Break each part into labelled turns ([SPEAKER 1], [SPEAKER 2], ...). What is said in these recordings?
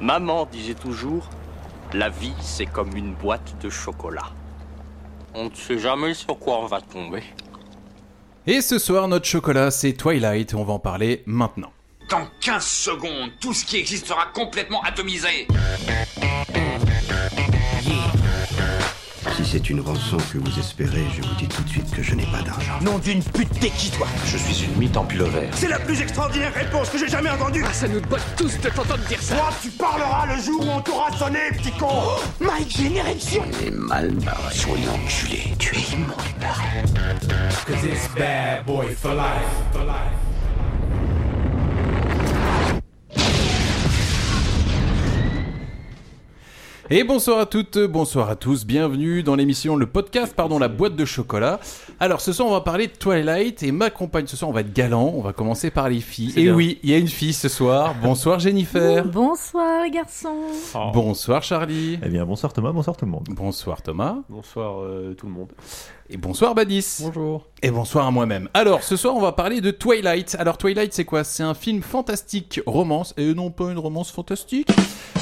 [SPEAKER 1] Maman disait toujours, la vie c'est comme une boîte de chocolat. On ne sait jamais sur quoi on va tomber.
[SPEAKER 2] Et ce soir, notre chocolat, c'est Twilight, on va en parler maintenant.
[SPEAKER 3] Dans 15 secondes, tout ce qui existe sera complètement atomisé.
[SPEAKER 4] Si c'est une rançon que vous espérez, je vous dis tout de suite que je n'ai pas d'argent.
[SPEAKER 5] Nom d'une pute, t'es qui toi
[SPEAKER 6] Je suis une mythe en pullover.
[SPEAKER 5] C'est la plus extraordinaire réponse que j'ai jamais entendue
[SPEAKER 7] Ah, ça nous botte tous de t'entendre dire ça
[SPEAKER 5] Toi, tu parleras le jour où on t'aura sonné, petit con oh,
[SPEAKER 8] My Generation
[SPEAKER 9] Elle est mal barré.
[SPEAKER 10] Soyons enculé, tu es immonde.
[SPEAKER 11] Cause it's bad boy for life, for life.
[SPEAKER 2] Et bonsoir à toutes, bonsoir à tous, bienvenue dans l'émission, le podcast, pardon, la boîte de chocolat. Alors ce soir on va parler de Twilight et ma compagne ce soir on va être galant, on va commencer par les filles. Et
[SPEAKER 12] bien.
[SPEAKER 2] oui, il y a une fille ce soir, bonsoir Jennifer.
[SPEAKER 13] Bonsoir les garçons.
[SPEAKER 12] Oh.
[SPEAKER 2] Bonsoir Charlie.
[SPEAKER 12] Eh bien bonsoir Thomas, bonsoir tout le monde.
[SPEAKER 2] Bonsoir Thomas.
[SPEAKER 14] Bonsoir euh, tout le monde.
[SPEAKER 2] Et bonsoir Badis.
[SPEAKER 14] Bonjour.
[SPEAKER 2] Et bonsoir à moi-même. Alors ce soir on va parler de Twilight. Alors Twilight c'est quoi C'est un film fantastique romance, et non pas une romance fantastique,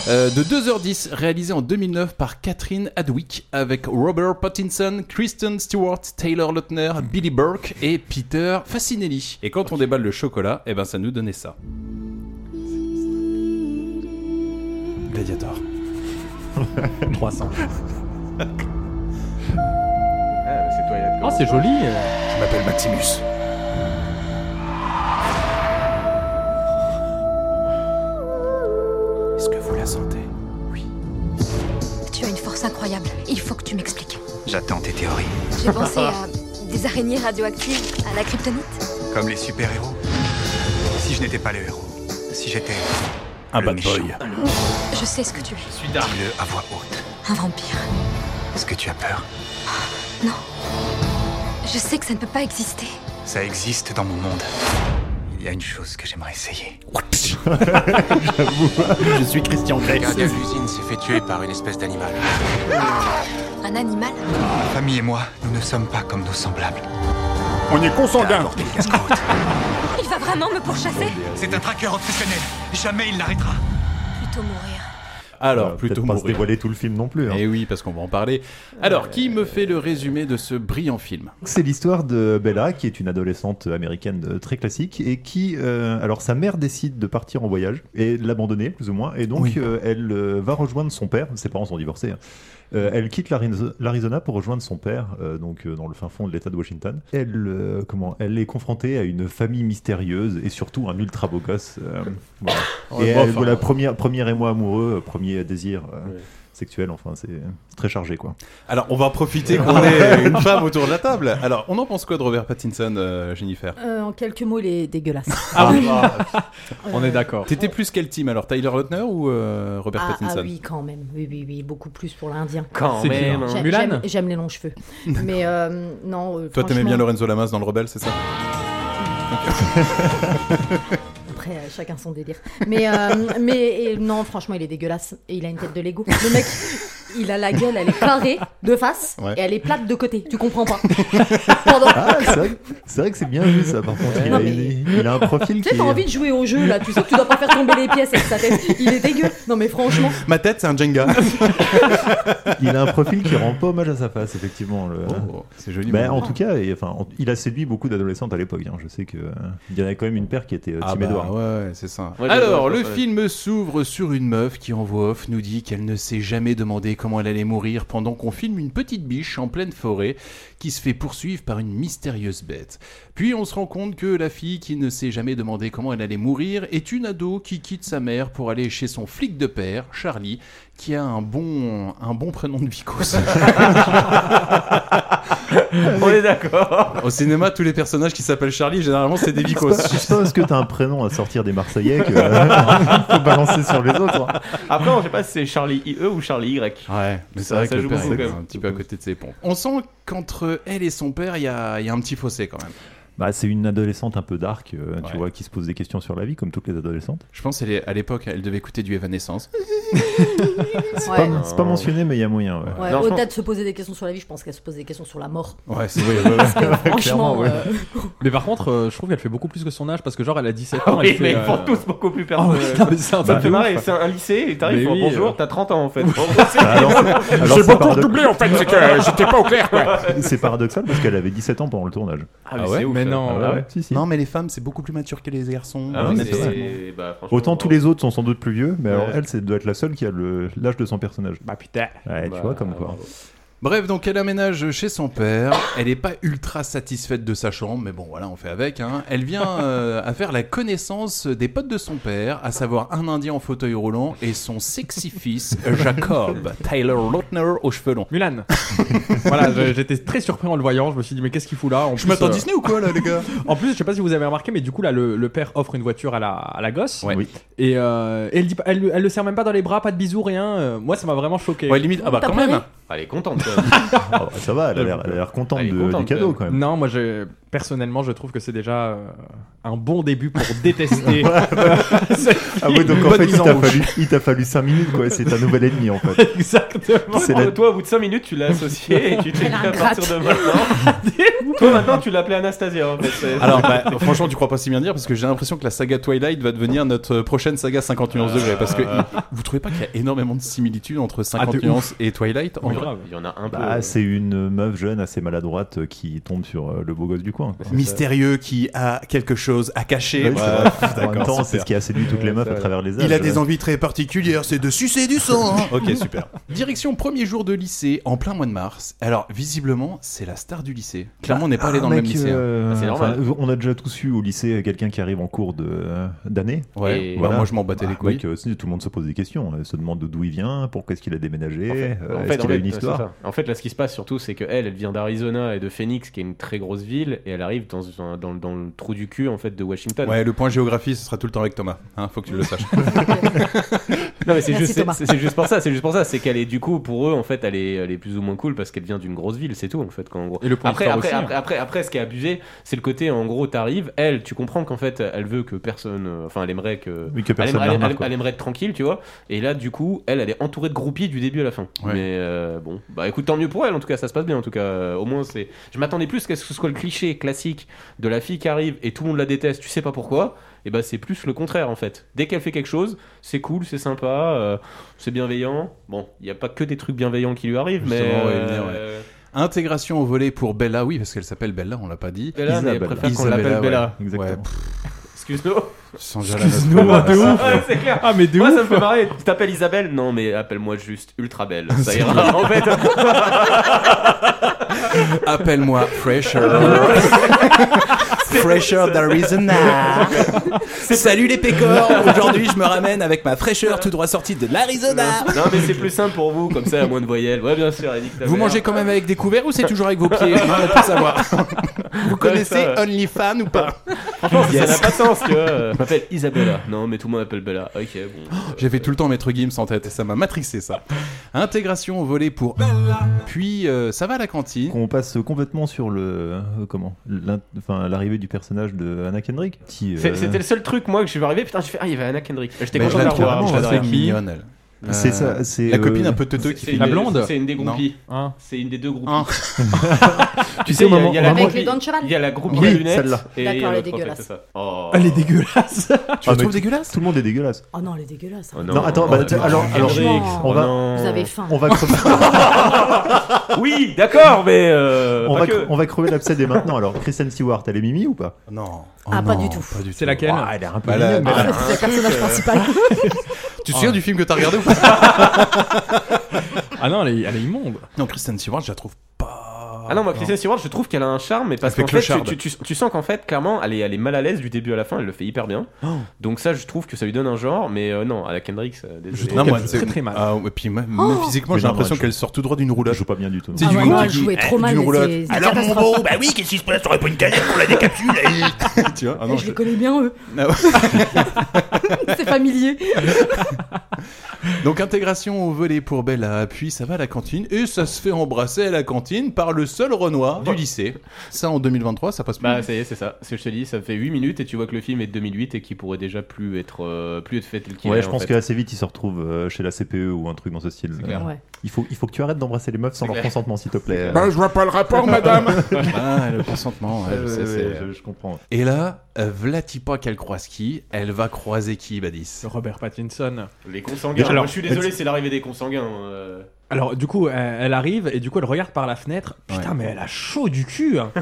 [SPEAKER 2] euh, de 2h10 réalisé en 2009 par Catherine Hadwick avec Robert Pattinson, Kristen Stewart, Taylor Lautner, Billy Burke et Peter Facinelli. Et quand on déballe le chocolat, eh ben ça nous donnait ça. Gladiator.
[SPEAKER 12] 300.
[SPEAKER 14] Oh, c'est joli.
[SPEAKER 2] Je m'appelle Maximus. Est-ce que vous la sentez
[SPEAKER 15] Oui.
[SPEAKER 16] Tu as une force incroyable. Il faut que tu m'expliques.
[SPEAKER 17] J'attends tes théories.
[SPEAKER 16] J'ai pensé à des araignées radioactives, à la kryptonite.
[SPEAKER 17] Comme les super-héros. Si je n'étais pas le héros, si j'étais.
[SPEAKER 2] Un
[SPEAKER 17] le
[SPEAKER 2] bad
[SPEAKER 17] méchant.
[SPEAKER 2] boy.
[SPEAKER 16] Je sais ce que tu es.
[SPEAKER 17] Je suis Dis-le à voix haute.
[SPEAKER 16] Un vampire.
[SPEAKER 17] Est-ce que tu as peur
[SPEAKER 16] Non. Je sais que ça ne peut pas exister.
[SPEAKER 17] Ça existe dans mon monde. Il y a une chose que j'aimerais essayer.
[SPEAKER 12] J'avoue, je suis Christian
[SPEAKER 10] Le
[SPEAKER 12] Grey.
[SPEAKER 10] gardien de l'usine s'est fait tuer par une espèce d'animal.
[SPEAKER 16] Un animal
[SPEAKER 17] Ma famille et moi, nous ne sommes pas comme nos semblables.
[SPEAKER 12] On est consanguin.
[SPEAKER 17] T'as abordé le casse-croûte.
[SPEAKER 16] Il va vraiment me pourchasser
[SPEAKER 17] C'est un traqueur obsessionnel. Jamais il n'arrêtôt.
[SPEAKER 16] Plutôt mourir.
[SPEAKER 2] Alors,
[SPEAKER 12] Euh,
[SPEAKER 2] plutôt
[SPEAKER 12] peut-être pas se
[SPEAKER 2] mourir.
[SPEAKER 12] dévoiler tout le film non plus. hein.
[SPEAKER 2] Eh oui, parce qu'on va en parler. Alors, qui me fait le résumé de ce brillant film
[SPEAKER 12] C'est l'histoire de Bella, qui est une adolescente américaine euh, très classique, et qui, euh, alors sa mère décide de partir en voyage et de l'abandonner, plus ou moins, et donc
[SPEAKER 2] Oui.
[SPEAKER 12] euh, elle euh, va rejoindre son père, ses parents sont divorcés, hein. Euh, elle quitte l'Arizo- l'Arizona pour rejoindre son père, euh, donc euh, dans le fin fond de l'État de Washington. Elle, euh, comment, elle est confrontée à une famille mystérieuse et surtout un ultra beau gosse. euh, voilà.
[SPEAKER 14] Ouais,
[SPEAKER 12] et
[SPEAKER 14] bon,
[SPEAKER 12] elle,
[SPEAKER 14] enfin,
[SPEAKER 12] voilà, premier, premier émoi amoureux, euh, premier désir euh,
[SPEAKER 14] Ouais.
[SPEAKER 12] sexuel, enfin c'est c'est très chargé quoi.
[SPEAKER 2] Alors, on va profiter qu'on ait une femme autour de la table. Alors, on en pense quoi de Robert Pattinson, euh, Jennifer
[SPEAKER 13] Euh, en quelques mots, il est dégueulasse.
[SPEAKER 14] Ah oui.
[SPEAKER 13] Euh,
[SPEAKER 14] d'accord.
[SPEAKER 2] T'étais plus quel team alors Tyler Lautner ou euh, Robert
[SPEAKER 13] Ah,
[SPEAKER 2] Pattinson
[SPEAKER 13] ah oui, quand même. Oui, oui, oui, beaucoup plus pour l'Indien.
[SPEAKER 14] Quand
[SPEAKER 12] C'est
[SPEAKER 14] même.
[SPEAKER 12] bien.
[SPEAKER 14] hein.
[SPEAKER 13] J'aime-
[SPEAKER 14] Mulan
[SPEAKER 13] j'aime- J'aime les longs cheveux. Mais euh, non. euh,
[SPEAKER 2] Toi, t'aimais bien
[SPEAKER 13] franchement,
[SPEAKER 2] Lorenzo Lamas dans Le Rebelle, c'est ça
[SPEAKER 13] Après, euh, chacun son délire. Mais, euh, mais et non, franchement, il est dégueulasse. Et il a une tête de Lego. Le mec, il a la gueule, elle est carrée de face
[SPEAKER 2] Ouais.
[SPEAKER 13] et elle est plate de côté. Tu comprends pas. Pendant.
[SPEAKER 12] Ah, c'est vrai, que- c'est vrai que c'est bien vu ça, par contre. Il,
[SPEAKER 13] Non,
[SPEAKER 12] a,
[SPEAKER 13] mais-
[SPEAKER 12] il- il a un profil
[SPEAKER 13] Tu
[SPEAKER 12] qui.
[SPEAKER 13] sais, t'as
[SPEAKER 12] est-
[SPEAKER 13] envie de jouer au jeu là, tu sais que tu dois pas faire tomber les pièces avec sa tête. Il est dégueu. Non mais franchement,
[SPEAKER 2] Ma tête, c'est un Jenga.
[SPEAKER 12] Il a un profil qui rend pas hommage à sa face, effectivement. le-
[SPEAKER 2] Oh, c'est joli.
[SPEAKER 12] Ben,
[SPEAKER 2] mon
[SPEAKER 12] en
[SPEAKER 2] gars.
[SPEAKER 12] tout cas, et, enfin, en- il a séduit beaucoup d'adolescentes à l'époque. hein. Je sais que euh, il y en a quand même une paire qui était euh,
[SPEAKER 2] Ah
[SPEAKER 12] Tim
[SPEAKER 2] bah
[SPEAKER 12] Edward.
[SPEAKER 2] ouais, ouais, c'est ça.
[SPEAKER 14] Ouais, je
[SPEAKER 2] Alors,
[SPEAKER 14] vois, je
[SPEAKER 2] le
[SPEAKER 14] vois, ouais.
[SPEAKER 2] film s'ouvre sur une meuf qui, en voix off, nous dit qu'elle ne s'est jamais demandé comment elle allait mourir pendant qu'on filme une petite biche en pleine forêt qui se fait poursuivre par une mystérieuse bête. Puis on se rend compte que la fille qui ne s'est jamais demandé comment elle allait mourir est une ado qui quitte sa mère pour aller chez son flic de père, Charlie, qui a un bon, un bon prénom de vicose.
[SPEAKER 14] On est d'accord.
[SPEAKER 2] Au cinéma, tous les personnages qui s'appellent Charlie, généralement, c'est des vicos.
[SPEAKER 12] C'est pas- c'est pas parce que t'as un prénom à sortir des Marseillais que euh, faut balancer sur les autres. hein.
[SPEAKER 14] Après, on sait pas si c'est Charlie IE ou Charlie Y.
[SPEAKER 2] Ouais, mais c'est
[SPEAKER 14] Ça-
[SPEAKER 2] vrai
[SPEAKER 14] ça
[SPEAKER 2] que le
[SPEAKER 14] joue
[SPEAKER 2] père
[SPEAKER 14] beaucoup,
[SPEAKER 2] est
[SPEAKER 14] quand
[SPEAKER 2] un petit peu à côté de ses pompes. On sent qu'entre elle et son père, il y a, il y a un petit fossé quand même.
[SPEAKER 12] Bah, c'est une adolescente un peu dark, euh, tu vois, qui se pose des questions sur la vie, comme toutes les adolescentes.
[SPEAKER 2] Je pense qu'elle est- à l'époque, elle devait écouter du Evanescence.
[SPEAKER 12] C'est
[SPEAKER 13] Ouais.
[SPEAKER 12] pas, c'est pas mentionné, mais il y a moyen. ouais.
[SPEAKER 13] Ouais, Au-delà de se poser des questions sur la vie, je pense qu'elle se pose des questions sur la mort.
[SPEAKER 2] Ouais, Ah, c'est vrai, ouais, ouais.
[SPEAKER 13] Parce que
[SPEAKER 2] Clairement,
[SPEAKER 13] franchement,
[SPEAKER 2] ouais.
[SPEAKER 13] euh,
[SPEAKER 6] Mais par contre, euh, je trouve qu'elle fait beaucoup plus que son âge parce que, genre, elle a 17
[SPEAKER 14] Ah
[SPEAKER 6] ans.
[SPEAKER 14] oui,
[SPEAKER 6] elle fait,
[SPEAKER 14] mais ils
[SPEAKER 6] euh,
[SPEAKER 14] font tous beaucoup plus euh, bah,
[SPEAKER 6] Ah oui, non,
[SPEAKER 14] personne.
[SPEAKER 6] mais c'est un
[SPEAKER 14] ça
[SPEAKER 6] truc
[SPEAKER 12] Bah,
[SPEAKER 14] fait
[SPEAKER 6] de
[SPEAKER 14] marrer,
[SPEAKER 6] ouf.
[SPEAKER 14] c'est un lycée, et t'arrives,
[SPEAKER 6] Mais
[SPEAKER 14] bon,
[SPEAKER 6] oui,
[SPEAKER 14] bonjour,
[SPEAKER 6] euh.
[SPEAKER 14] t'as 30 ans en fait.
[SPEAKER 12] Ah, alors, c'est paradoxe-
[SPEAKER 14] quoi.
[SPEAKER 12] c'est paradoxal parce qu'elle avait 17 ans pendant le tournage.
[SPEAKER 2] Ah mais ouais c'est ouf, Mais euh. non.
[SPEAKER 12] Ah ouais, si, si.
[SPEAKER 2] Non, mais les femmes, c'est beaucoup plus mature que les garçons.
[SPEAKER 12] Ah oui,
[SPEAKER 2] Ouais,
[SPEAKER 12] c'est
[SPEAKER 2] c'est-
[SPEAKER 12] vrai.
[SPEAKER 14] bah, franchement,
[SPEAKER 12] Autant tous les autres sont sans doute plus vieux, mais alors
[SPEAKER 2] Ouais.
[SPEAKER 12] elle, c'est doit être la seule qui a le- l'âge de son personnage.
[SPEAKER 14] Bah putain.
[SPEAKER 12] Ouais, tu vois comme quoi.
[SPEAKER 2] Bref, donc elle aménage chez son père. Elle n'est pas ultra satisfaite de sa chambre, mais bon, voilà, on fait avec. hein. Elle vient euh, à faire la connaissance des potes de son père, à savoir un Indien en fauteuil roulant et son sexy fils Jacob Tyler Lautner aux cheveux longs.
[SPEAKER 6] Mulan. voilà, je- j'étais très surpris en le voyant. Je me suis dit, mais qu'est-ce qu'il fout là en
[SPEAKER 2] Je
[SPEAKER 6] plus,
[SPEAKER 2] m'attends Disney ou quoi, là, les gars
[SPEAKER 6] En plus, je sais pas si vous avez remarqué, mais du coup, là, le, le père offre une voiture à la, à la gosse.
[SPEAKER 2] Oui.
[SPEAKER 6] Et euh, elle, dit, pas- elle, elle le serre même pas dans les bras, pas de bisous, rien. Euh, Moi, ça m'a vraiment choqué.
[SPEAKER 2] Ouais, limite, ah bah, T'as quand pleuré même.
[SPEAKER 14] Elle est contente.
[SPEAKER 12] Ah bah, ça va, elle a l'air- elle a l'air contente, de- du
[SPEAKER 2] euh,
[SPEAKER 12] cadeau quand même.
[SPEAKER 6] Non, moi, je, personnellement, je trouve que c'est déjà euh, un bon début pour détester.
[SPEAKER 12] Ah ouais, donc en fait, il t'a fallu, il t'a fallu 5 minutes, quoi. C'est un nouvel ennemi en fait.
[SPEAKER 14] Exactement.
[SPEAKER 12] C'est la-
[SPEAKER 14] Toi, au bout de 5 minutes, tu l'as associé et tu t'es dit à
[SPEAKER 6] Ingrate.
[SPEAKER 14] partir de maintenant. Toi, maintenant, tu l'appelais Anastasia en fait. C'est-
[SPEAKER 2] Alors, bah, franchement, tu crois pas si bien dire parce que j'ai l'impression que la saga Twilight va devenir notre prochaine saga 50 nuances degrés. Parce que
[SPEAKER 14] Euh.
[SPEAKER 2] vous trouvez pas qu'il y a énormément de similitudes entre 50
[SPEAKER 12] Ah,
[SPEAKER 14] de ouf.
[SPEAKER 2] nuances et Twilight en
[SPEAKER 14] Mais
[SPEAKER 2] vrai
[SPEAKER 14] grave, il y en a un peu.
[SPEAKER 12] Bah, c'est une meuf jeune assez maladroite euh, qui tombe sur euh, le beau gosse du coin. quoi.
[SPEAKER 2] Mystérieux qui a quelque chose à cacher.
[SPEAKER 12] Ouais,
[SPEAKER 2] Ouais,
[SPEAKER 12] c'est vrai.
[SPEAKER 2] d'accord,
[SPEAKER 12] En même temps, c'est
[SPEAKER 2] super.
[SPEAKER 12] ce qui a séduit toutes les meufs à travers les âges. euh.
[SPEAKER 2] Il a des
[SPEAKER 12] ouais.
[SPEAKER 2] envies très particulières, c'est de sucer du sang. hein.
[SPEAKER 12] Ok, super.
[SPEAKER 2] Direction premier jour de lycée, en plein mois de mars. Alors, visiblement, c'est la star du lycée. Clairement, on n'est pas
[SPEAKER 12] Ah,
[SPEAKER 2] allé dans le
[SPEAKER 12] mec,
[SPEAKER 2] même lycée. hein.
[SPEAKER 12] euh, enfin, on a déjà tous eu au lycée euh, quelqu'un qui arrive en cours de, euh, d'année.
[SPEAKER 2] Ouais. Et- Bah, moi, je m'en battais les
[SPEAKER 12] Bah,
[SPEAKER 2] couilles.
[SPEAKER 12] mec, euh, si, tout le monde se pose des questions. On se demande d'où il vient, pourquoi est-ce qu'il a déménagé, euh,
[SPEAKER 14] en
[SPEAKER 12] est-ce
[SPEAKER 14] fait, en
[SPEAKER 12] qu'il a
[SPEAKER 14] fait,
[SPEAKER 12] une
[SPEAKER 14] ouais,
[SPEAKER 12] histoire.
[SPEAKER 14] c'est ça. En fait, là, ce qui se passe surtout, c'est que elle, elle vient d'Arizona et de Phoenix, qui est une très grosse ville, et elle arrive dans, un- dans, dans le trou du cul en fait de Washington.
[SPEAKER 2] Ouais, le point géographie, ce sera tout le temps avec Thomas. Hein, faut que tu le saches.
[SPEAKER 14] non mais c'est
[SPEAKER 2] Merci,
[SPEAKER 14] juste, c'est-
[SPEAKER 2] Thomas.
[SPEAKER 14] c'est juste pour ça, c'est juste pour ça, c'est qu'elle est du coup pour eux en fait, elle est, elle est plus ou moins cool parce qu'elle vient d'une grosse ville, c'est tout en fait. Quand, en gros.
[SPEAKER 6] Et le point
[SPEAKER 14] après,
[SPEAKER 6] histoire
[SPEAKER 14] après,
[SPEAKER 6] aussi, hein.
[SPEAKER 14] après, après, après, ce qui est abusé, c'est le côté en gros, t'arrives, elle, tu comprends qu'en fait, elle veut que personne, euh, enfin, elle aimerait que,
[SPEAKER 12] Oui, que personne
[SPEAKER 14] elle, aimerait,
[SPEAKER 12] la
[SPEAKER 14] elle-
[SPEAKER 12] remarque,
[SPEAKER 14] elle-
[SPEAKER 12] quoi.
[SPEAKER 14] elle aimerait être tranquille, tu vois. Et là, du coup, elle, elle est entourée de groupies du début à la fin.
[SPEAKER 12] Ouais.
[SPEAKER 14] Mais euh, bon, bah écoute, tant mieux pour elle. En tout cas, ça se passe bien. En tout cas, Euh, au moins, c'est. Je m'attendais plus qu'à ce que ce soit le cliché classique de la fille qui arrive et tout le monde la déteste. Tu sais pas pourquoi. Et bah, c'est plus le contraire en fait. Dès qu'elle fait quelque chose, c'est cool, c'est sympa, euh, c'est bienveillant. Bon, il n'y a pas que des trucs bienveillants qui lui arrivent, mais.
[SPEAKER 2] Justement, on va y venir,
[SPEAKER 14] euh,
[SPEAKER 2] ouais. Intégration au volet pour Bella, oui, parce qu'elle s'appelle Bella, on l'a pas dit.
[SPEAKER 14] Bella, mais elle
[SPEAKER 2] Isabella.
[SPEAKER 14] préfère qu'on l'appelle
[SPEAKER 2] Isabella,
[SPEAKER 14] Bella.
[SPEAKER 2] ouais. Ouais, pff,
[SPEAKER 14] Excuse-nous.
[SPEAKER 2] Sans dire la Excuse-nous, notre nom, bah, de ouais, ouf.
[SPEAKER 14] c'est clair.
[SPEAKER 6] Ah, mais de
[SPEAKER 14] Moi, ça
[SPEAKER 6] ouf.
[SPEAKER 14] me fait marrer. Tu t'appelles Isabelle Non, mais appelle-moi juste Ultra Belle. Ça ira, en fait.
[SPEAKER 2] Appelle-moi Fresher. Fresher d'Arizona. Salut les pécores. Aujourd'hui, je me ramène avec ma fraîcheur tout droit sortie de l'Arizona.
[SPEAKER 14] Non, mais c'est plus simple pour vous, comme ça, à moins de voyelles. Ouais, bien sûr, Eric. ta
[SPEAKER 2] Vous
[SPEAKER 14] mère.
[SPEAKER 2] mangez quand même avec des couverts ou c'est toujours avec vos pieds On peut savoir. Vous connaissez
[SPEAKER 14] Ouais, ça, ouais.
[SPEAKER 2] OnlyFans ou pas
[SPEAKER 14] Franchement, ça- ça n'a pas de sens, tu vois. Euh, Je m'appelle Isabella. Non, mais tout le monde m'appelle Bella. Ok, bon.
[SPEAKER 2] J'avais tout le temps Maître Gims en tête et ça m'a matrixé ça. Intégration au volet pour. Puis euh, ça va à la cantine.
[SPEAKER 12] On passe complètement sur le euh, comment l'in- enfin l'arrivée du personnage de Anna Kendrick. qui, euh,
[SPEAKER 14] C'est- C'était le seul truc, moi, que je suis arrivé. Putain, j'ai fait. Ah, il y avait Anna Kendrick. J'étais
[SPEAKER 12] Mais
[SPEAKER 14] content de
[SPEAKER 12] je
[SPEAKER 14] la
[SPEAKER 12] la trouve
[SPEAKER 14] revoir.
[SPEAKER 12] vraiment
[SPEAKER 14] je l'adore.
[SPEAKER 12] assez mignonne, elle.
[SPEAKER 14] Euh,
[SPEAKER 12] C'est ça, c'est,
[SPEAKER 2] La
[SPEAKER 12] euh,
[SPEAKER 2] copine un peu teuteux qui
[SPEAKER 14] c'est
[SPEAKER 2] fait
[SPEAKER 14] une
[SPEAKER 2] une-
[SPEAKER 14] des- C'est une des groupies. C'est une des deux
[SPEAKER 2] Ah.
[SPEAKER 14] groupies.
[SPEAKER 12] Tu sais, au
[SPEAKER 14] il y a-
[SPEAKER 12] moment-
[SPEAKER 14] il y a la
[SPEAKER 12] au moment-
[SPEAKER 14] groupie-
[SPEAKER 12] Avec les dents de cheval
[SPEAKER 14] Il y a la groupie
[SPEAKER 12] Oui,
[SPEAKER 14] à lunettes.
[SPEAKER 12] celle-là.
[SPEAKER 14] et
[SPEAKER 13] D'accord,
[SPEAKER 14] il y a
[SPEAKER 13] elle est
[SPEAKER 14] l'autre, en fait,
[SPEAKER 13] dégueulasse.
[SPEAKER 14] c'est ça. Oh.
[SPEAKER 12] Elle est
[SPEAKER 6] dégueulasse.
[SPEAKER 12] Tu la trouves dégueulasse Tout le monde est dégueulasse.
[SPEAKER 13] Oh non, elle est dégueulasse.
[SPEAKER 12] non, attends, bah, tiens, alors, alors
[SPEAKER 13] Franchement,
[SPEAKER 14] oh
[SPEAKER 12] on va,
[SPEAKER 13] Vous avez faim.
[SPEAKER 12] on va crever,
[SPEAKER 14] Oui, d'accord, mais. euh,
[SPEAKER 12] on
[SPEAKER 14] pas
[SPEAKER 12] va,
[SPEAKER 14] que.
[SPEAKER 12] cre- on va crever l'abcès dès maintenant. Alors, Kristen Stewart, elle est Mimi ou pas
[SPEAKER 2] Non.
[SPEAKER 13] Ah, pas du tout.
[SPEAKER 6] C'est laquelle
[SPEAKER 12] Elle est un peu
[SPEAKER 2] Bah, la-
[SPEAKER 12] mignonne, mais
[SPEAKER 2] ah,
[SPEAKER 12] elle a-
[SPEAKER 13] C'est le personnage principal.
[SPEAKER 2] Tu te souviens
[SPEAKER 6] Ah.
[SPEAKER 2] du film que t'as regardé ou pas
[SPEAKER 6] Ah non, elle est, elle est immonde.
[SPEAKER 2] Non, Kristen Stewart, je la trouve pas.
[SPEAKER 14] Ah non, moi, Christian Stewart, je trouve qu'elle a un charme, mais parce
[SPEAKER 2] Elle fait
[SPEAKER 14] qu'en fait,
[SPEAKER 2] clocharde.
[SPEAKER 14] tu, tu- tu- tu sens qu'en fait, clairement, elle est, elle est mal à l'aise du début à la fin, elle le fait hyper bien.
[SPEAKER 2] Oh.
[SPEAKER 14] Donc, ça, je trouve que ça lui donne un genre, mais euh, non, à la Kendrick, ça, désolé.
[SPEAKER 2] Je trouve qu'elle- Ah, ouais, puis moi, moi,
[SPEAKER 14] Oh.
[SPEAKER 2] physiquement,
[SPEAKER 14] Mais
[SPEAKER 2] j'ai
[SPEAKER 14] non,
[SPEAKER 2] l'impression
[SPEAKER 14] elle
[SPEAKER 2] qu'elle sort tout droit d'une roulade. Je
[SPEAKER 12] joue pas bien du tout.
[SPEAKER 2] C'est
[SPEAKER 13] Ah
[SPEAKER 2] du
[SPEAKER 13] ouais,
[SPEAKER 2] coup,
[SPEAKER 13] moi,
[SPEAKER 2] qui
[SPEAKER 13] je
[SPEAKER 2] dit,
[SPEAKER 13] jouais trop
[SPEAKER 2] eh,
[SPEAKER 13] mal,
[SPEAKER 2] du
[SPEAKER 13] mais
[SPEAKER 2] roulade.
[SPEAKER 13] c'est- c'est
[SPEAKER 2] Alors mon
[SPEAKER 13] catastrophe.
[SPEAKER 2] beau, bah oui, qu'est-ce qui se passe T'aurais pas une canette pour la décapsule eh Tu vois Ah non,
[SPEAKER 13] je les connais bien, eux.
[SPEAKER 2] Ah ouais.
[SPEAKER 13] C'est familier.
[SPEAKER 2] Donc intégration au volet pour Bella, puis ça va à la cantine, et ça se fait embrasser à la cantine par le seul Renoir
[SPEAKER 12] Bah.
[SPEAKER 2] du lycée. Ça en 2023, ça passe plus.
[SPEAKER 14] Bah ça y est, c'est ça. C'est je te dis, ça fait 8 minutes et tu vois que le film est de 2008 et qu'il pourrait déjà plus être euh, plus être fait tel qu'il
[SPEAKER 12] Ouais,
[SPEAKER 14] est,
[SPEAKER 12] je
[SPEAKER 14] en
[SPEAKER 12] pense
[SPEAKER 14] fait.
[SPEAKER 12] qu'assez vite, ils se retrouvent euh, chez la CPE ou un truc dans ce style.
[SPEAKER 14] clair.
[SPEAKER 12] Euh,
[SPEAKER 14] Ouais.
[SPEAKER 12] il, faut, il faut que tu arrêtes d'embrasser les meufs sans leur
[SPEAKER 14] clair.
[SPEAKER 12] consentement, s'il te plaît.
[SPEAKER 6] Bah,
[SPEAKER 2] Ben, je vois pas le rapport, madame. Ah, le consentement, ouais,
[SPEAKER 12] Ouais,
[SPEAKER 2] je sais,
[SPEAKER 12] ouais,
[SPEAKER 2] c'est-
[SPEAKER 12] ouais, je- je comprends.
[SPEAKER 2] Et là, euh, Vlatipa qu'elle croise qui Elle va croiser qui, Badis
[SPEAKER 12] Oh,
[SPEAKER 6] Robert Pattinson.
[SPEAKER 14] Les consanguins.
[SPEAKER 6] Alors,
[SPEAKER 14] Moi, je suis désolé, c'est l'arrivée des consanguins. euh.
[SPEAKER 6] Alors du coup, elle, elle arrive et du coup elle regarde par la fenêtre. Putain, mais elle a chaud du cul. hein.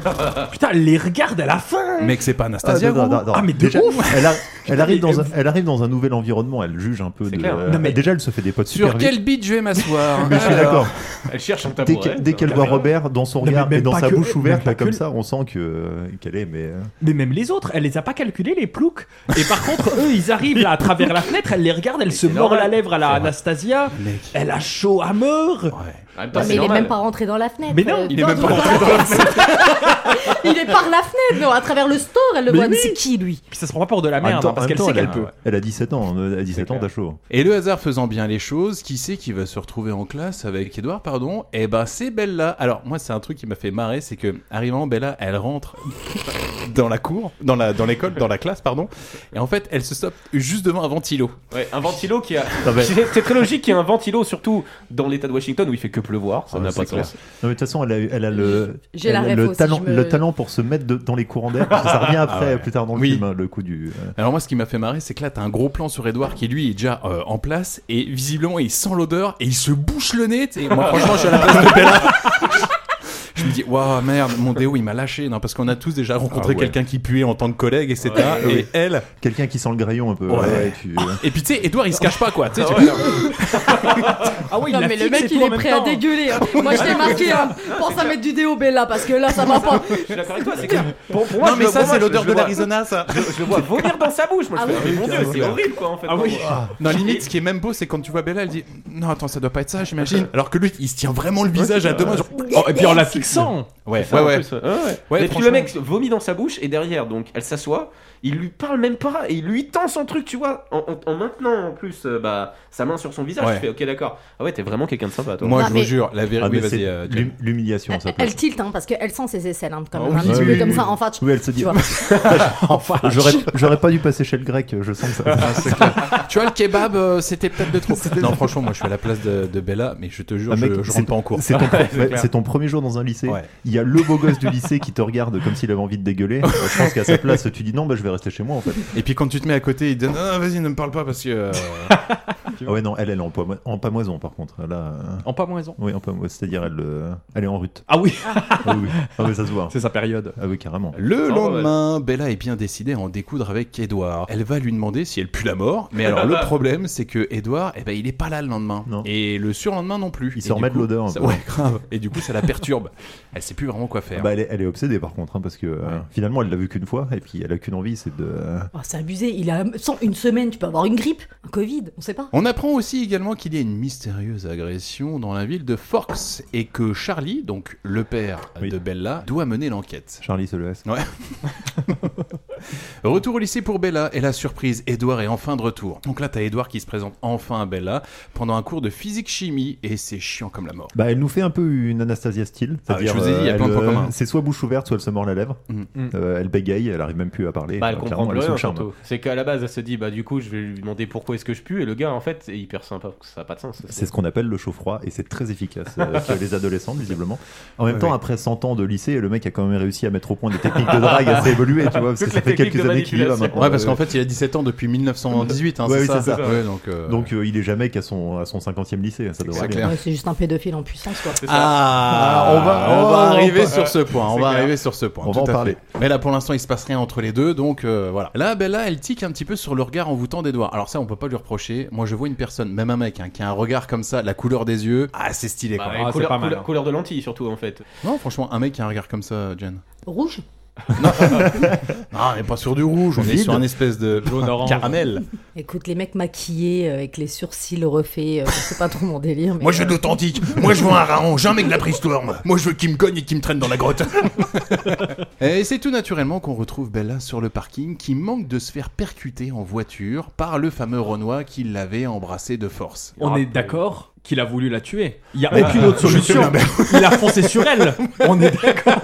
[SPEAKER 6] Putain, elle les regarde à la fin.
[SPEAKER 2] Mec, c'est pas Anastasia,
[SPEAKER 12] Ah, non, non,
[SPEAKER 2] gros.
[SPEAKER 12] non, non.
[SPEAKER 6] Ah, mais de
[SPEAKER 12] Déjà,
[SPEAKER 6] ouf.
[SPEAKER 12] elle, a- elle
[SPEAKER 6] Putain,
[SPEAKER 12] arrive
[SPEAKER 6] mais-
[SPEAKER 12] dans un, elle arrive dans un nouvel environnement, elle juge un peu. De,
[SPEAKER 14] clair.
[SPEAKER 12] euh,
[SPEAKER 14] Non, mais-
[SPEAKER 12] Déjà, elle se fait des potes super
[SPEAKER 2] Sur
[SPEAKER 12] vite.
[SPEAKER 2] quel beat je vais m'asseoir
[SPEAKER 12] Mais je suis
[SPEAKER 2] Alors.
[SPEAKER 12] d'accord.
[SPEAKER 14] Elle cherche un
[SPEAKER 12] Dès
[SPEAKER 14] tabouret.
[SPEAKER 12] que- dès qu'elle voit Robert dans
[SPEAKER 6] Ah,
[SPEAKER 12] son
[SPEAKER 6] Non, mais
[SPEAKER 12] regard et
[SPEAKER 6] même
[SPEAKER 12] dans
[SPEAKER 6] pas
[SPEAKER 12] sa
[SPEAKER 6] que-
[SPEAKER 12] bouche
[SPEAKER 6] même
[SPEAKER 12] ouverte,
[SPEAKER 6] pas
[SPEAKER 12] là,
[SPEAKER 6] que-
[SPEAKER 12] comme ça, on sent que- qu'elle est, mais. euh,
[SPEAKER 6] Mais même les autres, elle les a pas calculés les ploucs. Et par contre, eux, ils arrivent là à travers la fenêtre, elle les regarde, elle se mord la lèvre à la Anastasia. Elle a chaud à mort.
[SPEAKER 14] En même temps,
[SPEAKER 13] Non, mais
[SPEAKER 14] c'est
[SPEAKER 13] il est
[SPEAKER 14] normal.
[SPEAKER 13] même pas rentré dans la fenêtre.
[SPEAKER 6] Mais non,
[SPEAKER 13] Euh,
[SPEAKER 6] il est même
[SPEAKER 13] dans-
[SPEAKER 6] pas rentré
[SPEAKER 13] dans la fenêtre. Il est par la fenêtre, non, à travers le store, elle le
[SPEAKER 6] Mais
[SPEAKER 13] voit.
[SPEAKER 6] oui.
[SPEAKER 13] C'est qui lui
[SPEAKER 6] Puis ça se prend pas pour de la
[SPEAKER 12] en même
[SPEAKER 6] merde
[SPEAKER 12] temps-
[SPEAKER 6] hein, parce
[SPEAKER 12] en même
[SPEAKER 6] qu'elle
[SPEAKER 12] temps,
[SPEAKER 6] sait
[SPEAKER 12] elle a-
[SPEAKER 6] qu'elle peut.
[SPEAKER 12] Elle a 17 ans, euh, à 17 ans, t'as chaud.
[SPEAKER 2] Et le hasard faisant bien les choses, qui c'est qui va se retrouver en classe avec Edouard, pardon Eh ben, c'est Bella. Alors, moi, c'est un truc qui m'a fait marrer, c'est que, arrivant, Bella, elle rentre dans la cour, dans la dans l'école, dans la classe, pardon. Et en fait, elle se stoppe juste devant un ventilo.
[SPEAKER 14] Ouais, un ventilo qui a.
[SPEAKER 12] Non, mais-
[SPEAKER 14] C'est c'est très logique qu'il y ait un ventilo, surtout dans l'état de Washington où il fait que pleuvoir. Ça
[SPEAKER 12] Ouais,
[SPEAKER 14] n'a
[SPEAKER 12] Ah, c'est
[SPEAKER 14] pas de
[SPEAKER 12] clair.
[SPEAKER 14] sens.
[SPEAKER 12] Non, mais de toute façon, elle a, elle a le,
[SPEAKER 13] J'ai
[SPEAKER 12] elle
[SPEAKER 13] la
[SPEAKER 12] a
[SPEAKER 13] ref
[SPEAKER 12] le
[SPEAKER 13] aussi,
[SPEAKER 12] talent,
[SPEAKER 13] je me-
[SPEAKER 12] le talent pour se mettre de- dans les courants d'air. parce que ça revient après,
[SPEAKER 2] Ah ouais.
[SPEAKER 12] plus tard dans le
[SPEAKER 2] Oui.
[SPEAKER 12] film, hein, le coup du. euh,
[SPEAKER 2] Alors moi, ce qui m'a fait marrer, c'est que là, t'as un gros plan sur Edouard qui lui est déjà euh, en place et visiblement il sent l'odeur et il se bouche le nez. Et moi, franchement, je suis à la place de Bella. Je me dis, waouh, merde, mon déo, il m'a lâché. Non, parce qu'on a tous déjà rencontré
[SPEAKER 12] Ah ouais.
[SPEAKER 2] quelqu'un qui puait en tant que collègue, etc.
[SPEAKER 12] Ouais, Ah
[SPEAKER 2] et
[SPEAKER 12] ouais.
[SPEAKER 2] elle.
[SPEAKER 12] Quelqu'un qui sent le graillon un peu.
[SPEAKER 2] Ouais.
[SPEAKER 12] ouais, tu- euh,
[SPEAKER 2] Et puis tu sais, Edouard, il se cache pas quoi. Tu sais, tu-
[SPEAKER 6] Ah oui,
[SPEAKER 13] non,
[SPEAKER 6] il la
[SPEAKER 13] mais
[SPEAKER 6] fixe
[SPEAKER 13] le
[SPEAKER 6] et
[SPEAKER 13] mec,
[SPEAKER 6] tout
[SPEAKER 13] il
[SPEAKER 6] en
[SPEAKER 13] est
[SPEAKER 6] même
[SPEAKER 13] prêt à
[SPEAKER 6] temps.
[SPEAKER 13] dégueuler. hein. Moi, je t'ai marqué, hein. pense à mettre du déo, Bella, parce que là, ça va pas.
[SPEAKER 14] Je suis d'accord avec toi, c'est clair. Pour, pour moi,
[SPEAKER 2] Non,
[SPEAKER 14] je
[SPEAKER 2] mais
[SPEAKER 14] le
[SPEAKER 2] ça,
[SPEAKER 14] vois,
[SPEAKER 2] c'est
[SPEAKER 14] je-
[SPEAKER 2] l'odeur
[SPEAKER 14] je le
[SPEAKER 2] de
[SPEAKER 14] vois-
[SPEAKER 2] l'Arizona, ça.
[SPEAKER 14] Je, je le vois vomir dans sa bouche. Moi, je
[SPEAKER 13] Ah
[SPEAKER 14] fais,
[SPEAKER 13] oui.
[SPEAKER 14] mais mon dieu, c'est
[SPEAKER 2] Ouais.
[SPEAKER 14] horrible quoi en fait. Oh.
[SPEAKER 6] Ah oui.
[SPEAKER 2] Non, limite, ce qui est même beau, c'est quand tu vois Bella, elle dit Non, attends, ça doit pas être ça, j'imagine. Alors que lui, il se tient vraiment le visage à deux mains. genre,
[SPEAKER 6] Oh, et puis en la fixant.
[SPEAKER 2] Ouais,
[SPEAKER 14] Ça,
[SPEAKER 2] ouais,
[SPEAKER 14] en
[SPEAKER 2] ouais.
[SPEAKER 14] plus, ouais, ouais.
[SPEAKER 2] Ouais,
[SPEAKER 14] et puis le
[SPEAKER 2] franchement.
[SPEAKER 14] mec vomit dans sa bouche et derrière, donc elle s'assoit, il lui parle même pas et il lui tend son truc, tu vois, en, en- en maintenant en plus euh, bah, sa main sur son visage.
[SPEAKER 2] Ouais.
[SPEAKER 14] Je fais, ok, d'accord. Ah ouais, t'es vraiment quelqu'un de sympa toi.
[SPEAKER 2] Moi,
[SPEAKER 13] Non,
[SPEAKER 2] je
[SPEAKER 13] mais-
[SPEAKER 2] vous jure, la vérité.
[SPEAKER 12] Ah,
[SPEAKER 2] oui,
[SPEAKER 12] mais c'est
[SPEAKER 2] vas-y, euh, James.
[SPEAKER 12] l'hum- L'humiliation, ça peut.
[SPEAKER 13] Elle tilt, hein, parce qu'elle sent ses aisselles, hein, quand
[SPEAKER 2] Ah
[SPEAKER 13] même.
[SPEAKER 2] oui,
[SPEAKER 13] un petit
[SPEAKER 12] oui,
[SPEAKER 13] peu
[SPEAKER 12] oui,
[SPEAKER 13] comme
[SPEAKER 12] oui.
[SPEAKER 13] ça, en fait.
[SPEAKER 12] Oui, elle se dit. oh,
[SPEAKER 13] Tu vois.
[SPEAKER 6] Enfin,
[SPEAKER 12] J'aurais j'aurais pas dû passer chez le grec, je sens que ça.
[SPEAKER 2] tu vois, le kebab, euh, c'était peut-être de trop. non, franchement, moi, je suis à la place de, de Bella, mais je te jure,
[SPEAKER 12] Ah, mec,
[SPEAKER 2] je, je
[SPEAKER 12] c'est-
[SPEAKER 2] rentre pas en cours.
[SPEAKER 12] C'est ton,
[SPEAKER 2] Ouais,
[SPEAKER 12] ouais,
[SPEAKER 2] clair.
[SPEAKER 12] c'est ton premier jour dans un lycée.
[SPEAKER 2] Ouais.
[SPEAKER 12] Il y a le beau gosse du lycée qui te regarde comme s'il avait envie de dégueuler. Euh, Je pense qu'à sa place, tu dis non, bah, je vais rester chez moi en fait.
[SPEAKER 2] Et puis quand tu te mets à côté, il te dit Non, non, vas-y, ne me parle pas parce que. euh,
[SPEAKER 12] Ah ouais, non, elle, elle est en, pamo- en pamoison par contre. Là, euh,
[SPEAKER 6] En pas moins raison.
[SPEAKER 12] Oui, en pamoison, c'est-à-dire elle, euh, elle est en rute.
[SPEAKER 6] Ah oui,
[SPEAKER 12] Ah oui, oui. Ah, mais ça se voit.
[SPEAKER 6] c'est sa période.
[SPEAKER 12] Ah oui, carrément.
[SPEAKER 2] Le
[SPEAKER 14] Sans
[SPEAKER 2] lendemain, Bella est bien décidée à en découdre avec Edouard. Elle va lui demander si elle pue la mort. Mais alors le problème, c'est que Edouard, eh ben, il est pas là le lendemain.
[SPEAKER 12] Non.
[SPEAKER 2] Et le surlendemain non plus.
[SPEAKER 12] Il
[SPEAKER 2] Et
[SPEAKER 12] se
[SPEAKER 2] du
[SPEAKER 12] remet de
[SPEAKER 2] coup,
[SPEAKER 12] l'odeur, un
[SPEAKER 2] ça-
[SPEAKER 12] peu.
[SPEAKER 2] Ouais, grave. Et du coup, ça la perturbe. elle sait plus vraiment quoi faire.
[SPEAKER 12] Bah, elle, est, elle est obsédée par contre, hein, parce que euh, finalement elle l'a vu qu'une fois, et puis elle a qu'une envie, c'est de. euh,
[SPEAKER 13] Oh, c'est abusé. Il a sans une semaine, tu peux avoir une grippe, un Covid, on sait pas.
[SPEAKER 2] On apprend aussi également qu'il y a une mystérieuse agression dans la ville de Forks et que Charlie, donc le père
[SPEAKER 12] Oui.
[SPEAKER 2] de Bella, doit mener l'enquête.
[SPEAKER 12] Charlie se le laisse.
[SPEAKER 2] Ouais. retour au lycée pour Bella et la surprise, Edouard est enfin de retour. Donc là, t'as Edouard qui se présente enfin à Bella pendant un cours de physique-chimie et c'est chiant comme la mort.
[SPEAKER 12] Bah, elle nous fait un peu une Anastasia style.
[SPEAKER 2] Ah,
[SPEAKER 12] c'est-à-dire,
[SPEAKER 2] je vous ai dit, il y a
[SPEAKER 12] euh,
[SPEAKER 2] plein de
[SPEAKER 12] elle,
[SPEAKER 2] points
[SPEAKER 12] euh,
[SPEAKER 2] communs.
[SPEAKER 12] C'est soit bouche ouverte, soit elle se mord la lèvre.
[SPEAKER 2] Mm.
[SPEAKER 12] Euh, elle bégaye, elle arrive même plus à parler.
[SPEAKER 14] Bah, elle
[SPEAKER 12] Euh,
[SPEAKER 14] comprend
[SPEAKER 12] clairement,
[SPEAKER 14] plus
[SPEAKER 12] elle est sous
[SPEAKER 14] rien,
[SPEAKER 12] le charme.
[SPEAKER 14] surtout. C'est qu'à la base, elle se dit, bah, du coup, je vais lui demander pourquoi est-ce que je pue, et le gars, en fait, est hyper sympa, parce que ça n'a pas de sens.
[SPEAKER 12] C'est ce qu'on appelle le chaud-froid et c'est très efficace euh, chez les adolescents, visiblement. En même
[SPEAKER 2] Ouais,
[SPEAKER 12] temps,
[SPEAKER 2] ouais.
[SPEAKER 12] après 100 ans de lycée, le mec a quand même réussi à mettre au point des techniques de drague assez évoluées, tu vois, parce
[SPEAKER 14] Toutes
[SPEAKER 12] que ça
[SPEAKER 14] les
[SPEAKER 12] fait quelques
[SPEAKER 14] techniques de
[SPEAKER 12] années qu'il y va
[SPEAKER 14] manipulation.
[SPEAKER 12] maintenant.
[SPEAKER 2] Ouais, parce qu'en
[SPEAKER 12] Euh,
[SPEAKER 2] fait, il a 17 ans depuis 1918, hein,
[SPEAKER 12] Ouais,
[SPEAKER 2] c'est
[SPEAKER 12] oui,
[SPEAKER 2] ça,
[SPEAKER 12] c'est ça.
[SPEAKER 2] Ouais, donc, euh,
[SPEAKER 12] donc euh, il est jamais qu'à son, à son 50e lycée, hein, ça devrait
[SPEAKER 2] C'est
[SPEAKER 12] aller.
[SPEAKER 2] clair.
[SPEAKER 13] Ouais, c'est juste un pédophile en puissance, quoi.
[SPEAKER 2] Ah,
[SPEAKER 12] Ah,
[SPEAKER 2] on va, on va
[SPEAKER 12] oh,
[SPEAKER 2] arriver
[SPEAKER 12] on
[SPEAKER 2] sur ce point. On
[SPEAKER 14] C'est
[SPEAKER 2] va
[SPEAKER 14] clair.
[SPEAKER 2] arriver sur ce point.
[SPEAKER 12] On va
[SPEAKER 2] tout
[SPEAKER 12] en
[SPEAKER 2] à
[SPEAKER 12] parler.
[SPEAKER 2] fait. Mais là, pour l'instant, il se passe rien entre les deux, donc euh, voilà. Là, Bella, elle tique un petit peu sur le regard envoûtant d'Edouard. Alors ça, on peut pas lui reprocher. Moi, je vois une personne, même un mec, hein, qui a un regard comme ça, la couleur des yeux, ah, c'est stylé.
[SPEAKER 14] Bah,
[SPEAKER 2] Quoi.
[SPEAKER 14] et
[SPEAKER 6] Ah, c'est
[SPEAKER 14] couleur,
[SPEAKER 6] pas mal,
[SPEAKER 14] couleur-
[SPEAKER 6] hein.
[SPEAKER 14] couleur de lentilles, surtout, en fait.
[SPEAKER 2] Non, franchement, un mec qui a un regard comme ça, Jen.
[SPEAKER 13] Rouge
[SPEAKER 2] Non, non, on n'est pas sur du rouge, on est
[SPEAKER 6] Vide.
[SPEAKER 2] sur un espèce de
[SPEAKER 6] Jaune, orange.
[SPEAKER 2] caramel.
[SPEAKER 13] Écoute, les mecs maquillés euh, avec les sourcils refaits, euh, c'est pas trop mon délire. mais- euh,
[SPEAKER 2] Moi je veux de l'authentique, moi je veux un raon, un mec de la Pristorm, moi je veux qu'il me cogne et qu'il me traîne dans la grotte. et c'est tout naturellement qu'on retrouve Bella sur le parking qui manque de se faire percuter en voiture par le fameux Renoir qui l'avait embrassé de force.
[SPEAKER 6] On
[SPEAKER 14] Ah,
[SPEAKER 6] est d'accord qu'il a voulu la tuer. Il n'y a
[SPEAKER 2] Euh,
[SPEAKER 6] aucune autre
[SPEAKER 2] je sais
[SPEAKER 6] solution.
[SPEAKER 2] bien, mais-
[SPEAKER 6] Il a foncé sur elle. On est d'accord.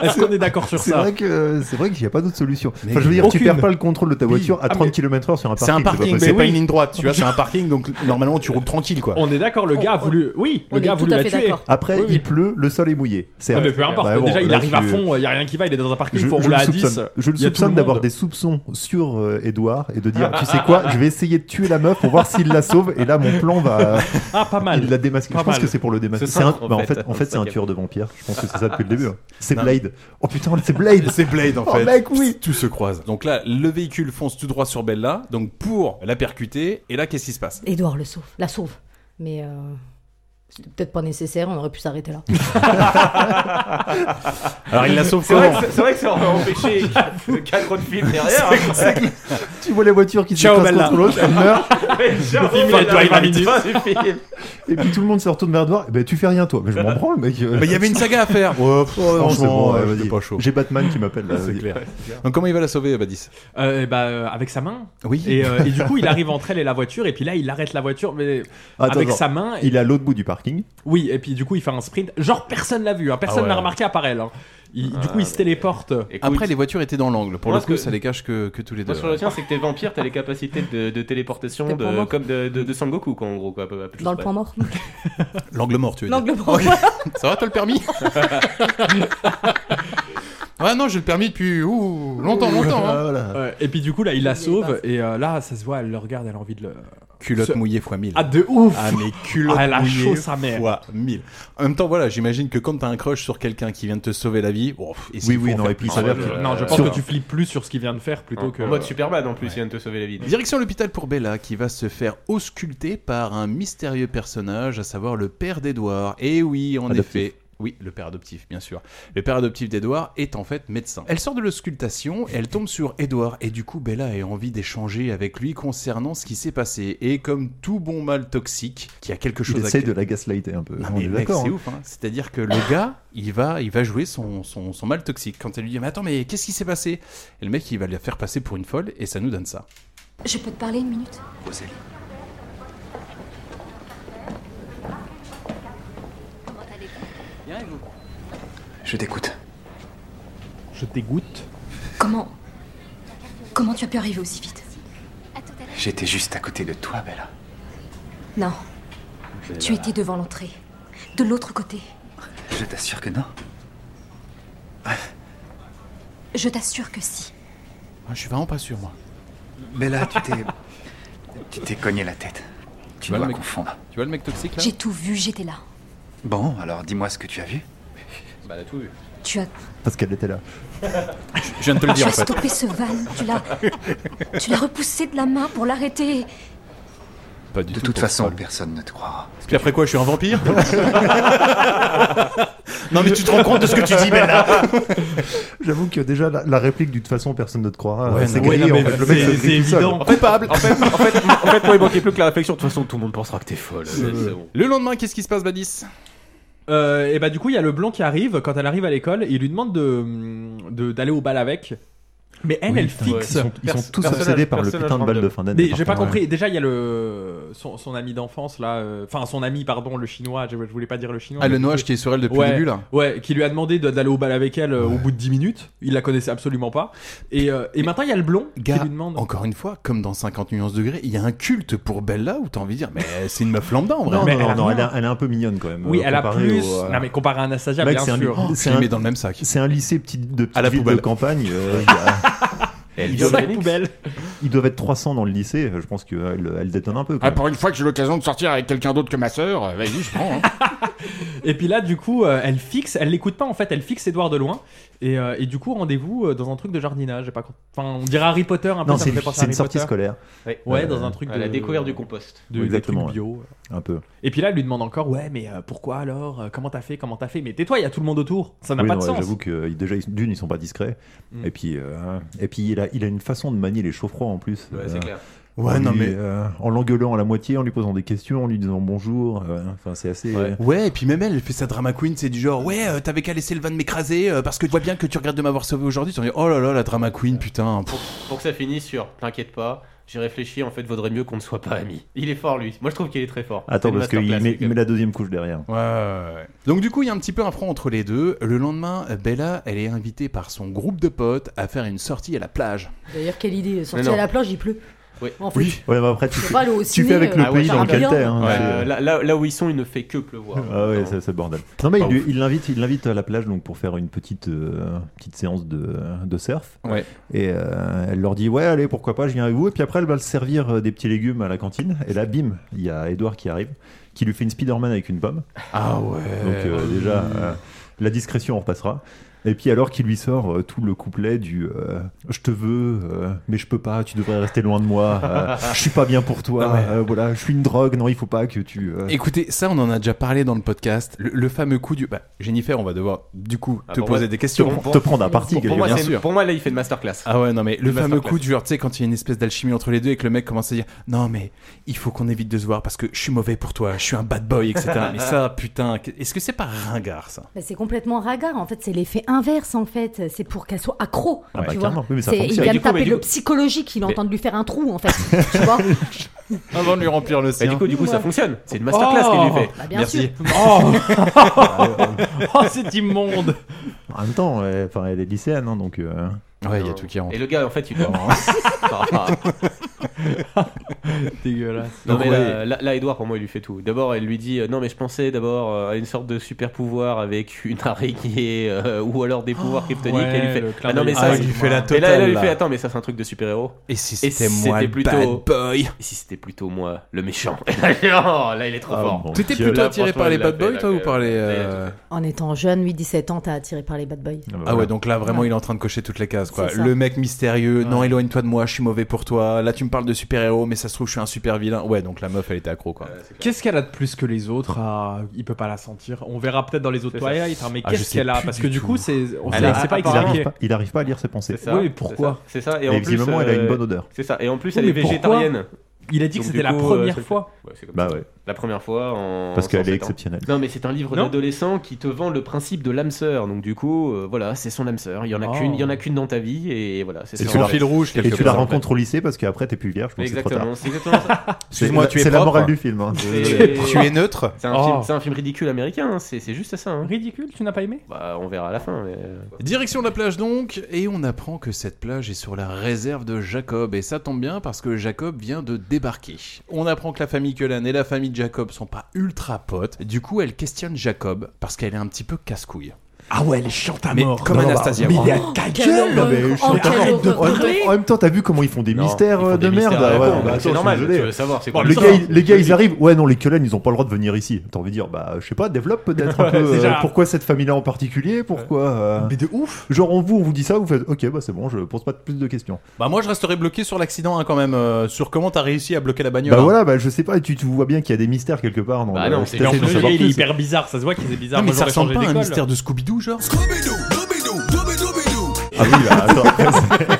[SPEAKER 6] Est-ce qu'on est d'accord sur
[SPEAKER 12] C'est
[SPEAKER 6] ça
[SPEAKER 12] vrai que c'est vrai qu'il n'y a pas d'autre solution.
[SPEAKER 2] Mais
[SPEAKER 12] Enfin, je veux dire, tu
[SPEAKER 6] aucune.
[SPEAKER 12] perds pas le contrôle de ta voiture à
[SPEAKER 6] Ah,
[SPEAKER 12] 30
[SPEAKER 6] mais-
[SPEAKER 12] km/h sur un parking.
[SPEAKER 2] C'est un parking,
[SPEAKER 12] possible.
[SPEAKER 2] c'est pas une ligne droite, tu vois, c'est un parking donc normalement tu roules tranquille quoi.
[SPEAKER 6] On est d'accord, le gars a voulu. Oui, le gars a voulu la tuer.
[SPEAKER 12] Après, il pleut, le sol est mouillé. C'est
[SPEAKER 6] Ah, mais peu importe.
[SPEAKER 12] Bah, bon,
[SPEAKER 6] Déjà, il
[SPEAKER 12] là,
[SPEAKER 6] arrive
[SPEAKER 12] tu-
[SPEAKER 6] à fond. Il n'y a rien qui va. Il est dans un parking.
[SPEAKER 12] Je,
[SPEAKER 6] Il faut
[SPEAKER 12] je le
[SPEAKER 6] rouler à 10.
[SPEAKER 12] soupçonne, je le
[SPEAKER 6] il y a tout
[SPEAKER 12] soupçonne
[SPEAKER 6] monde.
[SPEAKER 12] d'avoir des soupçons sur euh, Edouard et de dire tu sais quoi, je vais essayer de tuer la meuf pour voir s'il la sauve et là mon plan va
[SPEAKER 6] Ah, pas mal.
[SPEAKER 12] il la démasque.
[SPEAKER 6] Pas
[SPEAKER 12] Je pense
[SPEAKER 6] mal.
[SPEAKER 12] que c'est pour le démasquer.
[SPEAKER 6] C'est
[SPEAKER 12] C'est un-
[SPEAKER 6] ça, en
[SPEAKER 12] bah, en
[SPEAKER 6] fait.
[SPEAKER 12] fait, en fait, c'est un tueur de vampires. Je pense que c'est ça depuis le début. hein. C'est
[SPEAKER 2] Non.
[SPEAKER 12] Blade. Oh putain, c'est Blade.
[SPEAKER 2] C'est Blade en
[SPEAKER 12] Oh,
[SPEAKER 2] fait.
[SPEAKER 12] mec, oui.
[SPEAKER 2] Tout se croise. Donc là, le véhicule fonce tout droit sur Bella, donc pour la percuter, et là, qu'est-ce qui se passe
[SPEAKER 13] Édouard le sauve, la sauve. Mais euh, c'était peut-être pas nécessaire, on aurait pu s'arrêter là.
[SPEAKER 2] Alors il la sauve
[SPEAKER 14] C'est vrai
[SPEAKER 2] comment
[SPEAKER 14] que- C'est vrai que ça aurait empêché quatre autres films derrière. hein.
[SPEAKER 12] Tu vois les voitures qui se
[SPEAKER 14] Ciao,
[SPEAKER 12] décrochent
[SPEAKER 14] Bella.
[SPEAKER 12] contre l'autre, elle meurt.
[SPEAKER 14] Mais genre,
[SPEAKER 12] Le film,
[SPEAKER 14] il
[SPEAKER 12] elle
[SPEAKER 14] doit y
[SPEAKER 12] arrive à
[SPEAKER 14] avoir une
[SPEAKER 12] la
[SPEAKER 14] fin
[SPEAKER 12] minute.
[SPEAKER 14] du film.
[SPEAKER 12] Et puis tout le monde se retourne vers Edouard. Eh Ben tu fais rien toi. Mais je m'en branle, mec.
[SPEAKER 2] Mais Bah, il y avait une saga à faire. Ouais, pff,
[SPEAKER 12] Oh, non, c'est
[SPEAKER 2] franchement,
[SPEAKER 12] bon,
[SPEAKER 2] euh,
[SPEAKER 12] ouais,
[SPEAKER 2] j'étais
[SPEAKER 12] vas-y.
[SPEAKER 2] pas chaud.
[SPEAKER 12] J'ai Batman qui m'appelle. là,
[SPEAKER 2] C'est
[SPEAKER 12] vas-y.
[SPEAKER 2] clair. Donc comment il va la sauver, Badis
[SPEAKER 6] Euh, et bah, euh, avec sa main.
[SPEAKER 2] Oui.
[SPEAKER 6] Et, euh, et du coup, il arrive entre elle et la voiture. Et puis là, il arrête la voiture, mais
[SPEAKER 12] Attends,
[SPEAKER 6] avec
[SPEAKER 12] attends.
[SPEAKER 6] sa main.
[SPEAKER 12] Il est à l'autre bout du parking.
[SPEAKER 6] Oui, et puis du coup, il fait un sprint. Genre, personne l'a vu, hein, personne
[SPEAKER 2] Ah ouais.
[SPEAKER 6] n'a remarqué à part elle. hein. Il- du coup, il
[SPEAKER 12] Ah,
[SPEAKER 6] se téléporte.
[SPEAKER 2] Après, les voitures étaient dans l'angle. Pour
[SPEAKER 14] Moi,
[SPEAKER 2] le
[SPEAKER 14] ce
[SPEAKER 2] coup,
[SPEAKER 14] que-
[SPEAKER 2] ça les cache que, que tous les deux.
[SPEAKER 14] Moi, sur le tien, c'est que t'es vampire, t'as les capacités de, de téléportation
[SPEAKER 13] T'es pas
[SPEAKER 14] de,
[SPEAKER 13] mort.
[SPEAKER 14] comme de, de, de Sangoku, quoi, en gros. Quoi, à peu- à peu de
[SPEAKER 13] Dans le
[SPEAKER 14] choses
[SPEAKER 13] point mort.
[SPEAKER 2] L'angle mort, tu veux
[SPEAKER 13] L'angle
[SPEAKER 2] dire.
[SPEAKER 13] mort.
[SPEAKER 2] Ok. Ça va, t'as le permis Ouais, non, j'ai le permis depuis ouh, longtemps,
[SPEAKER 12] Ah,
[SPEAKER 2] longtemps. hein.
[SPEAKER 6] Ouais, euh, et puis du coup, là, il la sauve. Et euh, là, ça se voit, elle le regarde, elle a envie de le.
[SPEAKER 2] Culotte
[SPEAKER 6] Se-
[SPEAKER 2] mouillée fois 1000.
[SPEAKER 6] Ah, de ouf
[SPEAKER 2] Ah, mais culotte
[SPEAKER 6] Ah, elle a
[SPEAKER 2] mouillée
[SPEAKER 6] chaud, sa mère.
[SPEAKER 2] fois 1000. En même temps, voilà, j'imagine que quand t'as un crush sur quelqu'un qui vient de te sauver la vie, oh, pff, est-ce
[SPEAKER 12] Oui,
[SPEAKER 2] qu'il
[SPEAKER 12] oui,
[SPEAKER 2] faut en
[SPEAKER 12] non,
[SPEAKER 2] faire
[SPEAKER 12] et puis
[SPEAKER 2] plus
[SPEAKER 12] ça va-
[SPEAKER 2] Ouais.
[SPEAKER 6] Non, je pense que tu flippes plus sur ce qu'il vient de faire plutôt
[SPEAKER 14] En-
[SPEAKER 6] que.
[SPEAKER 14] En mode Superman en plus, il vient de te sauver la vie.
[SPEAKER 2] Direction l'hôpital pour Bella, qui va se faire ausculter par un mystérieux personnage, à savoir le père d'Edouard. Et oui, en
[SPEAKER 12] Adoptif.
[SPEAKER 2] effet. Oui, le père adoptif, bien sûr. Le père adoptif d'Edouard est en fait médecin. Elle sort de l'auscultation et elle tombe sur Edouard. Et du coup, Bella a envie d'échanger avec lui concernant ce qui s'est passé. Et comme tout bon mal toxique, qui a quelque chose
[SPEAKER 12] Il
[SPEAKER 2] à
[SPEAKER 12] essaye de la gaslighter un peu.
[SPEAKER 2] non,
[SPEAKER 12] On
[SPEAKER 2] mais
[SPEAKER 12] est
[SPEAKER 2] mec,
[SPEAKER 12] d'accord.
[SPEAKER 2] c'est
[SPEAKER 12] hein.
[SPEAKER 2] ouf. hein. C'est-à-dire que le gars, il va, il va jouer son, son, son mal toxique. Quand elle lui dit Mais attends, mais qu'est-ce qui s'est passé Et le mec, il va la faire passer pour une folle et ça nous donne ça.
[SPEAKER 16] Je peux te parler une minute
[SPEAKER 17] Rosalie. Je t'écoute.
[SPEAKER 6] Je t'égoutte.
[SPEAKER 16] Comment Comment tu as pu arriver aussi vite
[SPEAKER 17] J'étais juste à côté de toi, Bella.
[SPEAKER 16] Non, tu étais devant l'entrée, de l'autre côté.
[SPEAKER 17] Je t'assure que non.
[SPEAKER 16] Je t'assure que si.
[SPEAKER 2] Ah, je suis vraiment pas sûr, moi.
[SPEAKER 17] Bella, tu t'es. tu t'es cogné la tête. Tu
[SPEAKER 2] vois le
[SPEAKER 17] dois
[SPEAKER 2] mec-
[SPEAKER 17] confondre.
[SPEAKER 2] Tu vois le mec toxique là
[SPEAKER 16] J'ai tout vu, j'étais là.
[SPEAKER 17] Bon, alors dis-moi ce que tu as vu.
[SPEAKER 14] Bah, elle a tout vu.
[SPEAKER 16] Tu as,
[SPEAKER 12] Parce qu'elle était là.
[SPEAKER 2] Je viens de te le
[SPEAKER 16] tu
[SPEAKER 2] dire en
[SPEAKER 16] as
[SPEAKER 2] fait.
[SPEAKER 16] stoppé ce van, tu l'as, tu l'as repoussé de la main pour l'arrêter.
[SPEAKER 2] Pas du
[SPEAKER 17] De toute façon, personne ne te croira.
[SPEAKER 2] Puis après quoi, je suis un vampire Non, mais tu te rends compte de ce que tu dis, Bella
[SPEAKER 12] J'avoue que déjà la, la réplique d'une façon personne ne te croira.
[SPEAKER 2] Ouais,
[SPEAKER 12] c'est
[SPEAKER 2] non,
[SPEAKER 12] grillé
[SPEAKER 2] ouais, non,
[SPEAKER 12] en
[SPEAKER 2] mais
[SPEAKER 12] fait. Le mec
[SPEAKER 2] c'est-
[SPEAKER 12] se
[SPEAKER 2] c'est
[SPEAKER 12] grille tout seul.
[SPEAKER 2] évident. Coupable
[SPEAKER 14] En fait, en fait, en fait, moi, il manquait plus que la réflexion. De toute façon, tout le monde pensera que t'es folle. C'est c'est bon.
[SPEAKER 2] Le lendemain, qu'est-ce qui se passe, Badis
[SPEAKER 6] Euh, et bah, du coup, il y a le blanc qui arrive. Quand elle arrive à l'école, il lui demande de- de- d'aller au bal avec. Mais elle,
[SPEAKER 12] Oui,
[SPEAKER 6] elle
[SPEAKER 12] putain,
[SPEAKER 6] fixe.
[SPEAKER 12] Ils sont, ils sont
[SPEAKER 14] Perso-
[SPEAKER 12] tous
[SPEAKER 14] personnage-
[SPEAKER 12] obsédés par le
[SPEAKER 14] personnage
[SPEAKER 12] putain de balle de
[SPEAKER 14] random.
[SPEAKER 12] fin d'année.
[SPEAKER 6] Mais j'ai pas
[SPEAKER 12] par contre.
[SPEAKER 6] compris. Déjà, il y a le son, son ami d'enfance là, euh, enfin son ami pardon, le chinois. Je, je voulais pas dire le chinois.
[SPEAKER 2] Ah, le
[SPEAKER 6] mais-
[SPEAKER 2] nuage qui est sur elle depuis
[SPEAKER 6] ouais,
[SPEAKER 2] le début là
[SPEAKER 6] Ouais, qui lui a demandé de- d'aller au bal avec elle euh, au bout de 10 minutes. Il la connaissait absolument pas. Et, euh, et maintenant, il y a le blond qui
[SPEAKER 2] Gars,
[SPEAKER 6] lui demande.
[SPEAKER 2] encore une fois, comme dans 50 nuances degrés, il y a un culte pour Bella où t'as envie de dire, mais c'est une meuf lambda en vrai.
[SPEAKER 12] Non,
[SPEAKER 6] Mais
[SPEAKER 12] non,
[SPEAKER 6] elle
[SPEAKER 12] non,
[SPEAKER 6] a
[SPEAKER 12] non, elle,
[SPEAKER 6] rien.
[SPEAKER 12] est- elle est un peu mignonne quand même.
[SPEAKER 6] oui,
[SPEAKER 12] euh,
[SPEAKER 6] elle a
[SPEAKER 12] comparée
[SPEAKER 6] plus.
[SPEAKER 12] au, euh,
[SPEAKER 6] Non mais comparé à Anastasia,
[SPEAKER 12] Mec,
[SPEAKER 6] bien
[SPEAKER 12] c'est un-
[SPEAKER 6] sûr.
[SPEAKER 2] Oh,
[SPEAKER 12] c'est
[SPEAKER 2] je les
[SPEAKER 12] un-
[SPEAKER 2] mets dans le même sac.
[SPEAKER 12] C'est un lycée petite, de petite
[SPEAKER 2] la
[SPEAKER 12] ville
[SPEAKER 2] poubelle.
[SPEAKER 12] de campagne. euh, il y a-
[SPEAKER 14] Elle
[SPEAKER 6] Ils
[SPEAKER 14] vient
[SPEAKER 6] ont
[SPEAKER 14] de
[SPEAKER 6] la
[SPEAKER 14] Phoenix.
[SPEAKER 6] poubelle.
[SPEAKER 12] ils doivent être 300 dans le lycée. Je pense qu'elle elle détonne un peu.
[SPEAKER 7] Ah,
[SPEAKER 12] quand même.
[SPEAKER 7] pour une fois que j'ai l'occasion de sortir avec quelqu'un d'autre que ma sœur, euh, vas-y, je prends. hein.
[SPEAKER 6] Et puis là, du coup, euh, elle fixe, elle l'écoute pas en fait, elle fixe Edouard de loin. Et, euh, et du coup, rendez-vous euh, dans un truc de jardinage. j'ai Pas... con- Enfin, on dirait Harry Potter un peu.
[SPEAKER 12] Non,
[SPEAKER 6] ça
[SPEAKER 12] c'est
[SPEAKER 6] me fait
[SPEAKER 12] une-
[SPEAKER 6] penser à
[SPEAKER 12] c'est une
[SPEAKER 6] Harry
[SPEAKER 12] sortie
[SPEAKER 6] Potter.
[SPEAKER 12] scolaire.
[SPEAKER 6] Ouais, Ouais,
[SPEAKER 12] Euh,
[SPEAKER 6] dans un truc.
[SPEAKER 14] à la découverte du compost.
[SPEAKER 6] De,
[SPEAKER 12] Exactement,
[SPEAKER 6] Exactement. bio.
[SPEAKER 12] Un peu.
[SPEAKER 6] Et puis là, elle lui demande encore, ouais, mais euh, pourquoi alors Euh, Comment t'as fait Comment t'as fait Mais tais-toi, il y a tout le monde autour. Ça n'a
[SPEAKER 12] Oui,
[SPEAKER 6] pas
[SPEAKER 12] non,
[SPEAKER 6] de
[SPEAKER 12] ouais,
[SPEAKER 6] sens.
[SPEAKER 12] J'avoue que euh, déjà, ils- d'une, ils sont pas discrets.
[SPEAKER 6] Mm.
[SPEAKER 12] Et puis, euh, et puis il, a, il a une façon de manier les chauds froids en plus. Euh,
[SPEAKER 14] Ouais,
[SPEAKER 6] Euh.
[SPEAKER 14] c'est clair.
[SPEAKER 12] Ouais,
[SPEAKER 2] Ouais, euh, non,
[SPEAKER 12] non,
[SPEAKER 2] mais-
[SPEAKER 12] mais euh, en l'engueulant à la moitié, en lui posant des questions, en lui disant bonjour. euh, Enfin, c'est assez.
[SPEAKER 2] Ouais. Ouais, et puis même elle, elle fait sa drama queen, c'est du genre, ouais, euh, t'avais qu'à laisser le van m'écraser euh, parce que tu vois bien que tu regrettes de m'avoir sauvé aujourd'hui. Tu te dis, oh là là, la drama queen, putain. pff.
[SPEAKER 14] Pour que ça finisse sur T'inquiète pas, j'ai réfléchi, en fait, vaudrait mieux qu'on ne soit pas amis. Il est fort, lui. Moi, je trouve qu'il est très fort.
[SPEAKER 12] Attends,
[SPEAKER 14] C'est une
[SPEAKER 12] parce qu'il
[SPEAKER 14] masterclass,
[SPEAKER 12] met,
[SPEAKER 14] lui,
[SPEAKER 12] il met la deuxième couche derrière.
[SPEAKER 2] Ouais, ouais, ouais. Donc du coup, il y a un petit peu un front entre les deux. Le lendemain, euh, Bella, elle est invitée par son groupe de potes à faire une sortie à la plage.
[SPEAKER 13] D'ailleurs, quelle idée. Sortie
[SPEAKER 2] non.
[SPEAKER 13] à la plage, il pleut.
[SPEAKER 14] Oui.
[SPEAKER 13] En fait.
[SPEAKER 12] Ouais, bah après,
[SPEAKER 13] Je
[SPEAKER 12] tu,
[SPEAKER 13] sais
[SPEAKER 12] fais-
[SPEAKER 13] pas, aller au
[SPEAKER 12] tu
[SPEAKER 13] ciné,
[SPEAKER 12] fais avec
[SPEAKER 13] euh,
[SPEAKER 12] le
[SPEAKER 13] ah ouais,
[SPEAKER 12] pays dans
[SPEAKER 13] j'arrive
[SPEAKER 12] lequel
[SPEAKER 13] bien.
[SPEAKER 12] t'es. hein,
[SPEAKER 14] Ouais,
[SPEAKER 12] c'est-
[SPEAKER 14] euh, là, là- là où ils sont, il ne fait que pleuvoir.
[SPEAKER 12] Ah ouais, ça- c'est le bordel. Non mais il lui- il l'invite, il l'invite à la plage donc pour faire une petite euh, petite séance de, de surf.
[SPEAKER 2] Ouais.
[SPEAKER 12] Et euh, elle leur dit ouais allez pourquoi pas je viens avec vous et puis après elle va le servir euh, des petits légumes à la cantine et là bim il y a Edouard qui arrive qui lui fait une Spider-Man avec une pomme.
[SPEAKER 2] Ah ouais.
[SPEAKER 12] Donc euh, déjà euh, la discrétion en repassera. Et puis alors qu'il lui sort euh, tout le couplet du euh, je te veux euh, mais je peux pas tu devrais rester loin de moi euh, je suis pas bien pour toi
[SPEAKER 2] Ah ouais.
[SPEAKER 12] euh, voilà je suis une drogue non il faut pas que tu euh,
[SPEAKER 2] Écoutez, ça, on en a déjà parlé dans le podcast. Le, le fameux coup du. Bah, Jennifer, on va devoir du coup
[SPEAKER 14] Ah,
[SPEAKER 2] te
[SPEAKER 14] pour
[SPEAKER 2] poser
[SPEAKER 14] moi,
[SPEAKER 2] des questions.
[SPEAKER 14] pour- pour-
[SPEAKER 2] te prendre à partie,
[SPEAKER 14] pour- pour
[SPEAKER 2] Gaël,
[SPEAKER 14] moi,
[SPEAKER 2] bien
[SPEAKER 14] c'est-
[SPEAKER 2] sûr.
[SPEAKER 14] Pour moi, là, il fait une masterclass.
[SPEAKER 2] Ah ouais, non, mais le
[SPEAKER 14] Une
[SPEAKER 2] fameux
[SPEAKER 14] masterclass.
[SPEAKER 2] coup du genre, tu sais, quand il y a une espèce d'alchimie entre les deux et que le mec commence à dire Non, mais il faut qu'on évite de se voir parce que je suis mauvais pour toi, je suis un bad boy, etc. mais ça, putain, qu- est-ce que c'est pas ringard ça
[SPEAKER 13] Bah, c'est complètement ragard, en fait, c'est l'effet inverse, en fait. C'est pour qu'elle soit accro.
[SPEAKER 2] Ah bah,
[SPEAKER 13] tu vois.
[SPEAKER 2] clairement. Oui, mais ça
[SPEAKER 13] C'est- il
[SPEAKER 2] fonctionne. Mais
[SPEAKER 13] vient de
[SPEAKER 2] du coup,
[SPEAKER 13] taper
[SPEAKER 2] mais du
[SPEAKER 13] le
[SPEAKER 2] coup-
[SPEAKER 13] psychologique, il
[SPEAKER 2] Mais-
[SPEAKER 13] entend de lui faire un trou, en fait. tu vois
[SPEAKER 2] Avant de lui remplir le
[SPEAKER 14] Et
[SPEAKER 2] sien.
[SPEAKER 14] Bah, du coup, du coup ça
[SPEAKER 2] Ouais.
[SPEAKER 14] fonctionne. C'est une masterclass qu'il lui fait.
[SPEAKER 13] Bah, bien
[SPEAKER 2] Merci.
[SPEAKER 13] sûr.
[SPEAKER 6] Oh, oh c'est immonde
[SPEAKER 12] En même temps, elle, enfin, elle est lycéenne, hein, donc. euh,
[SPEAKER 2] Ouais, il y a tout qui rentre.
[SPEAKER 14] Et le gars, en fait, il dort.
[SPEAKER 6] Dégueulasse.
[SPEAKER 14] Non,
[SPEAKER 6] Donc,
[SPEAKER 12] Ah
[SPEAKER 14] mais
[SPEAKER 6] ouais.
[SPEAKER 14] là, là, là, Edouard, pour moi, il lui fait tout. D'abord, elle lui dit euh, Non, mais je pensais d'abord euh, à une sorte de super pouvoir avec une araignée euh, ou alors des pouvoirs kryptoniques.
[SPEAKER 2] Oh, ouais,
[SPEAKER 14] et elle lui
[SPEAKER 2] le
[SPEAKER 14] fait
[SPEAKER 2] clin
[SPEAKER 14] non,
[SPEAKER 2] d'œil.
[SPEAKER 14] mais
[SPEAKER 2] Ah,
[SPEAKER 14] ça.
[SPEAKER 2] il lui
[SPEAKER 14] c'est-
[SPEAKER 2] fait la
[SPEAKER 14] Et là,
[SPEAKER 2] totale,
[SPEAKER 14] elle lui fait
[SPEAKER 2] là.
[SPEAKER 14] Attends, mais ça, c'est un truc de super-héros.
[SPEAKER 2] Et si c'était moi le bad boy
[SPEAKER 14] Et si c'était plutôt moi, le méchant Et là, genre, là, il est trop
[SPEAKER 2] Ah,
[SPEAKER 14] fort.
[SPEAKER 2] mon T'étais Dieu. plutôt
[SPEAKER 14] Là,
[SPEAKER 2] attiré
[SPEAKER 14] franchement,
[SPEAKER 2] par les
[SPEAKER 14] il l'a
[SPEAKER 2] bad
[SPEAKER 14] fait,
[SPEAKER 2] boys,
[SPEAKER 14] là,
[SPEAKER 2] toi, ou
[SPEAKER 14] que-
[SPEAKER 2] par les,
[SPEAKER 14] là, il a
[SPEAKER 2] euh,
[SPEAKER 14] tout
[SPEAKER 13] En étant jeune, 8-17 ans, t'as attiré par les bad boys.
[SPEAKER 2] Ah ouais, donc là vraiment il est en train de cocher toute les cases quoi. Le mec mystérieux, non éloigne-toi de moi, je suis mauvais pour toi. Là tu me parles de super-héros, mais ça se trouve je suis un super vilain. Ouais, donc la meuf elle était accro quoi.
[SPEAKER 6] Qu'est-ce qu'elle a de plus que les autres Ah, Il peut pas la sentir. On verra peut-être dans les autres
[SPEAKER 14] C'est ça.
[SPEAKER 6] Twilight, hein, mais
[SPEAKER 12] Ah, je
[SPEAKER 6] qu'est-ce
[SPEAKER 12] sais
[SPEAKER 6] qu'elle a
[SPEAKER 12] plus
[SPEAKER 6] Parce
[SPEAKER 12] du
[SPEAKER 6] que du
[SPEAKER 12] tout.
[SPEAKER 6] coup, c'est on
[SPEAKER 12] Elle
[SPEAKER 6] sait-
[SPEAKER 12] a-
[SPEAKER 6] c'est pas
[SPEAKER 12] il arrive
[SPEAKER 6] expliqué.
[SPEAKER 12] pas, il arrive pas à lire ses pensées.
[SPEAKER 14] ça,
[SPEAKER 6] Oui, mais
[SPEAKER 14] c'est
[SPEAKER 6] pourquoi
[SPEAKER 14] ça, C'est ça. Et en plus,
[SPEAKER 12] visiblement, elle a
[SPEAKER 14] euh,
[SPEAKER 12] une bonne odeur.
[SPEAKER 14] C'est ça. Et en plus,
[SPEAKER 6] Oui,
[SPEAKER 14] elle est
[SPEAKER 6] mais pourquoi
[SPEAKER 14] végétarienne.
[SPEAKER 6] Il a dit que
[SPEAKER 14] Donc,
[SPEAKER 6] c'était
[SPEAKER 14] du
[SPEAKER 6] la
[SPEAKER 14] coup, euh,
[SPEAKER 6] première
[SPEAKER 14] c'est le-
[SPEAKER 6] fois.
[SPEAKER 14] Ouais, c'est comme
[SPEAKER 12] Bah
[SPEAKER 14] ça.
[SPEAKER 12] ouais.
[SPEAKER 14] La première fois en.
[SPEAKER 12] Parce qu'elle est
[SPEAKER 14] 107 ans.
[SPEAKER 12] exceptionnelle.
[SPEAKER 14] Non, mais c'est un livre
[SPEAKER 12] Non.
[SPEAKER 14] d'adolescent qui te vend le principe de l'âme sœur. Donc, du coup, euh, voilà, c'est son âme sœur. Il y en a
[SPEAKER 6] Oh.
[SPEAKER 14] qu'une, il y en a qu'une dans ta vie. Et voilà, c'est
[SPEAKER 12] Et
[SPEAKER 14] ça.
[SPEAKER 12] tu la-
[SPEAKER 14] quelque
[SPEAKER 12] Et tu la
[SPEAKER 14] part, en fait.
[SPEAKER 12] rencontres au lycée parce qu'après t'es plus vierge. donc c'est trop tard.
[SPEAKER 14] Exactement, c'est exactement ça.
[SPEAKER 12] C'est- C'est la morale du film. hein.
[SPEAKER 2] Euh,
[SPEAKER 12] Désolé.
[SPEAKER 14] C'est un,
[SPEAKER 12] Oh.
[SPEAKER 14] film- c'est un film ridicule américain, hein, c'est c'est juste ça. hein.
[SPEAKER 6] Ridicule, tu n'as pas aimé
[SPEAKER 14] Bah, on verra à la fin. mais-
[SPEAKER 2] Direction de la plage donc, et on apprend que cette plage est sur la réserve de Jacob, et ça tombe bien parce que Jacob vient de débarquer. On apprend que la famille Cullen et la famille de Jacob sont pas ultra potes, du coup elle questionne Jacob parce qu'elle est un petit peu casse-couille.
[SPEAKER 6] Ah ouais, elle est chiante à
[SPEAKER 2] Mais
[SPEAKER 6] mort.
[SPEAKER 2] comme
[SPEAKER 6] Non, bah,
[SPEAKER 2] Anastasia.
[SPEAKER 6] mais il y a
[SPEAKER 2] Oh,
[SPEAKER 6] ta
[SPEAKER 2] quelle
[SPEAKER 6] gueule,
[SPEAKER 2] horreur.
[SPEAKER 6] mais je
[SPEAKER 2] Oh,
[SPEAKER 6] suis-
[SPEAKER 2] quelle
[SPEAKER 6] arrête de
[SPEAKER 2] horreur.
[SPEAKER 12] En même temps- en même temps, t'as vu comment ils font des mystères euh, de merde. ah ouais,
[SPEAKER 14] con,
[SPEAKER 12] bah,
[SPEAKER 14] donc c'est
[SPEAKER 12] attends,
[SPEAKER 14] normal,
[SPEAKER 12] ils sont gelés.
[SPEAKER 14] tu veux savoir, c'est
[SPEAKER 12] Bon,
[SPEAKER 14] quoi
[SPEAKER 12] les,
[SPEAKER 14] le
[SPEAKER 12] gars,
[SPEAKER 14] sort
[SPEAKER 12] ils- les gars, ils arrivent. Ouais, non, les Cullen, ils ont pas le droit de venir ici. T'as envie de dire, bah, je sais pas, développe peut-être un
[SPEAKER 6] Ouais,
[SPEAKER 12] peu. euh,
[SPEAKER 6] déjà.
[SPEAKER 12] pourquoi cette famille-là en particulier Pourquoi euh,
[SPEAKER 6] Mais de ouf
[SPEAKER 12] Genre, on vous, on vous dit ça, vous faites, ok, bah, c'est bon, je pose pas de- plus de questions.
[SPEAKER 2] Bah moi je resterai bloqué sur l'accident hein, quand même, euh, sur comment t'as réussi à bloquer la bagnole.
[SPEAKER 12] Bah
[SPEAKER 2] hein.
[SPEAKER 12] voilà, bah, je sais pas, tu, tu vois bien qu'il y a des mystères quelque part. Dans
[SPEAKER 2] Bah
[SPEAKER 12] le-
[SPEAKER 2] non, c'est-
[SPEAKER 12] cette scène,
[SPEAKER 2] en plus, le
[SPEAKER 12] on savoir
[SPEAKER 2] gars, il est
[SPEAKER 12] plus.
[SPEAKER 6] hyper bizarre, ça se voit qu'ils est bizarre.
[SPEAKER 2] Non, mais ça ressemble pas à un
[SPEAKER 6] d'école.
[SPEAKER 2] mystère de Scooby-Doo genre
[SPEAKER 12] Ah oui, bah, attends, après, c'est-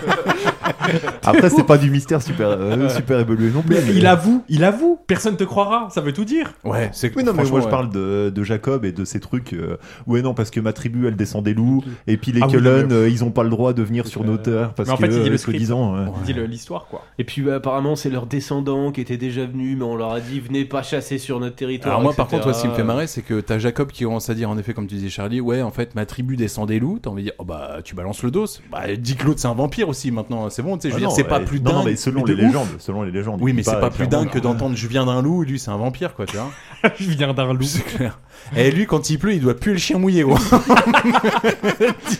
[SPEAKER 12] Après, c'est pas du mystère super, euh, super évolué non plus.
[SPEAKER 6] Mais
[SPEAKER 12] mais-
[SPEAKER 6] il avoue, il avoue, personne te croira, ça veut tout dire.
[SPEAKER 2] Ouais, c'est
[SPEAKER 12] Oui, non, mais
[SPEAKER 6] franchement,
[SPEAKER 12] moi je
[SPEAKER 6] ouais.
[SPEAKER 12] parle de, de Jacob et de ces trucs. euh, ouais, non, parce que ma tribu elle descend des loups, et puis les
[SPEAKER 6] Ah oui,
[SPEAKER 12] Cullen,
[SPEAKER 6] non, mais-
[SPEAKER 12] euh, ils ont pas le droit de venir sur nos terres parce
[SPEAKER 6] Mais en
[SPEAKER 12] que
[SPEAKER 6] fait, il dit le
[SPEAKER 12] euh,
[SPEAKER 6] script.
[SPEAKER 12] soi-disant. ouais.
[SPEAKER 6] Il dit le- l'histoire, quoi.
[SPEAKER 14] Et puis bah, apparemment c'est leurs descendants qui étaient déjà venus, mais on leur a dit venez pas chasser sur notre territoire.
[SPEAKER 2] Alors moi par
[SPEAKER 14] etc..
[SPEAKER 2] contre, ouais, ce qui me fait
[SPEAKER 6] euh,
[SPEAKER 2] marrer, c'est que t'as Jacob qui commence à dire en effet, comme tu disais Charlie, ouais, en fait, ma tribu descend des loups. T'as envie de dire, oh bah tu balances le dos. Bah dis que l'autre c'est un vampire aussi maintenant. C'est bon, monde. tu sais, Je
[SPEAKER 12] Ah
[SPEAKER 2] veux dire,
[SPEAKER 12] non,
[SPEAKER 2] c'est pas
[SPEAKER 12] ouais.
[SPEAKER 2] plus
[SPEAKER 12] Non,
[SPEAKER 2] dingue.
[SPEAKER 12] non, mais selon
[SPEAKER 2] de
[SPEAKER 12] les
[SPEAKER 2] ouf.
[SPEAKER 12] légendes, selon les légendes,
[SPEAKER 2] Oui,
[SPEAKER 12] il
[SPEAKER 2] mais
[SPEAKER 12] dit
[SPEAKER 2] c'est
[SPEAKER 12] pas
[SPEAKER 2] pas plus
[SPEAKER 12] clairement,
[SPEAKER 2] dingue que d'entendre je viens d'un loup. Lui, c'est un vampire, quoi, tu vois.
[SPEAKER 6] je viens d'un loup.
[SPEAKER 2] C'est clair. Et lui, quand il pleut, il doit puer le chien mouillé, gros.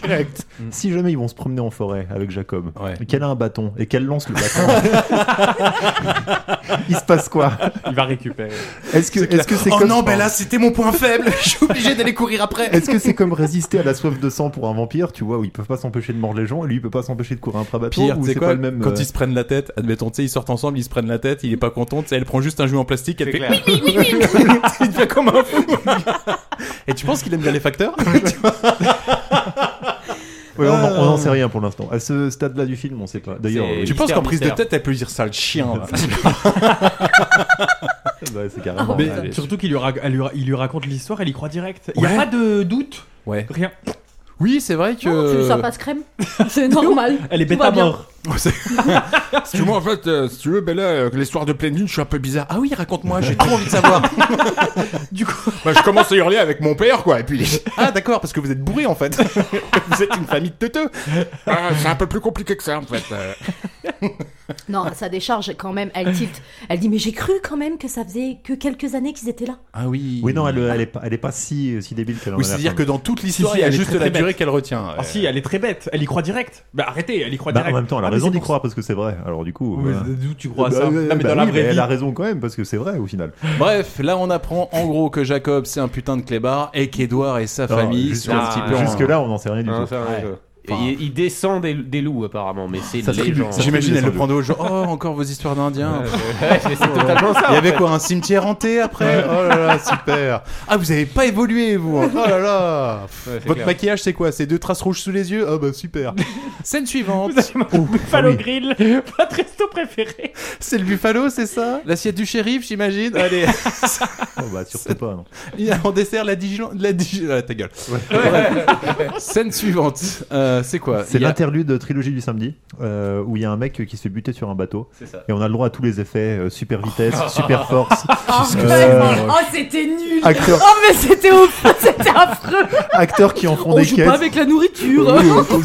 [SPEAKER 12] Direct.
[SPEAKER 2] Mm.
[SPEAKER 12] Si jamais ils vont se promener en forêt avec Jacob, et qu'elle a un bâton et qu'elle lance le bâton, il se passe quoi
[SPEAKER 6] Il va récupérer.
[SPEAKER 12] Est-ce que est-ce que c'est
[SPEAKER 2] oh
[SPEAKER 12] comme
[SPEAKER 2] non, ben là, c'était mon point faible. Je suis obligé d'aller courir après.
[SPEAKER 12] Est-ce que c'est comme résister à la soif de sang pour un vampire, tu vois, où ils peuvent pas s'empêcher de mordre les gens, et lui il peut pas s'empêcher de courir après un bâton,
[SPEAKER 2] Pire,
[SPEAKER 12] ou
[SPEAKER 2] tu sais
[SPEAKER 12] c'est
[SPEAKER 2] quoi
[SPEAKER 12] pas le même.
[SPEAKER 2] Quand
[SPEAKER 12] euh,
[SPEAKER 2] ils se prennent la tête, admettons, tu sais, ils sortent ensemble, ils se prennent la tête, il est pas content, tu sais, elle prend juste un jouet en plastique, elle fait
[SPEAKER 14] clair.
[SPEAKER 2] oui, oui, oui, oui. il devient comme un fou. Et tu penses qu'il aime bien les facteurs Tu vois
[SPEAKER 12] Ouais, on en- on n'en sait rien pour l'instant. À ce stade-là du film, on sait pas. D'ailleurs,
[SPEAKER 2] Tu penses qu'en prise de tête, elle peut dire ça le chien là.
[SPEAKER 12] euh, c'est carrément.
[SPEAKER 6] Ah, Mais
[SPEAKER 12] Allez.
[SPEAKER 6] surtout qu'il lui, ra- elle lui ra- il lui raconte l'histoire, elle y croit direct. Il n'y
[SPEAKER 2] Ouais.
[SPEAKER 6] a pas de doute.
[SPEAKER 2] Ouais.
[SPEAKER 6] Rien.
[SPEAKER 2] Oui, c'est vrai que.
[SPEAKER 13] Non, tu, ça passe crème. C'est normal.
[SPEAKER 6] Elle est
[SPEAKER 13] Tout
[SPEAKER 6] bête
[SPEAKER 13] va
[SPEAKER 6] à
[SPEAKER 13] bien.
[SPEAKER 6] mort.
[SPEAKER 2] si tu veux, en fait, euh, si tu veux, ben là, euh, l'histoire de pleine lune, je suis un peu bizarre. Ah oui, raconte-moi, j'ai trop envie de savoir. du coup, Bah, je commence à hurler avec mon père, quoi. Et puis, ah d'accord, parce que vous êtes bourré en fait. vous êtes une famille de teuteux. Ah, c'est un peu plus compliqué que ça, en fait. euh.
[SPEAKER 13] Non, ça décharge quand même. Elle tilte. Elle dit Mais j'ai cru quand même que ça faisait que quelques années qu'ils étaient là.
[SPEAKER 2] Ah oui.
[SPEAKER 12] Oui, non, elle, elle, est, pas- elle est pas si, si débile qu'elle en
[SPEAKER 2] Oui,
[SPEAKER 12] a l'air
[SPEAKER 2] c'est-à-dire
[SPEAKER 12] quand
[SPEAKER 2] que
[SPEAKER 12] même.
[SPEAKER 2] dans toute l'histoire,
[SPEAKER 6] Si, si,
[SPEAKER 2] il y a
[SPEAKER 6] elle est
[SPEAKER 2] juste
[SPEAKER 6] très,
[SPEAKER 2] la
[SPEAKER 6] très bête.
[SPEAKER 2] durée qu'elle retient. euh.
[SPEAKER 6] Ah si, elle est très bête. Elle y croit direct. Bah arrêtez, elle y croit
[SPEAKER 12] Bah,
[SPEAKER 6] direct.
[SPEAKER 12] en même temps, elle a
[SPEAKER 6] Ah, mais
[SPEAKER 12] raison
[SPEAKER 6] c'est
[SPEAKER 12] d'y
[SPEAKER 6] pour
[SPEAKER 12] croire parce que c'est vrai. Alors du coup,
[SPEAKER 6] Oui,
[SPEAKER 12] voilà.
[SPEAKER 6] d'où tu crois
[SPEAKER 12] Bah,
[SPEAKER 6] ça
[SPEAKER 12] oui,
[SPEAKER 6] Non, mais
[SPEAKER 12] bah
[SPEAKER 6] dans la
[SPEAKER 12] oui,
[SPEAKER 6] vraie
[SPEAKER 12] mais elle
[SPEAKER 6] vie.
[SPEAKER 12] a raison quand même parce que c'est vrai au final.
[SPEAKER 2] Bref, là on apprend en gros que Jacob c'est un putain de clébard et qu'Edouard et sa
[SPEAKER 12] Non,
[SPEAKER 2] famille
[SPEAKER 12] jusque-
[SPEAKER 2] sont un petit peu. en-
[SPEAKER 12] jusque-là, on n'en sait rien du
[SPEAKER 6] Hein,
[SPEAKER 14] Ah,
[SPEAKER 12] tout.
[SPEAKER 14] ça, ouais,
[SPEAKER 12] Ouais.
[SPEAKER 14] je- Et il, il descend des, des loups apparemment, mais c'est
[SPEAKER 12] Ça
[SPEAKER 14] une
[SPEAKER 12] se tribute,
[SPEAKER 14] légende.
[SPEAKER 12] ça se
[SPEAKER 2] J'imagine elle le prend
[SPEAKER 14] de
[SPEAKER 2] de haut genre oh encore vos histoires d'indiens.
[SPEAKER 14] Ouais, c'est- c'est totalement ça,
[SPEAKER 2] Il y
[SPEAKER 14] en
[SPEAKER 2] avait
[SPEAKER 14] fait.
[SPEAKER 2] quoi un cimetière hanté après Oh là là super. Ah vous avez pas évolué vous. hein. Oh là là. Pff,
[SPEAKER 14] Ouais, c'est
[SPEAKER 2] Votre
[SPEAKER 14] clair.
[SPEAKER 2] maquillage c'est quoi C'est deux traces rouges sous les yeux Ah bah super. Scène suivante.
[SPEAKER 12] Ah
[SPEAKER 6] Buffalo Grill, votre resto préféré.
[SPEAKER 2] C'est le buffalo c'est ça L'assiette du shérif j'imagine. Allez.
[SPEAKER 12] Oh, bah surtout pas. Non.
[SPEAKER 2] Il y a en dessert la digilan... la digi- ah, ta gueule. Bref. Scène suivante. Euh, c'est quoi
[SPEAKER 12] C'est
[SPEAKER 2] Il y a-
[SPEAKER 12] l'interlude de trilogie du samedi euh, où il y a un mec qui se fait buter sur un bateau
[SPEAKER 14] C'est ça.
[SPEAKER 12] et on a le droit à tous les effets euh, super vitesse, super force,
[SPEAKER 13] Oh,
[SPEAKER 12] euh,
[SPEAKER 13] tellement- oh, c'était nul.
[SPEAKER 12] Acteur.
[SPEAKER 13] Oh, mais c'était affreux. C'était affreux.
[SPEAKER 12] acteurs qui en font
[SPEAKER 13] On
[SPEAKER 12] des
[SPEAKER 13] joue
[SPEAKER 12] caisses.
[SPEAKER 13] pas avec la nourriture.
[SPEAKER 12] Oui, oui, oui.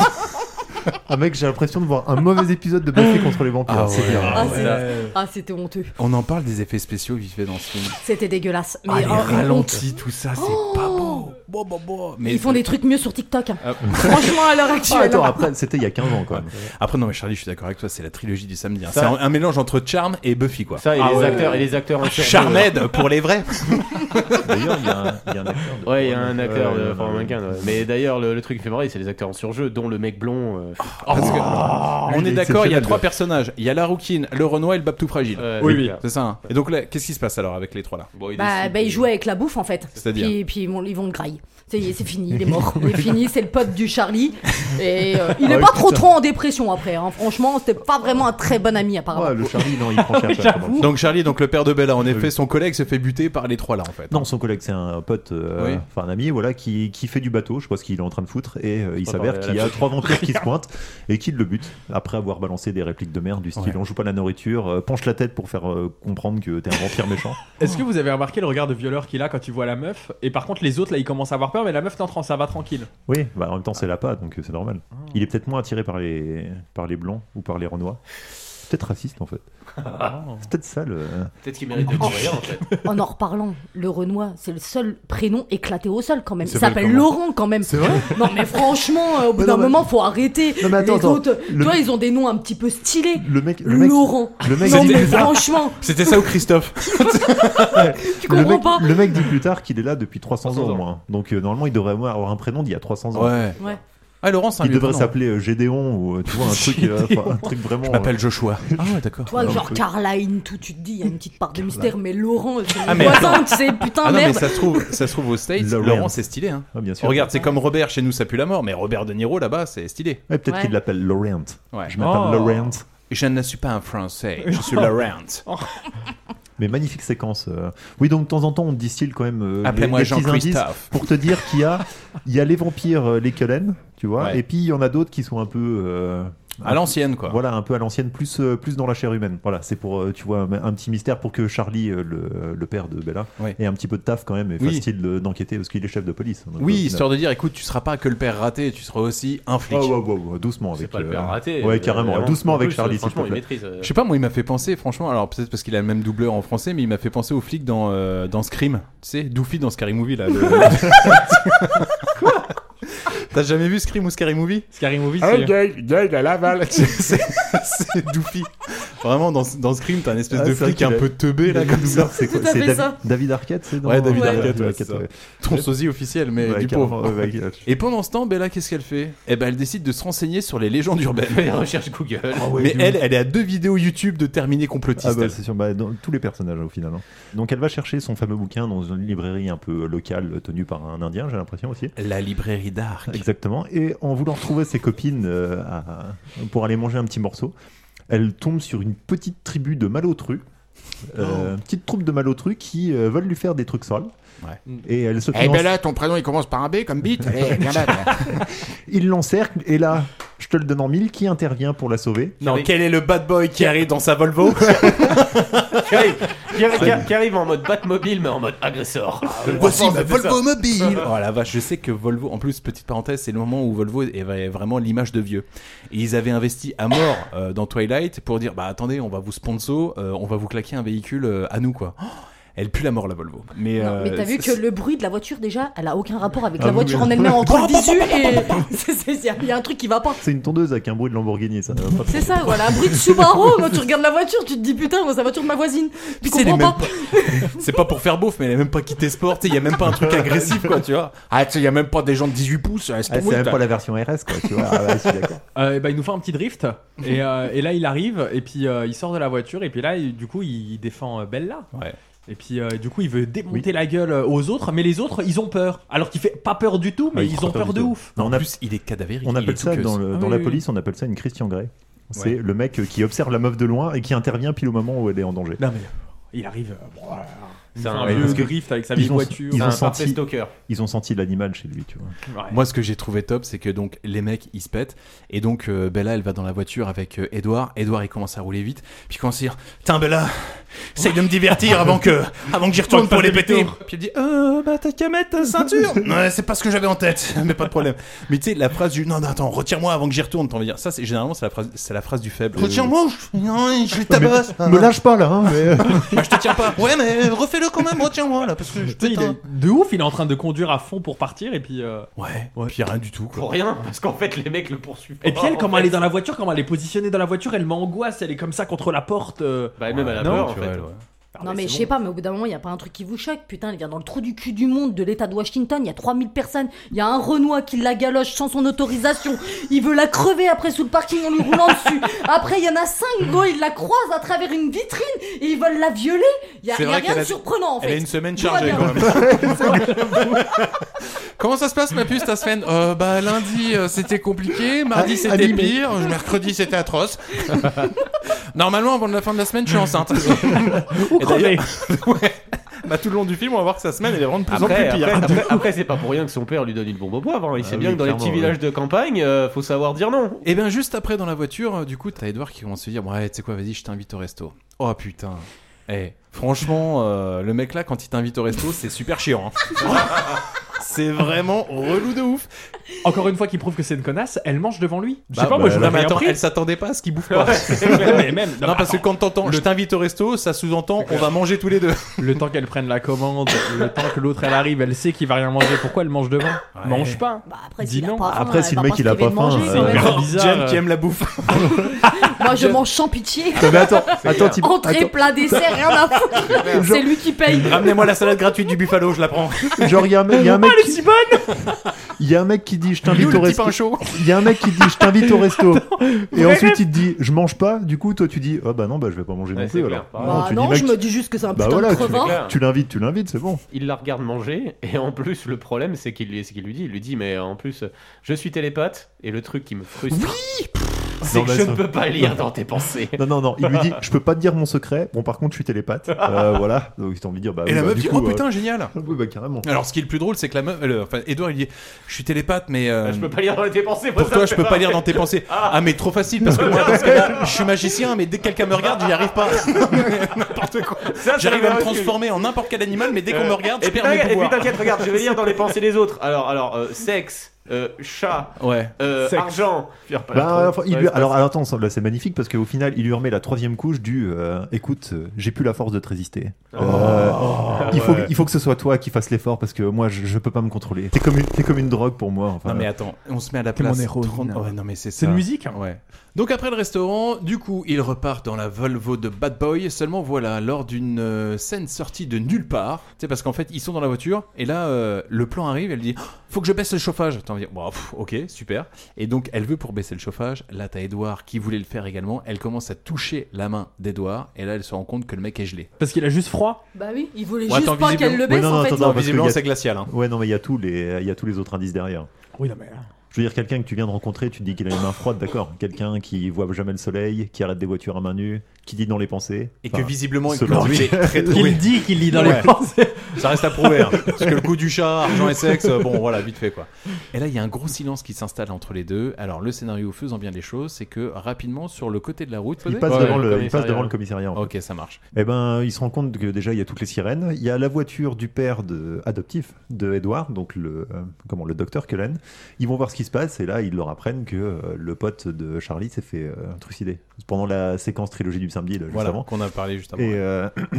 [SPEAKER 12] ah mec, j'ai l'impression de voir un mauvais épisode de Buffy contre les vampires.
[SPEAKER 2] Ah
[SPEAKER 12] c'est
[SPEAKER 2] ouais.
[SPEAKER 12] bien.
[SPEAKER 13] Ah,
[SPEAKER 2] ouais.
[SPEAKER 13] c'est-
[SPEAKER 2] Ouais.
[SPEAKER 13] ah, c'était honteux.
[SPEAKER 2] On en parle des effets spéciaux vite fait dans ce film.
[SPEAKER 13] C'était dégueulasse. Mais
[SPEAKER 2] Ah, les
[SPEAKER 13] oh, honte.
[SPEAKER 2] ralentis, tout ça, c'est pas beau. Mais- euh,
[SPEAKER 13] Ils font des trucs mieux sur TikTok. hein.
[SPEAKER 2] Ah.
[SPEAKER 13] Franchement, à l'heure actuelle.
[SPEAKER 12] Ah, attends, après, c'était il y a 15 ans quand même.
[SPEAKER 2] Après, non, mais Charlie, je suis d'accord avec toi, c'est la trilogie du samedi. hein.
[SPEAKER 14] Ça-
[SPEAKER 2] C'est un, un mélange entre Charm et Buffy, quoi.
[SPEAKER 6] Ah,
[SPEAKER 14] Ça et les acteurs et les acteurs en surjeu.
[SPEAKER 2] Charmed pour les vrais.
[SPEAKER 12] D'ailleurs, il y, a un- il y a un acteur. de-
[SPEAKER 14] Ouais, il y a un
[SPEAKER 12] Ouais,
[SPEAKER 14] acteur
[SPEAKER 12] ouais,
[SPEAKER 14] de
[SPEAKER 12] ouais,
[SPEAKER 14] forme
[SPEAKER 12] ouais.
[SPEAKER 14] américaine, ouais. Mais d'ailleurs, le, le truc qui fait marrer, c'est les acteurs en surjeu, dont le mec blond. euh, parce que-
[SPEAKER 2] On
[SPEAKER 14] Lui,
[SPEAKER 2] est d'accord, Ah, il y a
[SPEAKER 14] il exceptionnel,
[SPEAKER 2] trois
[SPEAKER 14] quoi.
[SPEAKER 2] personnages. Il y a la rouquine, le Renoir et le Babtou fragile.
[SPEAKER 14] Ouais, Oui, c'est oui. clair.
[SPEAKER 2] C'est ça. hein. Et donc là, qu'est-ce qui se passe alors avec les trois là
[SPEAKER 13] Bah, bah, ils
[SPEAKER 14] euh,
[SPEAKER 13] jouent avec la bouffe en fait.
[SPEAKER 2] C'est-à-dire
[SPEAKER 13] Puis, puis ils, vont, ils vont le grailler. Ça y est, C'est fini, il est mort. Il est fini, c'est le pote du Charlie. Et euh, il est
[SPEAKER 12] Ah oui,
[SPEAKER 13] pas trop
[SPEAKER 12] putain.
[SPEAKER 13] trop en dépression après. hein. Franchement, c'était pas vraiment un très Ah, bon ami apparemment.
[SPEAKER 12] Ouais, le Charlie, non, il prend cher. quand même.
[SPEAKER 2] Donc Charlie, donc le père de Bella, en effet, son collègue se fait buter par les trois là en fait.
[SPEAKER 12] Non, son collègue, c'est un pote, euh,
[SPEAKER 2] Oui.
[SPEAKER 12] enfin un ami, voilà, qui, qui fait du bateau, je sais pas ce qu'il est en train de foutre, et euh, il
[SPEAKER 14] Faut
[SPEAKER 12] s'avère
[SPEAKER 14] parler à
[SPEAKER 12] qu'il y
[SPEAKER 14] la
[SPEAKER 12] a
[SPEAKER 14] personne.
[SPEAKER 12] trois vampires qui se pointent et qui le butent après avoir balancé des répliques de merde du style
[SPEAKER 2] Ouais.
[SPEAKER 12] on joue pas la nourriture, euh, penche la tête pour faire euh, comprendre que t'es un vampire méchant.
[SPEAKER 6] Est-ce que vous avez remarqué le regard de violeur qu'il a quand il voit la meuf Et par contre, les autres là, ils commencent à avoir peur, mais la meuf, t'en ça va tranquille.
[SPEAKER 12] Oui, bah, en même temps, c'est la pas, donc euh, c'est normal.
[SPEAKER 2] Ah.
[SPEAKER 12] Il est peut-être moins attiré par les, par les blancs ou par les renois. Peut-être raciste en fait.
[SPEAKER 2] Ah.
[SPEAKER 12] C'est peut-être ça le.
[SPEAKER 14] Peut-être qu'il mérite de
[SPEAKER 13] Oh.
[SPEAKER 14] mourir en fait.
[SPEAKER 13] En en reparlant, le Renoir, c'est le seul prénom éclaté au sol quand même.
[SPEAKER 12] Il
[SPEAKER 13] Il
[SPEAKER 12] s'appelle
[SPEAKER 13] s'appelle
[SPEAKER 12] comment
[SPEAKER 13] Laurent quand même. C'est vrai Non mais franchement, euh, au bout
[SPEAKER 12] Mais
[SPEAKER 13] d'un
[SPEAKER 12] non, mais-
[SPEAKER 13] moment, faut arrêter.
[SPEAKER 12] Non, mais attends,
[SPEAKER 13] les
[SPEAKER 12] attends.
[SPEAKER 13] autres,
[SPEAKER 12] Le-
[SPEAKER 13] tu vois, ils ont des noms un petit peu stylés.
[SPEAKER 12] Le mec, le mec,
[SPEAKER 13] Laurent.
[SPEAKER 12] le mec,
[SPEAKER 13] non
[SPEAKER 12] dit
[SPEAKER 13] mais
[SPEAKER 12] plus tard-
[SPEAKER 13] franchement,
[SPEAKER 2] C'était ça ou Christophe
[SPEAKER 13] tu
[SPEAKER 12] le
[SPEAKER 13] comprends pas
[SPEAKER 12] mec, le mec dit plus tard qu'il est là depuis 300, ans
[SPEAKER 14] 300
[SPEAKER 12] au
[SPEAKER 14] ans.
[SPEAKER 12] moins. Donc euh, normalement, il devrait avoir un prénom d'il y a 300 ans.
[SPEAKER 2] Ouais.
[SPEAKER 13] Ouais.
[SPEAKER 2] Ah Laurent, c'est un
[SPEAKER 12] Il
[SPEAKER 2] vieux
[SPEAKER 12] devrait
[SPEAKER 2] prénom.
[SPEAKER 12] s'appeler euh, Gédéon ou euh, tu vois un truc, euh,
[SPEAKER 2] Gédéon.
[SPEAKER 12] enfin, un truc vraiment.
[SPEAKER 2] Je m'appelle Joshua. Ah ouais, d'accord.
[SPEAKER 13] Toi,
[SPEAKER 12] Non,
[SPEAKER 13] genre
[SPEAKER 12] mais-
[SPEAKER 13] Caroline, tout, tu te dis, il y a une petite part de mystère, mais Laurent, c'est
[SPEAKER 2] Ah,
[SPEAKER 13] mon
[SPEAKER 2] mais
[SPEAKER 13] voisin,
[SPEAKER 2] attends.
[SPEAKER 13] tu sais, putain,
[SPEAKER 2] Ah non, mais
[SPEAKER 13] merde.
[SPEAKER 2] ça se trouve, ça se trouve aux States,
[SPEAKER 12] Laurent.
[SPEAKER 2] Laurent, c'est stylé. Hein.
[SPEAKER 12] Ah, bien sûr.
[SPEAKER 2] Regarde, c'est comme Robert, chez nous ça pue la mort, mais Robert De Niro là-bas, c'est stylé.
[SPEAKER 12] Ouais, peut-être
[SPEAKER 13] Ouais.
[SPEAKER 12] qu'il l'appelle Laurent.
[SPEAKER 2] Ouais.
[SPEAKER 12] Je m'appelle
[SPEAKER 6] Oh.
[SPEAKER 12] Laurent.
[SPEAKER 2] Je ne suis pas un Français, je suis Laurent.
[SPEAKER 12] Mais magnifique séquence. euh. Oui, donc de temps en temps, on te distille quand même euh,
[SPEAKER 2] Appelez-moi
[SPEAKER 12] les- les petits indices
[SPEAKER 2] Jean-Christophe.
[SPEAKER 12] pour te dire qu'il y a, il y a les vampires, euh, les Cullen, tu vois,
[SPEAKER 2] Ouais.
[SPEAKER 12] et puis il y en a d'autres qui sont un peu euh,
[SPEAKER 2] À l'ancienne, quoi.
[SPEAKER 12] Voilà, un peu à l'ancienne, plus, euh, plus dans la chair humaine. Voilà, c'est pour, euh, tu vois, un, un petit mystère pour que Charlie, euh, le, le père de Bella, ait un petit peu de taf quand même, et
[SPEAKER 2] Oui.
[SPEAKER 12] facile de- d'enquêter, parce qu'il est chef de police. hein, Donc, au
[SPEAKER 2] Oui,
[SPEAKER 12] final- Oh,
[SPEAKER 2] histoire de dire, écoute, tu seras pas que le père raté, tu seras aussi un flic.
[SPEAKER 12] Ah, Ouais, ouais, ouais, ouais, doucement avec.
[SPEAKER 14] pas le
[SPEAKER 12] euh,
[SPEAKER 2] hein.
[SPEAKER 14] père raté, euh,
[SPEAKER 12] Ouais, carrément.
[SPEAKER 14] vraiment.
[SPEAKER 12] Doucement
[SPEAKER 14] En
[SPEAKER 12] avec
[SPEAKER 14] plus,
[SPEAKER 12] Charlie, s'il
[SPEAKER 14] franchement,
[SPEAKER 12] te plaît.
[SPEAKER 14] il maîtrise, euh.
[SPEAKER 2] Je sais pas, moi, il m'a fait penser, franchement, alors peut-être parce qu'il a le même doubleur en français, mais il m'a fait penser au flic dans, euh, dans Scream. Tu sais, Doofy dans Scary Movie, là. le- Quoi T'as jamais vu Scream ou Scary Movie Scary Movie,
[SPEAKER 6] c'est-
[SPEAKER 2] la Laval. C'est- c'est c'est Doofy. Vraiment, dans, dans Scream, t'as un espèce
[SPEAKER 12] Ah,
[SPEAKER 2] de
[SPEAKER 12] c'est vrai
[SPEAKER 2] flic
[SPEAKER 12] qu'il
[SPEAKER 2] un
[SPEAKER 12] a-
[SPEAKER 2] peu teubé, là,
[SPEAKER 12] il a
[SPEAKER 2] comme
[SPEAKER 12] une
[SPEAKER 2] ça.
[SPEAKER 12] bizarre, c'est quoi Tout à C'est fait David- ça. David Arquette, c'est dans-
[SPEAKER 2] Ouais, David
[SPEAKER 12] Ouais.
[SPEAKER 2] Arquette, ouais,
[SPEAKER 12] Ouais,
[SPEAKER 2] c'est
[SPEAKER 12] c'est
[SPEAKER 2] ça.
[SPEAKER 12] ça.
[SPEAKER 2] Ton sosie officiel, mais
[SPEAKER 12] Ouais,
[SPEAKER 2] du pauvre.
[SPEAKER 12] carrément, ouais, ouais.
[SPEAKER 2] Et pendant ce temps, Bella, qu'est-ce qu'elle fait Eh ben, elle décide de se renseigner sur les légendes urbaines.
[SPEAKER 14] Elle fait des recherches Google. Ah ouais,
[SPEAKER 2] mais
[SPEAKER 14] du-
[SPEAKER 2] elle, elle est à deux vidéos YouTube de terminer complotiste.
[SPEAKER 12] Ah bah,
[SPEAKER 2] elle.
[SPEAKER 12] c'est sûr, bah, dans- tous les personnages hein, au final. hein. Donc elle va chercher son fameux bouquin dans une librairie un peu locale euh, tenue par un Indien, j'ai l'impression aussi.
[SPEAKER 2] La librairie d'art.
[SPEAKER 12] Exactement. Et en voulant retrouver ses copines euh, à- pour aller manger un petit morceau, elle tombe sur une petite tribu de malotrus. euh, petite troupe de malotrus qui euh, veulent lui faire des trucs sales. Et elle se
[SPEAKER 8] Eh
[SPEAKER 12] finance-
[SPEAKER 8] ben là, ton prénom il commence par un B comme bite. Eh, viens là. toi.
[SPEAKER 12] Il l'encercle et là, je te le donne en mille, qui intervient pour la sauver
[SPEAKER 2] Non, quel est le bad boy qui arrive dans sa Volvo
[SPEAKER 14] qui, arrive, qui arrive- qui- qui arrive en mode Batmobile, mais en mode agresseur.
[SPEAKER 2] Voici
[SPEAKER 14] Enfin,
[SPEAKER 2] ma
[SPEAKER 14] c'est
[SPEAKER 2] Volvo
[SPEAKER 14] ça.
[SPEAKER 2] mobile Oh la vache, je sais que Volvo, en plus, petite parenthèse, c'est le moment où Volvo avait vraiment l'image de vieux. Et ils avaient investi à mort euh, dans Twilight pour dire bah attendez, on va vous sponsor, euh, on va vous claquer un véhicule euh, à nous quoi. Oh, elle pue la mort la Volvo. Mais, euh,
[SPEAKER 13] Mais t'as vu
[SPEAKER 2] c'est-
[SPEAKER 13] que le bruit de la voiture, déjà, elle a aucun rapport avec
[SPEAKER 12] Ah
[SPEAKER 13] la
[SPEAKER 12] oui,
[SPEAKER 13] voiture
[SPEAKER 12] mais-
[SPEAKER 13] en elle-même entre le visu et. Il y a un truc qui va pas.
[SPEAKER 12] C'est une tondeuse avec un bruit de Lamborghini, ça.
[SPEAKER 13] C'est ça, voilà, un bruit de Subaru. Quand tu regardes la voiture, tu te dis putain, moi, c'est la voiture de ma voisine. Tu
[SPEAKER 2] c'est les
[SPEAKER 13] comprends pas.
[SPEAKER 2] C'est pas pour faire beauf, mais elle a même pas quitté sport, il y a même pas un truc agressif quoi, tu vois. Ah, tu sais, il y a même pas des gens de 18 pouces,
[SPEAKER 12] Ah, c'est même pas la version RS, quoi, tu vois. Ah ouais, je suis d'accord.
[SPEAKER 6] Euh, et ben, il nous fait un petit drift et, euh, et là il arrive et puis euh, il sort de la voiture et puis là il- du coup il défend euh, Bella. Et puis euh, du coup il veut démonter la gueule euh, aux autres mais les autres ils ont peur alors qu'il fait pas peur du tout mais
[SPEAKER 12] Ah,
[SPEAKER 6] ils,
[SPEAKER 12] fera
[SPEAKER 6] ont peur
[SPEAKER 12] du
[SPEAKER 6] de
[SPEAKER 12] tout.
[SPEAKER 6] ouf.
[SPEAKER 12] Non, on a-
[SPEAKER 2] il est cadavérique.
[SPEAKER 12] On
[SPEAKER 2] il
[SPEAKER 12] appelle
[SPEAKER 2] est
[SPEAKER 12] ça
[SPEAKER 2] tout
[SPEAKER 12] dans,
[SPEAKER 2] queuse.
[SPEAKER 12] le-
[SPEAKER 2] Ah
[SPEAKER 12] dans
[SPEAKER 2] oui,
[SPEAKER 12] la
[SPEAKER 2] oui,
[SPEAKER 12] police, on appelle ça une Christian Grey. C'est
[SPEAKER 6] Ouais.
[SPEAKER 12] le mec qui observe la meuf de loin et qui intervient pile au moment où elle est en danger.
[SPEAKER 6] Non mais il arrive. euh, bon, voilà. Il
[SPEAKER 14] C'est
[SPEAKER 6] fait
[SPEAKER 14] un
[SPEAKER 12] Ouais,
[SPEAKER 6] vieux
[SPEAKER 12] parce que
[SPEAKER 6] drift avec sa
[SPEAKER 12] ils
[SPEAKER 6] vieille
[SPEAKER 12] ont-
[SPEAKER 6] voiture.
[SPEAKER 12] Ils
[SPEAKER 6] C'est
[SPEAKER 12] ont,
[SPEAKER 6] un
[SPEAKER 12] senti,
[SPEAKER 6] parfait stalker.
[SPEAKER 12] ils ont senti l'animal chez lui, tu vois.
[SPEAKER 2] Moi, ce que j'ai trouvé top, c'est que donc les mecs ils se pètent et donc euh, Bella elle va dans la voiture avec euh, Edouard. Edouard il commence à rouler vite, puis quand c'est Tiens Bella, essaye de me divertir avant que avant que j'y retourne pour les péter. Puis il dit Euh, bah t'as qu'à mettre ta ceinture. Ouais, c'est pas ce que j'avais en tête, mais pas de problème. Mais tu sais, la phrase du Non, non, attends, retire-moi avant que j'y retourne, t'en veux dire. Ça, c'est généralement c'est la, phrase, c'est la phrase du faible.
[SPEAKER 8] Retiens-moi, je- non, je les tabasse.
[SPEAKER 12] Me lâche pas là, hein, mais.
[SPEAKER 2] Bah, je te tiens pas. Ouais, mais refais-le quand même, retiens-moi là, parce que je
[SPEAKER 6] Tu sais, il est de ouf, il est en train de conduire à fond pour partir et puis. euh,
[SPEAKER 2] Ouais, puis rien du tout quoi.
[SPEAKER 14] Pour rien, parce qu'en fait, les mecs le poursuivent.
[SPEAKER 6] Et puis elle,
[SPEAKER 14] pas,
[SPEAKER 6] comment
[SPEAKER 14] en
[SPEAKER 6] elle est
[SPEAKER 14] fait.
[SPEAKER 6] dans la voiture, comment elle est positionnée dans la voiture, elle m'angoisse, elle est comme ça contre la porte. euh.
[SPEAKER 14] Bah, elle-même, elle a
[SPEAKER 6] Non.
[SPEAKER 14] peur, en fait.
[SPEAKER 13] Non,
[SPEAKER 6] ouais,
[SPEAKER 13] mais
[SPEAKER 6] c'est
[SPEAKER 13] je
[SPEAKER 6] bon.
[SPEAKER 13] sais pas, mais au bout d'un moment, il y a pas un truc qui vous choque. Putain, elle vient dans le trou du cul du monde, de l'état de Washington. Il y a 3000 personnes. Il y a un Renoir qui la galoche sans son autorisation. Il veut la crever après sous le parking en lui roulant dessus. Après, il y en a 5 gars, ils la croisent à travers une vitrine et ils veulent la violer. Il y a,
[SPEAKER 2] C'est
[SPEAKER 13] il y a
[SPEAKER 2] vrai
[SPEAKER 13] rien
[SPEAKER 2] qu'elle
[SPEAKER 13] de
[SPEAKER 2] a-
[SPEAKER 13] surprenant en fait.
[SPEAKER 2] Elle a une semaine
[SPEAKER 13] Tout va
[SPEAKER 2] chargée
[SPEAKER 13] bien.
[SPEAKER 2] quand même. Comment ça se passe ma puce ta semaine Euh, Bah lundi euh, c'était compliqué, mardi
[SPEAKER 8] Ah,
[SPEAKER 2] c'était
[SPEAKER 8] animé.
[SPEAKER 2] pire, mercredi c'était atroce. Normalement avant la fin de la semaine je suis enceinte. Hmm. Et d'ailleurs- Ouais. Bah tout le long du film on va voir que sa semaine elle est vraiment de plus
[SPEAKER 14] Après,
[SPEAKER 2] en plus pire.
[SPEAKER 14] après, après- après, c'est pas pour rien que son père lui donne une bombe au poivre. hein. Il sait
[SPEAKER 2] Ah
[SPEAKER 14] bien
[SPEAKER 2] oui,
[SPEAKER 14] que dans les
[SPEAKER 2] clairement,
[SPEAKER 14] petits
[SPEAKER 2] ouais.
[SPEAKER 14] villages de campagne, euh, faut savoir dire non.
[SPEAKER 2] Et Eh bien juste après dans la voiture, euh, du coup, t'as Edouard qui commence à se dire, ouais, tu sais quoi, vas-y, je t'invite au resto. Oh putain. Eh, franchement, euh, le mec là, quand il t'invite au resto, c'est super chiant. hein. c'est vraiment relou de ouf.
[SPEAKER 6] Encore une fois, qui prouve que c'est une connasse, elle mange devant lui. Je sais
[SPEAKER 2] Bah,
[SPEAKER 6] pas, moi
[SPEAKER 2] bah,
[SPEAKER 6] je
[SPEAKER 2] non,
[SPEAKER 6] l'aurais
[SPEAKER 2] mais attends,
[SPEAKER 6] appris.
[SPEAKER 2] elle s'attendait pas à ce qu'il bouffe pas.
[SPEAKER 6] Ouais, c'est vrai, mais même-
[SPEAKER 2] non,
[SPEAKER 6] non, mais
[SPEAKER 2] parce que
[SPEAKER 6] attends.
[SPEAKER 2] quand t'entends, je t'invite au resto, ça sous-entend, on va manger tous les deux.
[SPEAKER 6] Le temps qu'elle prenne la commande, le temps que l'autre elle arrive, elle sait qu'il va rien manger. Pourquoi elle mange devant Mange pas.
[SPEAKER 13] Bah, après,
[SPEAKER 6] Dis non.
[SPEAKER 12] Après, si le mec il a pas faim.
[SPEAKER 6] c'est
[SPEAKER 12] euh,
[SPEAKER 6] hyper bizarre.
[SPEAKER 2] Jen Oh, qui aime la bouffe.
[SPEAKER 13] Moi, je mange sans pitié.
[SPEAKER 12] Non, mais attends, attends, Thibaut,
[SPEAKER 13] Entrée,
[SPEAKER 12] attends.
[SPEAKER 13] plat, dessert, rien à foutre. c'est lui qui paye.
[SPEAKER 2] Ramenez-moi la salade gratuite du Buffalo, je la prends.
[SPEAKER 12] Genre, il y a un mec. il Y a un mec qui-
[SPEAKER 6] bonne
[SPEAKER 12] Il y a un mec qui dit je
[SPEAKER 2] Il est où,
[SPEAKER 12] t'invite
[SPEAKER 2] le
[SPEAKER 12] au
[SPEAKER 2] petit
[SPEAKER 12] resto.
[SPEAKER 2] pain chaud
[SPEAKER 12] Il y a un mec qui dit je t'invite au resto. Et
[SPEAKER 13] Ouais.
[SPEAKER 12] ensuite il te dit je mange pas. Du coup toi tu dis ah bah non bah je vais pas manger
[SPEAKER 14] Ouais,
[SPEAKER 12] non
[SPEAKER 14] c'est
[SPEAKER 12] plus
[SPEAKER 14] clair.
[SPEAKER 12] alors.
[SPEAKER 13] Bah
[SPEAKER 12] Ah, tu
[SPEAKER 13] non,
[SPEAKER 12] mec,
[SPEAKER 13] je me dis juste que c'est un
[SPEAKER 12] Bah
[SPEAKER 13] putain de
[SPEAKER 12] voilà, tu-
[SPEAKER 13] crevard.
[SPEAKER 12] tu l'invites, tu l'invites, c'est bon.
[SPEAKER 14] Il la regarde manger et en plus le problème c'est qu'il lui, c'est qu'il lui dit, il lui dit mais en plus je suis télépathe et le truc qui me frustre C'est
[SPEAKER 12] Non,
[SPEAKER 14] que
[SPEAKER 12] mais
[SPEAKER 14] je
[SPEAKER 12] ça-
[SPEAKER 14] ne peux pas lire
[SPEAKER 12] Non.
[SPEAKER 14] dans tes pensées.
[SPEAKER 12] Non, non, non. Il lui dit, je peux pas te dire mon secret. Bon, par contre, je suis télépathe. Euh, voilà. Donc, t'as envie de dire,
[SPEAKER 6] Ah
[SPEAKER 12] bah.
[SPEAKER 2] Et
[SPEAKER 12] oui,
[SPEAKER 2] la
[SPEAKER 12] bah,
[SPEAKER 2] meuf
[SPEAKER 12] du
[SPEAKER 2] dit
[SPEAKER 12] coup,
[SPEAKER 2] Oh
[SPEAKER 12] euh,
[SPEAKER 2] putain, génial
[SPEAKER 12] Oui, bah carrément.
[SPEAKER 2] Alors, ce qui est le plus drôle, c'est que la meuf. euh, enfin, Edouard, il dit Je suis télépathe, mais. euh,
[SPEAKER 14] Je peux pas lire dans tes pensées. moi,
[SPEAKER 2] Pour
[SPEAKER 14] ça
[SPEAKER 2] toi,
[SPEAKER 14] me
[SPEAKER 2] je
[SPEAKER 14] fait
[SPEAKER 2] peux pas
[SPEAKER 14] marrer.
[SPEAKER 2] lire dans tes pensées. Ah, mais trop facile, parce que moi, dans ce cas-là, je suis magicien, mais dès que quelqu'un me regarde, j'y arrive pas. N'importe quoi.
[SPEAKER 14] Ça, ça
[SPEAKER 2] J'arrive à me
[SPEAKER 14] m'arrive.
[SPEAKER 2] transformer en n'importe quel animal, mais dès qu'on
[SPEAKER 14] Ah, Euh,
[SPEAKER 2] me regarde,
[SPEAKER 14] et
[SPEAKER 2] je
[SPEAKER 14] puis
[SPEAKER 2] perds mes
[SPEAKER 14] t'inquiète- Et puis
[SPEAKER 2] pouvoirs.
[SPEAKER 14] t'inquiète, regarde, je vais lire dans les pensées des autres. Alors, alors, euh, sexe, euh, chat,
[SPEAKER 2] Ouais.
[SPEAKER 14] euh,
[SPEAKER 2] Sexe.
[SPEAKER 14] argent. Pire, pas
[SPEAKER 12] Bah,
[SPEAKER 14] trop.
[SPEAKER 12] enfin, il
[SPEAKER 14] Ouais,
[SPEAKER 12] lui-
[SPEAKER 14] c'est pas
[SPEAKER 12] alors, alors, attends, ça, là, c'est magnifique parce qu'au final, il lui remet la troisième couche du euh, écoute, euh, j'ai plus la force de te résister.
[SPEAKER 14] Oh.
[SPEAKER 12] Euh, il, faut,
[SPEAKER 2] ouais.
[SPEAKER 12] il faut que ce soit toi qui fasse l'effort parce que moi, je, je peux pas me contrôler. T'es comme, une- t'es comme une drogue pour moi. Enfin,
[SPEAKER 2] Non mais attends, on se met à la
[SPEAKER 12] T'es
[SPEAKER 2] place.
[SPEAKER 12] mon héroïne. hein.
[SPEAKER 2] 30 Ouais, non mais c'est ça.
[SPEAKER 12] C'est une musique, hein.
[SPEAKER 2] Ouais. Donc après le restaurant, du coup, ils repartent dans la Volvo de Bad Boy. Seulement voilà, lors d'une euh, scène sortie de nulle part, tu sais parce qu'en fait ils sont dans la voiture et là euh, le plan arrive, elle dit faut que je baisse le chauffage. Attends, dire bon, pff, ok super. Et donc elle veut pour baisser le chauffage. Là t'as Edouard qui voulait le faire également. Elle commence à toucher la main d'Edouard et là elle se rend compte que le mec est gelé.
[SPEAKER 6] Parce qu'il a juste froid.
[SPEAKER 13] Bah oui, il voulait
[SPEAKER 2] Ouais, attends, hein.
[SPEAKER 13] juste pas qu'elle
[SPEAKER 2] visiblement-
[SPEAKER 13] le baisse
[SPEAKER 12] Ouais, non,
[SPEAKER 13] en
[SPEAKER 12] non,
[SPEAKER 13] fait.
[SPEAKER 12] attends, parce
[SPEAKER 2] visiblement,
[SPEAKER 12] qu'il y a-
[SPEAKER 2] c'est glacial, hein.
[SPEAKER 12] Ouais, non, mais il y a tous les, il y a tous les autres indices derrière.
[SPEAKER 6] Oui, non, mais. hein.
[SPEAKER 12] Je veux dire, quelqu'un que tu viens de rencontrer, tu te dis qu'il a les mains froides, d'accord. Quelqu'un qui voit jamais le soleil, qui arrête des voitures à main nue, qui dit dans les pensées.
[SPEAKER 2] Et que
[SPEAKER 12] Enfin,
[SPEAKER 2] visiblement, il
[SPEAKER 12] selon lui.
[SPEAKER 2] est très doué. Ouais. Ça reste à prouver. hein. Parce que le coup du chat, argent et sexe, euh, bon, voilà, vite fait quoi. Et là, il y a un gros silence qui s'installe entre les deux. Alors, le scénario faisant bien les choses, c'est que rapidement, sur le côté de la route,
[SPEAKER 12] Il
[SPEAKER 2] faisait-
[SPEAKER 12] passe,
[SPEAKER 2] Ouais,
[SPEAKER 12] devant, le, il
[SPEAKER 2] commissariat.
[SPEAKER 12] passe devant le commissariat.
[SPEAKER 2] Ok, ça marche.
[SPEAKER 12] Eh ben, il se rend compte que déjà il y a toutes les sirènes. Il y a la voiture du père de, adoptif de Edward, donc le euh, comment le docteur Cullen. Ils vont voir ce qui se passe et là ils leur apprennent que euh, le pote de Charlie s'est fait euh, trucider pendant la séquence trilogie du samedi là, juste
[SPEAKER 2] Voilà,
[SPEAKER 12] avant.
[SPEAKER 2] qu'on a parlé juste avant,
[SPEAKER 12] Et,
[SPEAKER 2] ouais.
[SPEAKER 12] euh,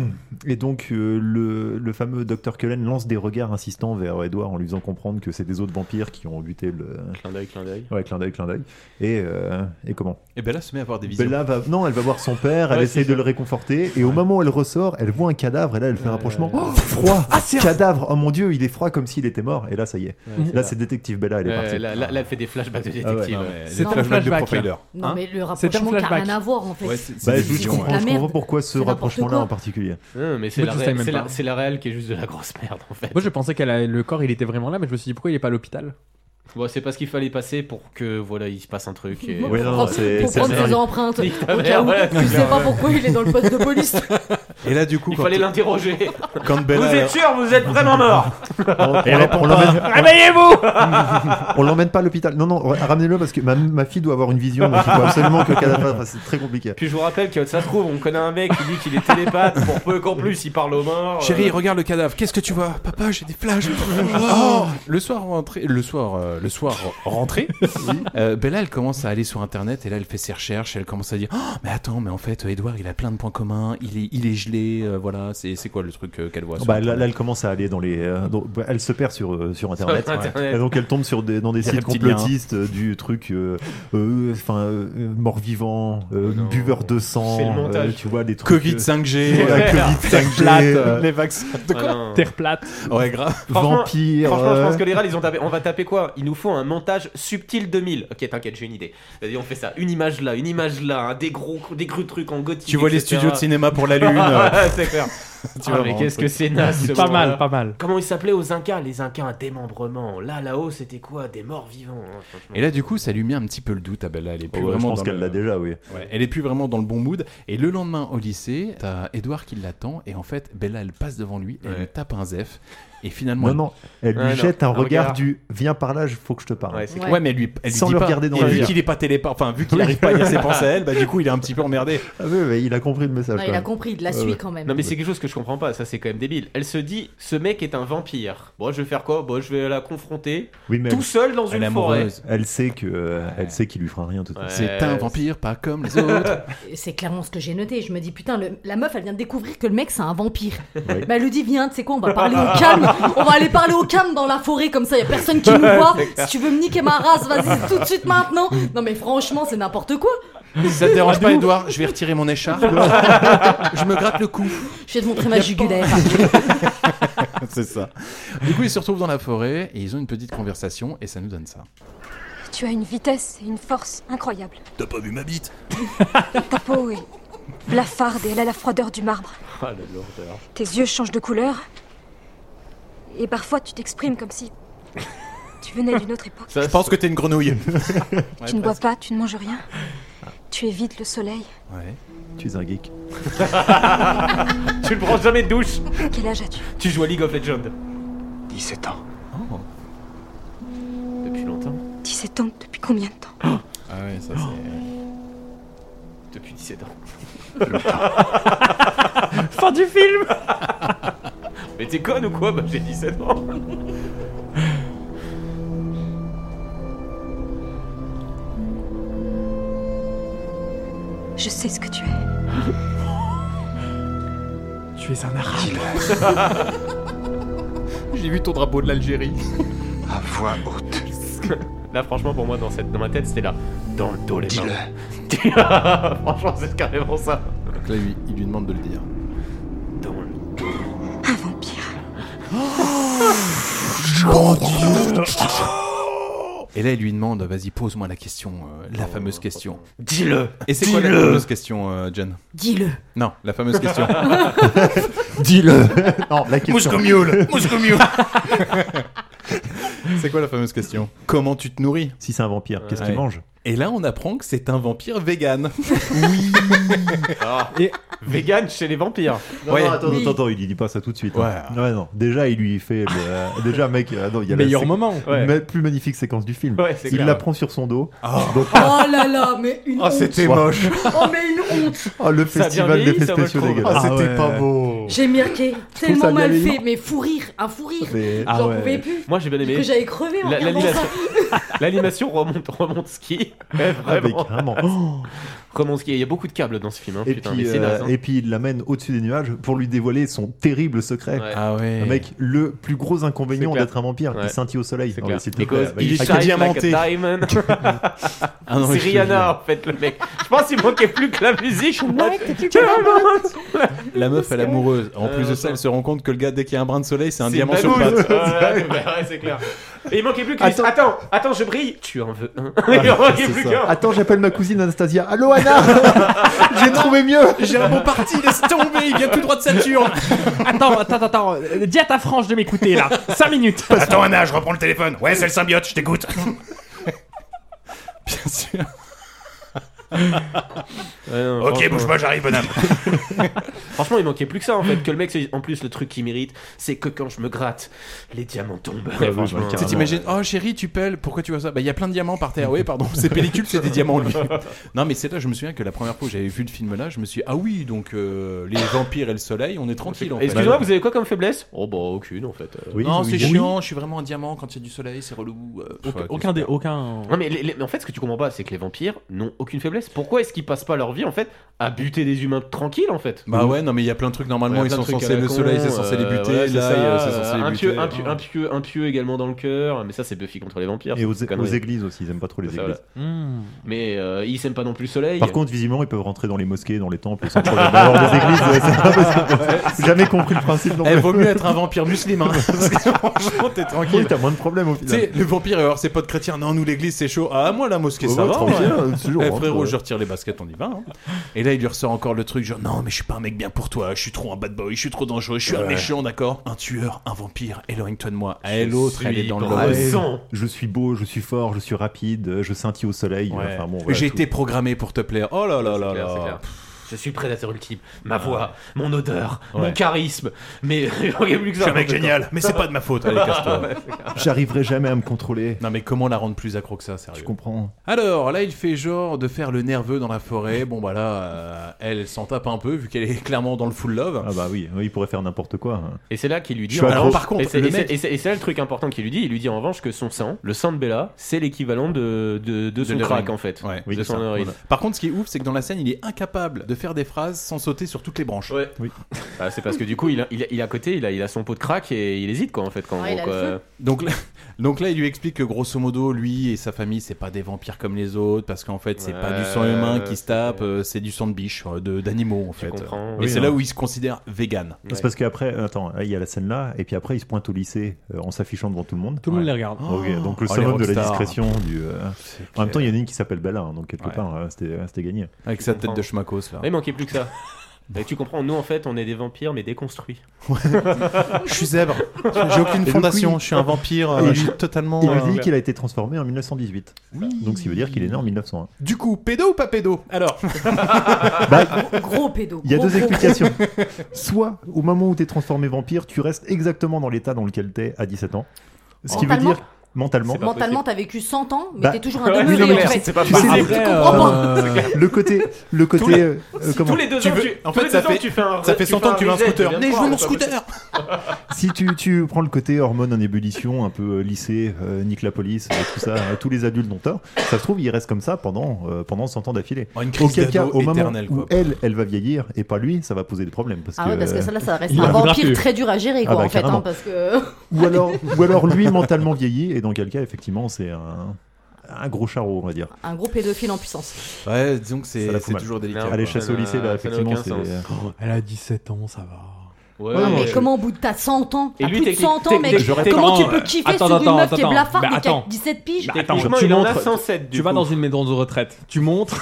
[SPEAKER 12] et donc euh, le, le fameux docteur Cullen lance des regards insistants vers Edward en lui faisant comprendre que c'est des autres vampires qui ont buté le.
[SPEAKER 14] Clin d'œil, clin d'œil.
[SPEAKER 12] Ouais, clin d'œil, clin d'œil. Et, euh, et comment
[SPEAKER 2] Et Bella se met à avoir des visions.
[SPEAKER 12] Bella va, non, elle va voir son père, elle
[SPEAKER 2] Ouais,
[SPEAKER 12] essaye
[SPEAKER 2] c'est
[SPEAKER 12] de le réconforter, et au moment où elle ressort, elle voit un cadavre, et là elle fait un rapprochement. Oh, froid Cadavre Oh mon dieu, il est froid comme s'il était mort, et là ça y est.
[SPEAKER 14] c'est
[SPEAKER 12] là
[SPEAKER 14] ça.
[SPEAKER 12] c'est détective Bella, elle est
[SPEAKER 14] Ouais,
[SPEAKER 12] partie.
[SPEAKER 14] là- là- là, elle fait des flashbacks de
[SPEAKER 12] Ah ouais,
[SPEAKER 14] détective.
[SPEAKER 12] non, mais
[SPEAKER 14] C'est
[SPEAKER 12] des
[SPEAKER 14] un
[SPEAKER 12] flashbacks de
[SPEAKER 14] flashback,
[SPEAKER 12] profiler.
[SPEAKER 14] là.
[SPEAKER 13] Non
[SPEAKER 14] Hein
[SPEAKER 13] mais le
[SPEAKER 14] C'est un
[SPEAKER 13] rapprochement qui a
[SPEAKER 14] flashback.
[SPEAKER 13] rien à voir en fait.
[SPEAKER 14] Ouais, c'est-
[SPEAKER 12] Bah,
[SPEAKER 14] c'est-
[SPEAKER 12] je,
[SPEAKER 14] c'est
[SPEAKER 12] je
[SPEAKER 14] de la
[SPEAKER 12] comprends, je
[SPEAKER 14] merde.
[SPEAKER 12] comprends pas pourquoi ce
[SPEAKER 14] C'est n'importe
[SPEAKER 12] rapprochement-là
[SPEAKER 14] quoi.
[SPEAKER 12] en particulier.
[SPEAKER 14] Ouais, mais c'est
[SPEAKER 6] Moi,
[SPEAKER 14] la,
[SPEAKER 6] je savais
[SPEAKER 14] ré-
[SPEAKER 6] même
[SPEAKER 14] c'est
[SPEAKER 6] pas.
[SPEAKER 14] la- c'est la réelle qui est juste de la grosse merde en fait.
[SPEAKER 6] Moi, je pensais que le corps, il était vraiment là, mais je me suis dit pourquoi il est pas à l'hôpital
[SPEAKER 14] Bon, c'est parce qu'il fallait passer pour que voilà, il se passe un truc. Et...
[SPEAKER 6] Ouais, non, Pour- c'est-
[SPEAKER 13] Pour
[SPEAKER 6] c'est
[SPEAKER 13] prendre
[SPEAKER 6] vrai.
[SPEAKER 13] ses empreintes.
[SPEAKER 14] Nique ta
[SPEAKER 13] Au
[SPEAKER 14] mère,
[SPEAKER 13] cas où,
[SPEAKER 14] voilà,
[SPEAKER 13] tu
[SPEAKER 14] c'est
[SPEAKER 13] sais
[SPEAKER 14] clair.
[SPEAKER 13] pas pourquoi il est dans le poste de police.
[SPEAKER 2] Et là, du coup,
[SPEAKER 14] il
[SPEAKER 2] quand-
[SPEAKER 14] fallait l'interroger.
[SPEAKER 2] Quand Bella-
[SPEAKER 14] Vous êtes sûr, vous êtes vraiment mort.
[SPEAKER 12] on l'emmène- on l'emmène-
[SPEAKER 14] Réveillez-vous.
[SPEAKER 12] On l'emmène pas à l'hôpital. Non, non, ramenez-le parce que ma, ma fille doit avoir une vision, donc il faut absolument que le cadavre. enfin, c'est très compliqué.
[SPEAKER 14] Puis je vous rappelle que ça se trouve, on connaît un mec qui dit qu'il est télépathe pour peu qu'en plus il parle aux morts. euh,
[SPEAKER 2] Chérie, regarde Oh, le cadavre. Qu'est-ce que tu vois Papa, j'ai des flashs. Oh le soir rentré, le soir, euh, le soir rentré, euh, Bella, elle commence à aller sur Internet et là, elle fait ses recherches. Elle commence à dire, Oh, mais attends, mais en fait, Edouard, il a plein de points communs. Il est, il est gelé. euh, voilà, c'est c'est quoi le truc euh, qu'elle voit sur
[SPEAKER 12] Bah, là,
[SPEAKER 2] Internet
[SPEAKER 12] là, elle commence à aller dans les. euh, dans- bah, elle se perd sur, euh, sur Internet.
[SPEAKER 2] Internet.
[SPEAKER 12] Et donc elle tombe sur des, dans des
[SPEAKER 2] Des
[SPEAKER 12] sites
[SPEAKER 2] reptiliens.
[SPEAKER 12] complotistes euh, du truc. euh, euh, Enfin, euh, euh, mort-vivant, euh, buveur de sang.
[SPEAKER 2] C'est le montage.
[SPEAKER 12] euh, tu vois, des trucs.
[SPEAKER 2] Covid
[SPEAKER 12] euh,
[SPEAKER 2] 5G,
[SPEAKER 12] voilà, Covid 5G. euh,
[SPEAKER 2] vaccins.
[SPEAKER 14] De quoi Ah non.
[SPEAKER 6] Terre plate.
[SPEAKER 2] Ouais, grave.
[SPEAKER 14] Franchement-
[SPEAKER 12] Vampire,
[SPEAKER 14] Franchement, je
[SPEAKER 12] euh.
[SPEAKER 14] pense que les râles, ils ont tapé. On va taper quoi Il nous faut un montage subtil 2000. Ok, t'inquiète, j'ai une idée. Vas-y, on fait ça. Une image là, une image là, hein, des gros, des gros trucs en gothique.
[SPEAKER 2] Tu vois les
[SPEAKER 14] etc..
[SPEAKER 2] studios de cinéma pour la Lune.
[SPEAKER 14] Ouais, c'est clair.
[SPEAKER 2] Tu
[SPEAKER 14] Ah,
[SPEAKER 2] vois,
[SPEAKER 14] mais
[SPEAKER 2] vraiment,
[SPEAKER 14] qu'est-ce
[SPEAKER 2] truc.
[SPEAKER 14] que c'est naze ce
[SPEAKER 6] Pas mal,
[SPEAKER 14] moment-là.
[SPEAKER 6] pas mal.
[SPEAKER 14] Comment ils s'appelaient aux Incas Les Incas, un démembrement. Là, là-haut, c'était quoi Des morts vivants. hein, franchement.
[SPEAKER 2] Et là, du coup, ça lui met un petit peu le doute à Bella. Elle est plus
[SPEAKER 12] Ouais, je
[SPEAKER 2] vraiment.
[SPEAKER 12] pense
[SPEAKER 2] dans
[SPEAKER 12] qu'elle
[SPEAKER 2] le-
[SPEAKER 12] l'a déjà, oui.
[SPEAKER 2] Ouais, elle est plus vraiment dans le bon mood. Et le lendemain, au lycée, t'as Edouard qui l'attend. Et en fait, Bella, elle passe devant lui. Elle lui tape un zef. Et finalement.
[SPEAKER 12] Non, non, elle lui jette un, regard, du viens par là, il faut que je te parle.
[SPEAKER 2] Ouais, ouais, mais elle lui, elle lui
[SPEAKER 12] Sans
[SPEAKER 2] dit
[SPEAKER 12] le
[SPEAKER 2] pas.
[SPEAKER 12] regarder dans
[SPEAKER 2] et
[SPEAKER 12] les
[SPEAKER 2] vu
[SPEAKER 12] yeux.
[SPEAKER 2] qu'il est pas téléport, enfin vu qu'il arrive pas à dire ses pensées à elle, bah du coup il est un petit peu emmerdé.
[SPEAKER 12] Ah oui, mais il a compris le message.
[SPEAKER 13] Ouais, il a compris, il la suit quand même.
[SPEAKER 14] Non mais c'est quelque chose que je comprends pas, ça c'est quand même débile. Elle se dit, ce mec est un vampire. Bon, je vais faire quoi Bon, je vais la confronter
[SPEAKER 12] Oui, mais
[SPEAKER 14] tout
[SPEAKER 12] elle-
[SPEAKER 14] seul dans une forêt.
[SPEAKER 12] Elle sait que euh, elle sait qu'il lui fera rien. tout de suite.
[SPEAKER 2] C'est un vampire, pas comme les autres.
[SPEAKER 13] Et C'est clairement ce que j'ai noté. Je me dis, putain, le- la meuf, elle vient de découvrir que le mec, c'est un vampire. Bah, elle lui dit, viens, tu sais quoi, on va parler au calme. On va aller parler au calme dans la forêt, comme ça, y a personne qui nous voit.
[SPEAKER 14] C'est clair.
[SPEAKER 13] Si tu veux me niquer ma race, vas-y, tout de suite maintenant. Non, mais franchement, c'est n'importe quoi.
[SPEAKER 2] Ça te dérange pas, Edouard Je vais retirer mon écharpe. Je me gratte le cou.
[SPEAKER 13] Je vais te montrer ma jugulaire.
[SPEAKER 2] C'est ça. Du coup, ils se retrouvent dans la forêt et ils ont une petite conversation et ça nous donne ça.
[SPEAKER 16] Tu as une vitesse et une force incroyables.
[SPEAKER 2] T'as pas vu ma bite
[SPEAKER 16] Ta peau est blafarde et elle a la froideur du marbre.
[SPEAKER 14] Ah, la lourdeur.
[SPEAKER 16] Tes yeux changent de couleur. Et parfois, tu t'exprimes comme si tu venais d'une autre époque.
[SPEAKER 2] Je pense que t'es une grenouille.
[SPEAKER 16] tu ne bois pas, tu ne manges rien. Tu évites le soleil.
[SPEAKER 12] Ouais. Tu es un geek.
[SPEAKER 14] tu ne prends jamais de douche.
[SPEAKER 16] Quel âge as-tu
[SPEAKER 14] Tu joues à League of Legends.
[SPEAKER 17] 17 ans.
[SPEAKER 14] Depuis longtemps.
[SPEAKER 16] 17 ans, depuis combien de temps
[SPEAKER 14] Ah ouais, ça c'est. Depuis 17 ans.
[SPEAKER 6] Fin du film
[SPEAKER 14] Mais t'es conne ou quoi Bah j'ai 17 ans.
[SPEAKER 16] Je sais ce que tu es.
[SPEAKER 6] Tu es un
[SPEAKER 14] arabe.
[SPEAKER 17] J'ai vu ton drapeau de l'Algérie.
[SPEAKER 14] À voix haute. Là, franchement, pour moi, dans, cette, dans ma tête, c'était là. Dans le dos, les gens. franchement, c'est carrément ça.
[SPEAKER 2] Donc là, lui- il lui demande de le dire. Et là, il lui demande, vas-y, pose-moi la question, euh, la fameuse question.
[SPEAKER 14] Dis-le.
[SPEAKER 2] Et c'est quoi la
[SPEAKER 14] Dis-le.
[SPEAKER 2] fameuse question, euh, Jen
[SPEAKER 13] Dis-le.
[SPEAKER 2] Non, la fameuse question.
[SPEAKER 12] Dis-le. Non, la question.
[SPEAKER 2] Mouscomioule, mouscomioule. c'est quoi la fameuse question Comment tu te nourris
[SPEAKER 12] Si c'est un vampire, qu'est-ce qu'il
[SPEAKER 2] Ouais.
[SPEAKER 12] mange
[SPEAKER 2] Et là, on apprend que c'est un vampire vegan.
[SPEAKER 14] Et vegan chez les vampires.
[SPEAKER 12] Non, non, attends, attends, attends, il lui dit pas ça tout de suite. hein. Ouais. non. Déjà, il lui fait. le- euh, déjà, mec, euh, non, il y a la
[SPEAKER 6] Meilleur
[SPEAKER 12] sé-
[SPEAKER 6] moment.
[SPEAKER 12] la
[SPEAKER 6] Ouais.
[SPEAKER 12] plus magnifique séquence du film.
[SPEAKER 6] Ouais, c'est
[SPEAKER 12] il
[SPEAKER 6] clair.
[SPEAKER 12] la prend sur son dos. Donc,
[SPEAKER 13] Oh là là, mais une
[SPEAKER 12] Ah,
[SPEAKER 13] honte.
[SPEAKER 12] c'était moche.
[SPEAKER 13] Oh, mais une honte.
[SPEAKER 12] ah, le
[SPEAKER 14] Ça a bien
[SPEAKER 12] festival
[SPEAKER 14] vieilli,
[SPEAKER 12] d'effets
[SPEAKER 14] ça, moi, je
[SPEAKER 12] spéciaux
[SPEAKER 14] trouve.
[SPEAKER 12] dégueulasses.
[SPEAKER 14] Ah, Ah, c'était ouais. pas beau.
[SPEAKER 13] J'ai mirqué,
[SPEAKER 14] trouve ça
[SPEAKER 13] tellement
[SPEAKER 14] bien
[SPEAKER 13] mal
[SPEAKER 14] mignon.
[SPEAKER 13] fait, mais fou rire, un fou rire.
[SPEAKER 14] Mais-
[SPEAKER 13] J'en
[SPEAKER 14] Ah ouais.
[SPEAKER 13] pouvais plus.
[SPEAKER 14] Moi, j'ai bien aimé.
[SPEAKER 13] Que j'avais crevé en
[SPEAKER 14] La-
[SPEAKER 13] regardant
[SPEAKER 14] l'animation-
[SPEAKER 13] ça.
[SPEAKER 14] L'animation remonte, remonte ski. Ouais, Ah, vraiment. Remonte ski. Il y a beaucoup de câbles dans ce film. hein,
[SPEAKER 12] Et
[SPEAKER 14] putain, mais
[SPEAKER 12] puis,
[SPEAKER 14] c'est
[SPEAKER 12] euh,
[SPEAKER 14] naze, hein.
[SPEAKER 12] et puis il l'amène au-dessus des nuages pour lui dévoiler son terrible secret.
[SPEAKER 14] Ouais.
[SPEAKER 2] Ah ouais.
[SPEAKER 12] Mec, le plus gros inconvénient
[SPEAKER 14] C'est clair.
[SPEAKER 12] d'être un vampire,
[SPEAKER 14] Ouais.
[SPEAKER 12] il scintille au soleil. Non, mais s'il te plaît,
[SPEAKER 14] Because
[SPEAKER 12] bah,
[SPEAKER 14] il
[SPEAKER 12] il-
[SPEAKER 14] shine like
[SPEAKER 12] diamanté.
[SPEAKER 14] a diamond.
[SPEAKER 12] Ah non, mais
[SPEAKER 14] c'est
[SPEAKER 12] je te
[SPEAKER 14] Rihanna en fait le mec. Je pense qu'il manquait plus que la musique.
[SPEAKER 2] La meuf, elle est amoureuse. En
[SPEAKER 14] Euh,
[SPEAKER 2] plus de ça, elle se rend compte que le gars, dès qu'il y a un brin de soleil, c'est un
[SPEAKER 14] C'est
[SPEAKER 2] diamant
[SPEAKER 14] une
[SPEAKER 2] sur
[SPEAKER 14] bagouille.
[SPEAKER 2] patte.
[SPEAKER 14] Ouais, ouais, ouais, c'est clair. Et il manquait plus que. Attends, attends, attends, je brille. Tu en veux un. Il en manquait
[SPEAKER 12] C'est
[SPEAKER 14] plus
[SPEAKER 12] ça.
[SPEAKER 14] qu'un.
[SPEAKER 12] Attends, j'appelle ma cousine Anastasia. Allô Anna J'ai trouvé mieux
[SPEAKER 2] J'ai un bon parti, laisse tomber, il vient tout droit de Saturne.
[SPEAKER 6] attends, attends, attends. euh, Dis à ta frange de m'écouter là. 5 minutes.
[SPEAKER 5] Attends, Anna, je reprends le téléphone. Ouais, c'est le symbiote, je t'écoute.
[SPEAKER 2] Bien sûr.
[SPEAKER 5] ok, bouge-moi, j'arrive, bonhomme.
[SPEAKER 14] Franchement, il manquait plus que ça en fait. Que le mec, se dise- en plus, le truc qu'il mérite, c'est que quand je me gratte, les diamants tombent.
[SPEAKER 12] Ouais,
[SPEAKER 14] Et franchement,
[SPEAKER 12] ouais,
[SPEAKER 2] Tu sais, t'imagines, oh chérie, tu pèles, pourquoi tu vois ça Bah, il y a plein de diamants par terre. Oui, pardon, ces pellicules, c'est des diamants, lui. Non, mais c'est là, je me souviens que la première fois que j'avais vu le film là, je me suis dit, ah oui, donc euh, les vampires et le soleil, on est tranquille en fait.
[SPEAKER 14] Excuse-moi, vous avez quoi comme faiblesse Oh bah aucune en fait. Euh,
[SPEAKER 2] non, c'est chiant, je suis vraiment un diamant quand il y a du soleil, c'est relou. euh, pff,
[SPEAKER 14] Aucun-
[SPEAKER 2] ouais,
[SPEAKER 14] aucun
[SPEAKER 6] des- aucun.
[SPEAKER 14] Non mais, les- les- mais en fait ce que tu comprends pas c'est que les vampires n'ont aucune faiblesse. Pourquoi est-ce qu'ils passent pas leur vie en fait à buter des humains tranquilles en fait
[SPEAKER 2] Bah ouais, non, mais il y a plein de trucs normalement,
[SPEAKER 14] Ouais,
[SPEAKER 2] ils
[SPEAKER 14] plein
[SPEAKER 2] sont
[SPEAKER 14] de trucs à
[SPEAKER 2] censés,
[SPEAKER 14] la
[SPEAKER 2] le
[SPEAKER 14] con,
[SPEAKER 2] soleil, c'est censé
[SPEAKER 14] euh,
[SPEAKER 2] les buter,
[SPEAKER 14] voilà,
[SPEAKER 2] l'ail,
[SPEAKER 14] c'est ça,
[SPEAKER 2] euh, c'est censé les
[SPEAKER 14] un
[SPEAKER 2] buter. hein.
[SPEAKER 14] pieu, un pieu, un pieu, un pieu également dans le cœur, mais ça c'est Buffy contre les vampires.
[SPEAKER 12] Et aux,
[SPEAKER 14] c'est une
[SPEAKER 12] aux
[SPEAKER 14] connerie.
[SPEAKER 12] églises aussi, ils aiment pas trop les
[SPEAKER 14] Ça,
[SPEAKER 12] églises.
[SPEAKER 14] voilà. Mais euh, ils s'aiment pas non plus le soleil.
[SPEAKER 12] Par contre, visiblement, ils peuvent rentrer dans les mosquées, dans les temples sans problème. Mais Alors, les églises, euh, c'est pas possible. J'ai Jamais compris le principe. non
[SPEAKER 2] Eh,
[SPEAKER 12] plus.
[SPEAKER 2] vaut mieux être un vampire musulman. hein, parce que franchement, t'es
[SPEAKER 12] Oui,
[SPEAKER 2] tranquille.
[SPEAKER 12] t'as moins de problèmes au
[SPEAKER 2] Tu
[SPEAKER 12] final.
[SPEAKER 2] sais, le vampire et alors ses potes chrétiens, non, nous l'église c'est chaud. Ah, moi la mosquée
[SPEAKER 12] Ouais,
[SPEAKER 2] ça
[SPEAKER 12] ouais,
[SPEAKER 2] va.
[SPEAKER 12] tranquille,
[SPEAKER 2] ouais.
[SPEAKER 12] hein, toujours,
[SPEAKER 2] Eh,
[SPEAKER 12] hein,
[SPEAKER 2] frérot,
[SPEAKER 12] ouais.
[SPEAKER 2] je retire les baskets, on y va. hein. Et là, il lui ressort encore le truc genre, non, mais je suis pas un mec bien pour toi, je suis trop un bad boy, je suis trop dangereux, je suis un
[SPEAKER 12] Ouais.
[SPEAKER 2] méchant, d'accord Un tueur, un vampire, éloigne-toi de moi. Eh, l'autre, elle est dans le
[SPEAKER 12] Ah
[SPEAKER 2] lore.
[SPEAKER 12] ouais. Je suis beau, je suis fort, je suis rapide, euh, je scintille au soleil.
[SPEAKER 2] Ouais.
[SPEAKER 12] Enfin, bon, voilà,
[SPEAKER 2] J'ai
[SPEAKER 12] tout.
[SPEAKER 2] été programmé pour te plaire. Oh là là là
[SPEAKER 14] clair, c'est
[SPEAKER 2] là.
[SPEAKER 14] clair. Je suis le prédateur ultime. Ma voix,
[SPEAKER 2] Ouais.
[SPEAKER 14] mon odeur,
[SPEAKER 2] Ouais.
[SPEAKER 14] mon charisme. Mais regardez plus que ça.
[SPEAKER 2] Je suis un mec
[SPEAKER 14] en fait,
[SPEAKER 2] génial,
[SPEAKER 14] hein.
[SPEAKER 2] mais c'est pas de ma faute. Allez, casse-toi.
[SPEAKER 14] Ouais, c'est clair.
[SPEAKER 12] J'arriverai jamais à me contrôler.
[SPEAKER 2] Non, mais comment la rendre plus accro que ça, sérieux
[SPEAKER 12] Je comprends.
[SPEAKER 2] Alors là, il fait genre de faire le nerveux dans la forêt. Bon bah là, euh, elle s'en tape un peu vu qu'elle est clairement dans le full love.
[SPEAKER 12] Ah bah oui, oui, il pourrait faire n'importe quoi. hein.
[SPEAKER 14] Et c'est là qu'il lui dit.
[SPEAKER 12] Je suis
[SPEAKER 14] en
[SPEAKER 12] accro-
[SPEAKER 14] revanche-
[SPEAKER 12] par contre,
[SPEAKER 14] et c'est-
[SPEAKER 12] le
[SPEAKER 14] et c'est-
[SPEAKER 12] mec-
[SPEAKER 14] et c'est et c'est là le truc important qu'il lui dit. Il lui dit en revanche que son sang, le sang de Bella, c'est l'équivalent de, de, de son
[SPEAKER 2] l'héroïne.
[SPEAKER 14] crack en fait.
[SPEAKER 2] Ouais.
[SPEAKER 14] de son
[SPEAKER 2] ça,
[SPEAKER 14] héroïne.
[SPEAKER 2] voilà. Par contre, ce qui est ouf, c'est que dans la scène, il est incapable de faire des phrases sans sauter sur toutes les branches.
[SPEAKER 14] Ouais. Ah, c'est parce que du coup, il, a- il, a- il est à côté, il a, il a son pot de crack et il hésite quoi en fait. Quand,
[SPEAKER 13] Ouais, il a
[SPEAKER 14] quoi.
[SPEAKER 13] le feu.
[SPEAKER 2] Donc là, donc là, il lui explique que grosso modo, lui et sa famille, c'est pas des vampires comme les autres, parce qu'en fait, c'est pas du sang
[SPEAKER 14] Ouais,
[SPEAKER 2] humain qui se tape, euh, c'est du sang de biche, euh, de- d'animaux en fait.
[SPEAKER 14] comprends.
[SPEAKER 2] Et
[SPEAKER 12] Oui,
[SPEAKER 2] c'est
[SPEAKER 12] non.
[SPEAKER 2] là où il se considère vegan.
[SPEAKER 12] C'est parce qu'après, attends, là, il y a la scène là, et puis après, il se pointe au lycée euh, en s'affichant devant tout le monde.
[SPEAKER 6] Tout le monde les regarde.
[SPEAKER 12] Ok, donc le
[SPEAKER 2] Oh,
[SPEAKER 12] summum
[SPEAKER 2] les
[SPEAKER 12] de la
[SPEAKER 2] rockstars.
[SPEAKER 12] discrétion. Du, euh, En même temps, il y en a une qui s'appelle Bella, hein, donc quelque
[SPEAKER 2] Ouais.
[SPEAKER 12] part, euh, c'était c'était gagné.
[SPEAKER 2] Avec sa tête de schmacos là.
[SPEAKER 14] Ah, Il manquait plus que ça. Et tu comprends, nous en fait, on est des vampires mais déconstruits.
[SPEAKER 2] Je
[SPEAKER 12] Ah,
[SPEAKER 2] suis zèbre. J'ai aucune
[SPEAKER 12] Et donc,
[SPEAKER 2] fondation.
[SPEAKER 12] oui.
[SPEAKER 2] Je suis un vampire. euh,
[SPEAKER 12] Et lui-
[SPEAKER 2] je suis totalement.
[SPEAKER 12] Il nous
[SPEAKER 2] euh,
[SPEAKER 12] dit qu'il a été transformé en 1918. Donc ce qui veut dire qu'il est Ah, né en 1901.
[SPEAKER 2] Du coup, pédo ou pas pédo
[SPEAKER 6] Alors.
[SPEAKER 13] Gros pédo.
[SPEAKER 12] Il y a
[SPEAKER 13] gros,
[SPEAKER 12] deux
[SPEAKER 13] gros,
[SPEAKER 12] explications.
[SPEAKER 13] gros.
[SPEAKER 12] Bah, Soit, au moment où tu es transformé vampire, tu restes exactement dans l'état dans lequel tu es à 17 ans. Ce qui veut
[SPEAKER 13] Mentalement
[SPEAKER 12] dire mentalement.
[SPEAKER 13] Mentalement, t'as vécu 100 ans, mais
[SPEAKER 12] Bah,
[SPEAKER 13] t'es toujours un
[SPEAKER 12] ouais,
[SPEAKER 13] demeuré,
[SPEAKER 12] oui, non, mais
[SPEAKER 13] en fait.
[SPEAKER 12] tu
[SPEAKER 13] Ah
[SPEAKER 12] sais- tu
[SPEAKER 13] Tu
[SPEAKER 12] sais-
[SPEAKER 13] sais- tu comprends pas.
[SPEAKER 12] bah, Euh, le côté le côté
[SPEAKER 2] les-
[SPEAKER 12] euh,
[SPEAKER 2] si
[SPEAKER 12] comment-
[SPEAKER 2] tous les deux Tu ans, veux- tu- en tous fait, les ça deux ans, fait- tu fais un- ça fait tu 100 fais ans un que tu veux un reset, scooter. tu viens de Mais je voir, veux mon c'est pas scooter.
[SPEAKER 12] si tu, tu prends le côté hormones en ébullition un peu euh, lycée euh, nique la police euh, tout ça euh, tous les adultes n'ont tort ça se trouve il reste comme ça pendant euh, pendant 100 ans d'affilée
[SPEAKER 2] Oh, une crise
[SPEAKER 12] Auquel cas,
[SPEAKER 2] d'ado
[SPEAKER 12] au moment
[SPEAKER 2] éternelle,
[SPEAKER 12] où
[SPEAKER 2] quoi.
[SPEAKER 12] elle elle va vieillir et pas lui ça va poser des problèmes parce
[SPEAKER 13] Ah
[SPEAKER 12] que
[SPEAKER 13] ouais, parce que ça, là, ça reste
[SPEAKER 12] il
[SPEAKER 13] un
[SPEAKER 12] en voudra
[SPEAKER 13] vampire
[SPEAKER 12] plus.
[SPEAKER 13] très dur à gérer, quoi,
[SPEAKER 12] Ah bah,
[SPEAKER 13] en fait, hein,
[SPEAKER 12] carrément.
[SPEAKER 13] parce que.
[SPEAKER 12] euh, ou alors ou alors lui mentalement vieilli et dans quel cas effectivement c'est un un gros charreau on va dire
[SPEAKER 13] Un gros pédophile en puissance.
[SPEAKER 2] Ouais, disons que
[SPEAKER 12] Ça la
[SPEAKER 2] c'est
[SPEAKER 12] fout
[SPEAKER 2] c'est
[SPEAKER 12] mal.
[SPEAKER 2] toujours délicat.
[SPEAKER 14] bah,
[SPEAKER 12] Aller
[SPEAKER 2] quoi.
[SPEAKER 12] chasser au lycée, là, effectivement, c'est. euh,
[SPEAKER 6] Elle a 17 ans, ça va.
[SPEAKER 13] Ouais, mais comment au bout de t'as 100 ans
[SPEAKER 6] Et
[SPEAKER 13] T'as
[SPEAKER 6] lui,
[SPEAKER 13] plus de
[SPEAKER 6] t'es-
[SPEAKER 13] 100
[SPEAKER 6] t'es-
[SPEAKER 13] ans, mec
[SPEAKER 6] t'es- j'aurais
[SPEAKER 13] Comment
[SPEAKER 6] pas-
[SPEAKER 13] tu peux kiffer
[SPEAKER 6] Attends,
[SPEAKER 13] sur une
[SPEAKER 6] attends,
[SPEAKER 13] meuf qui est
[SPEAKER 6] attends.
[SPEAKER 13] blafarde
[SPEAKER 6] Bah,
[SPEAKER 13] et qui a
[SPEAKER 6] attends.
[SPEAKER 13] 17 piges
[SPEAKER 14] Techniquement, il en a 107, du
[SPEAKER 6] tu vas
[SPEAKER 14] coup.
[SPEAKER 6] dans une maison de retraite. Tu montres.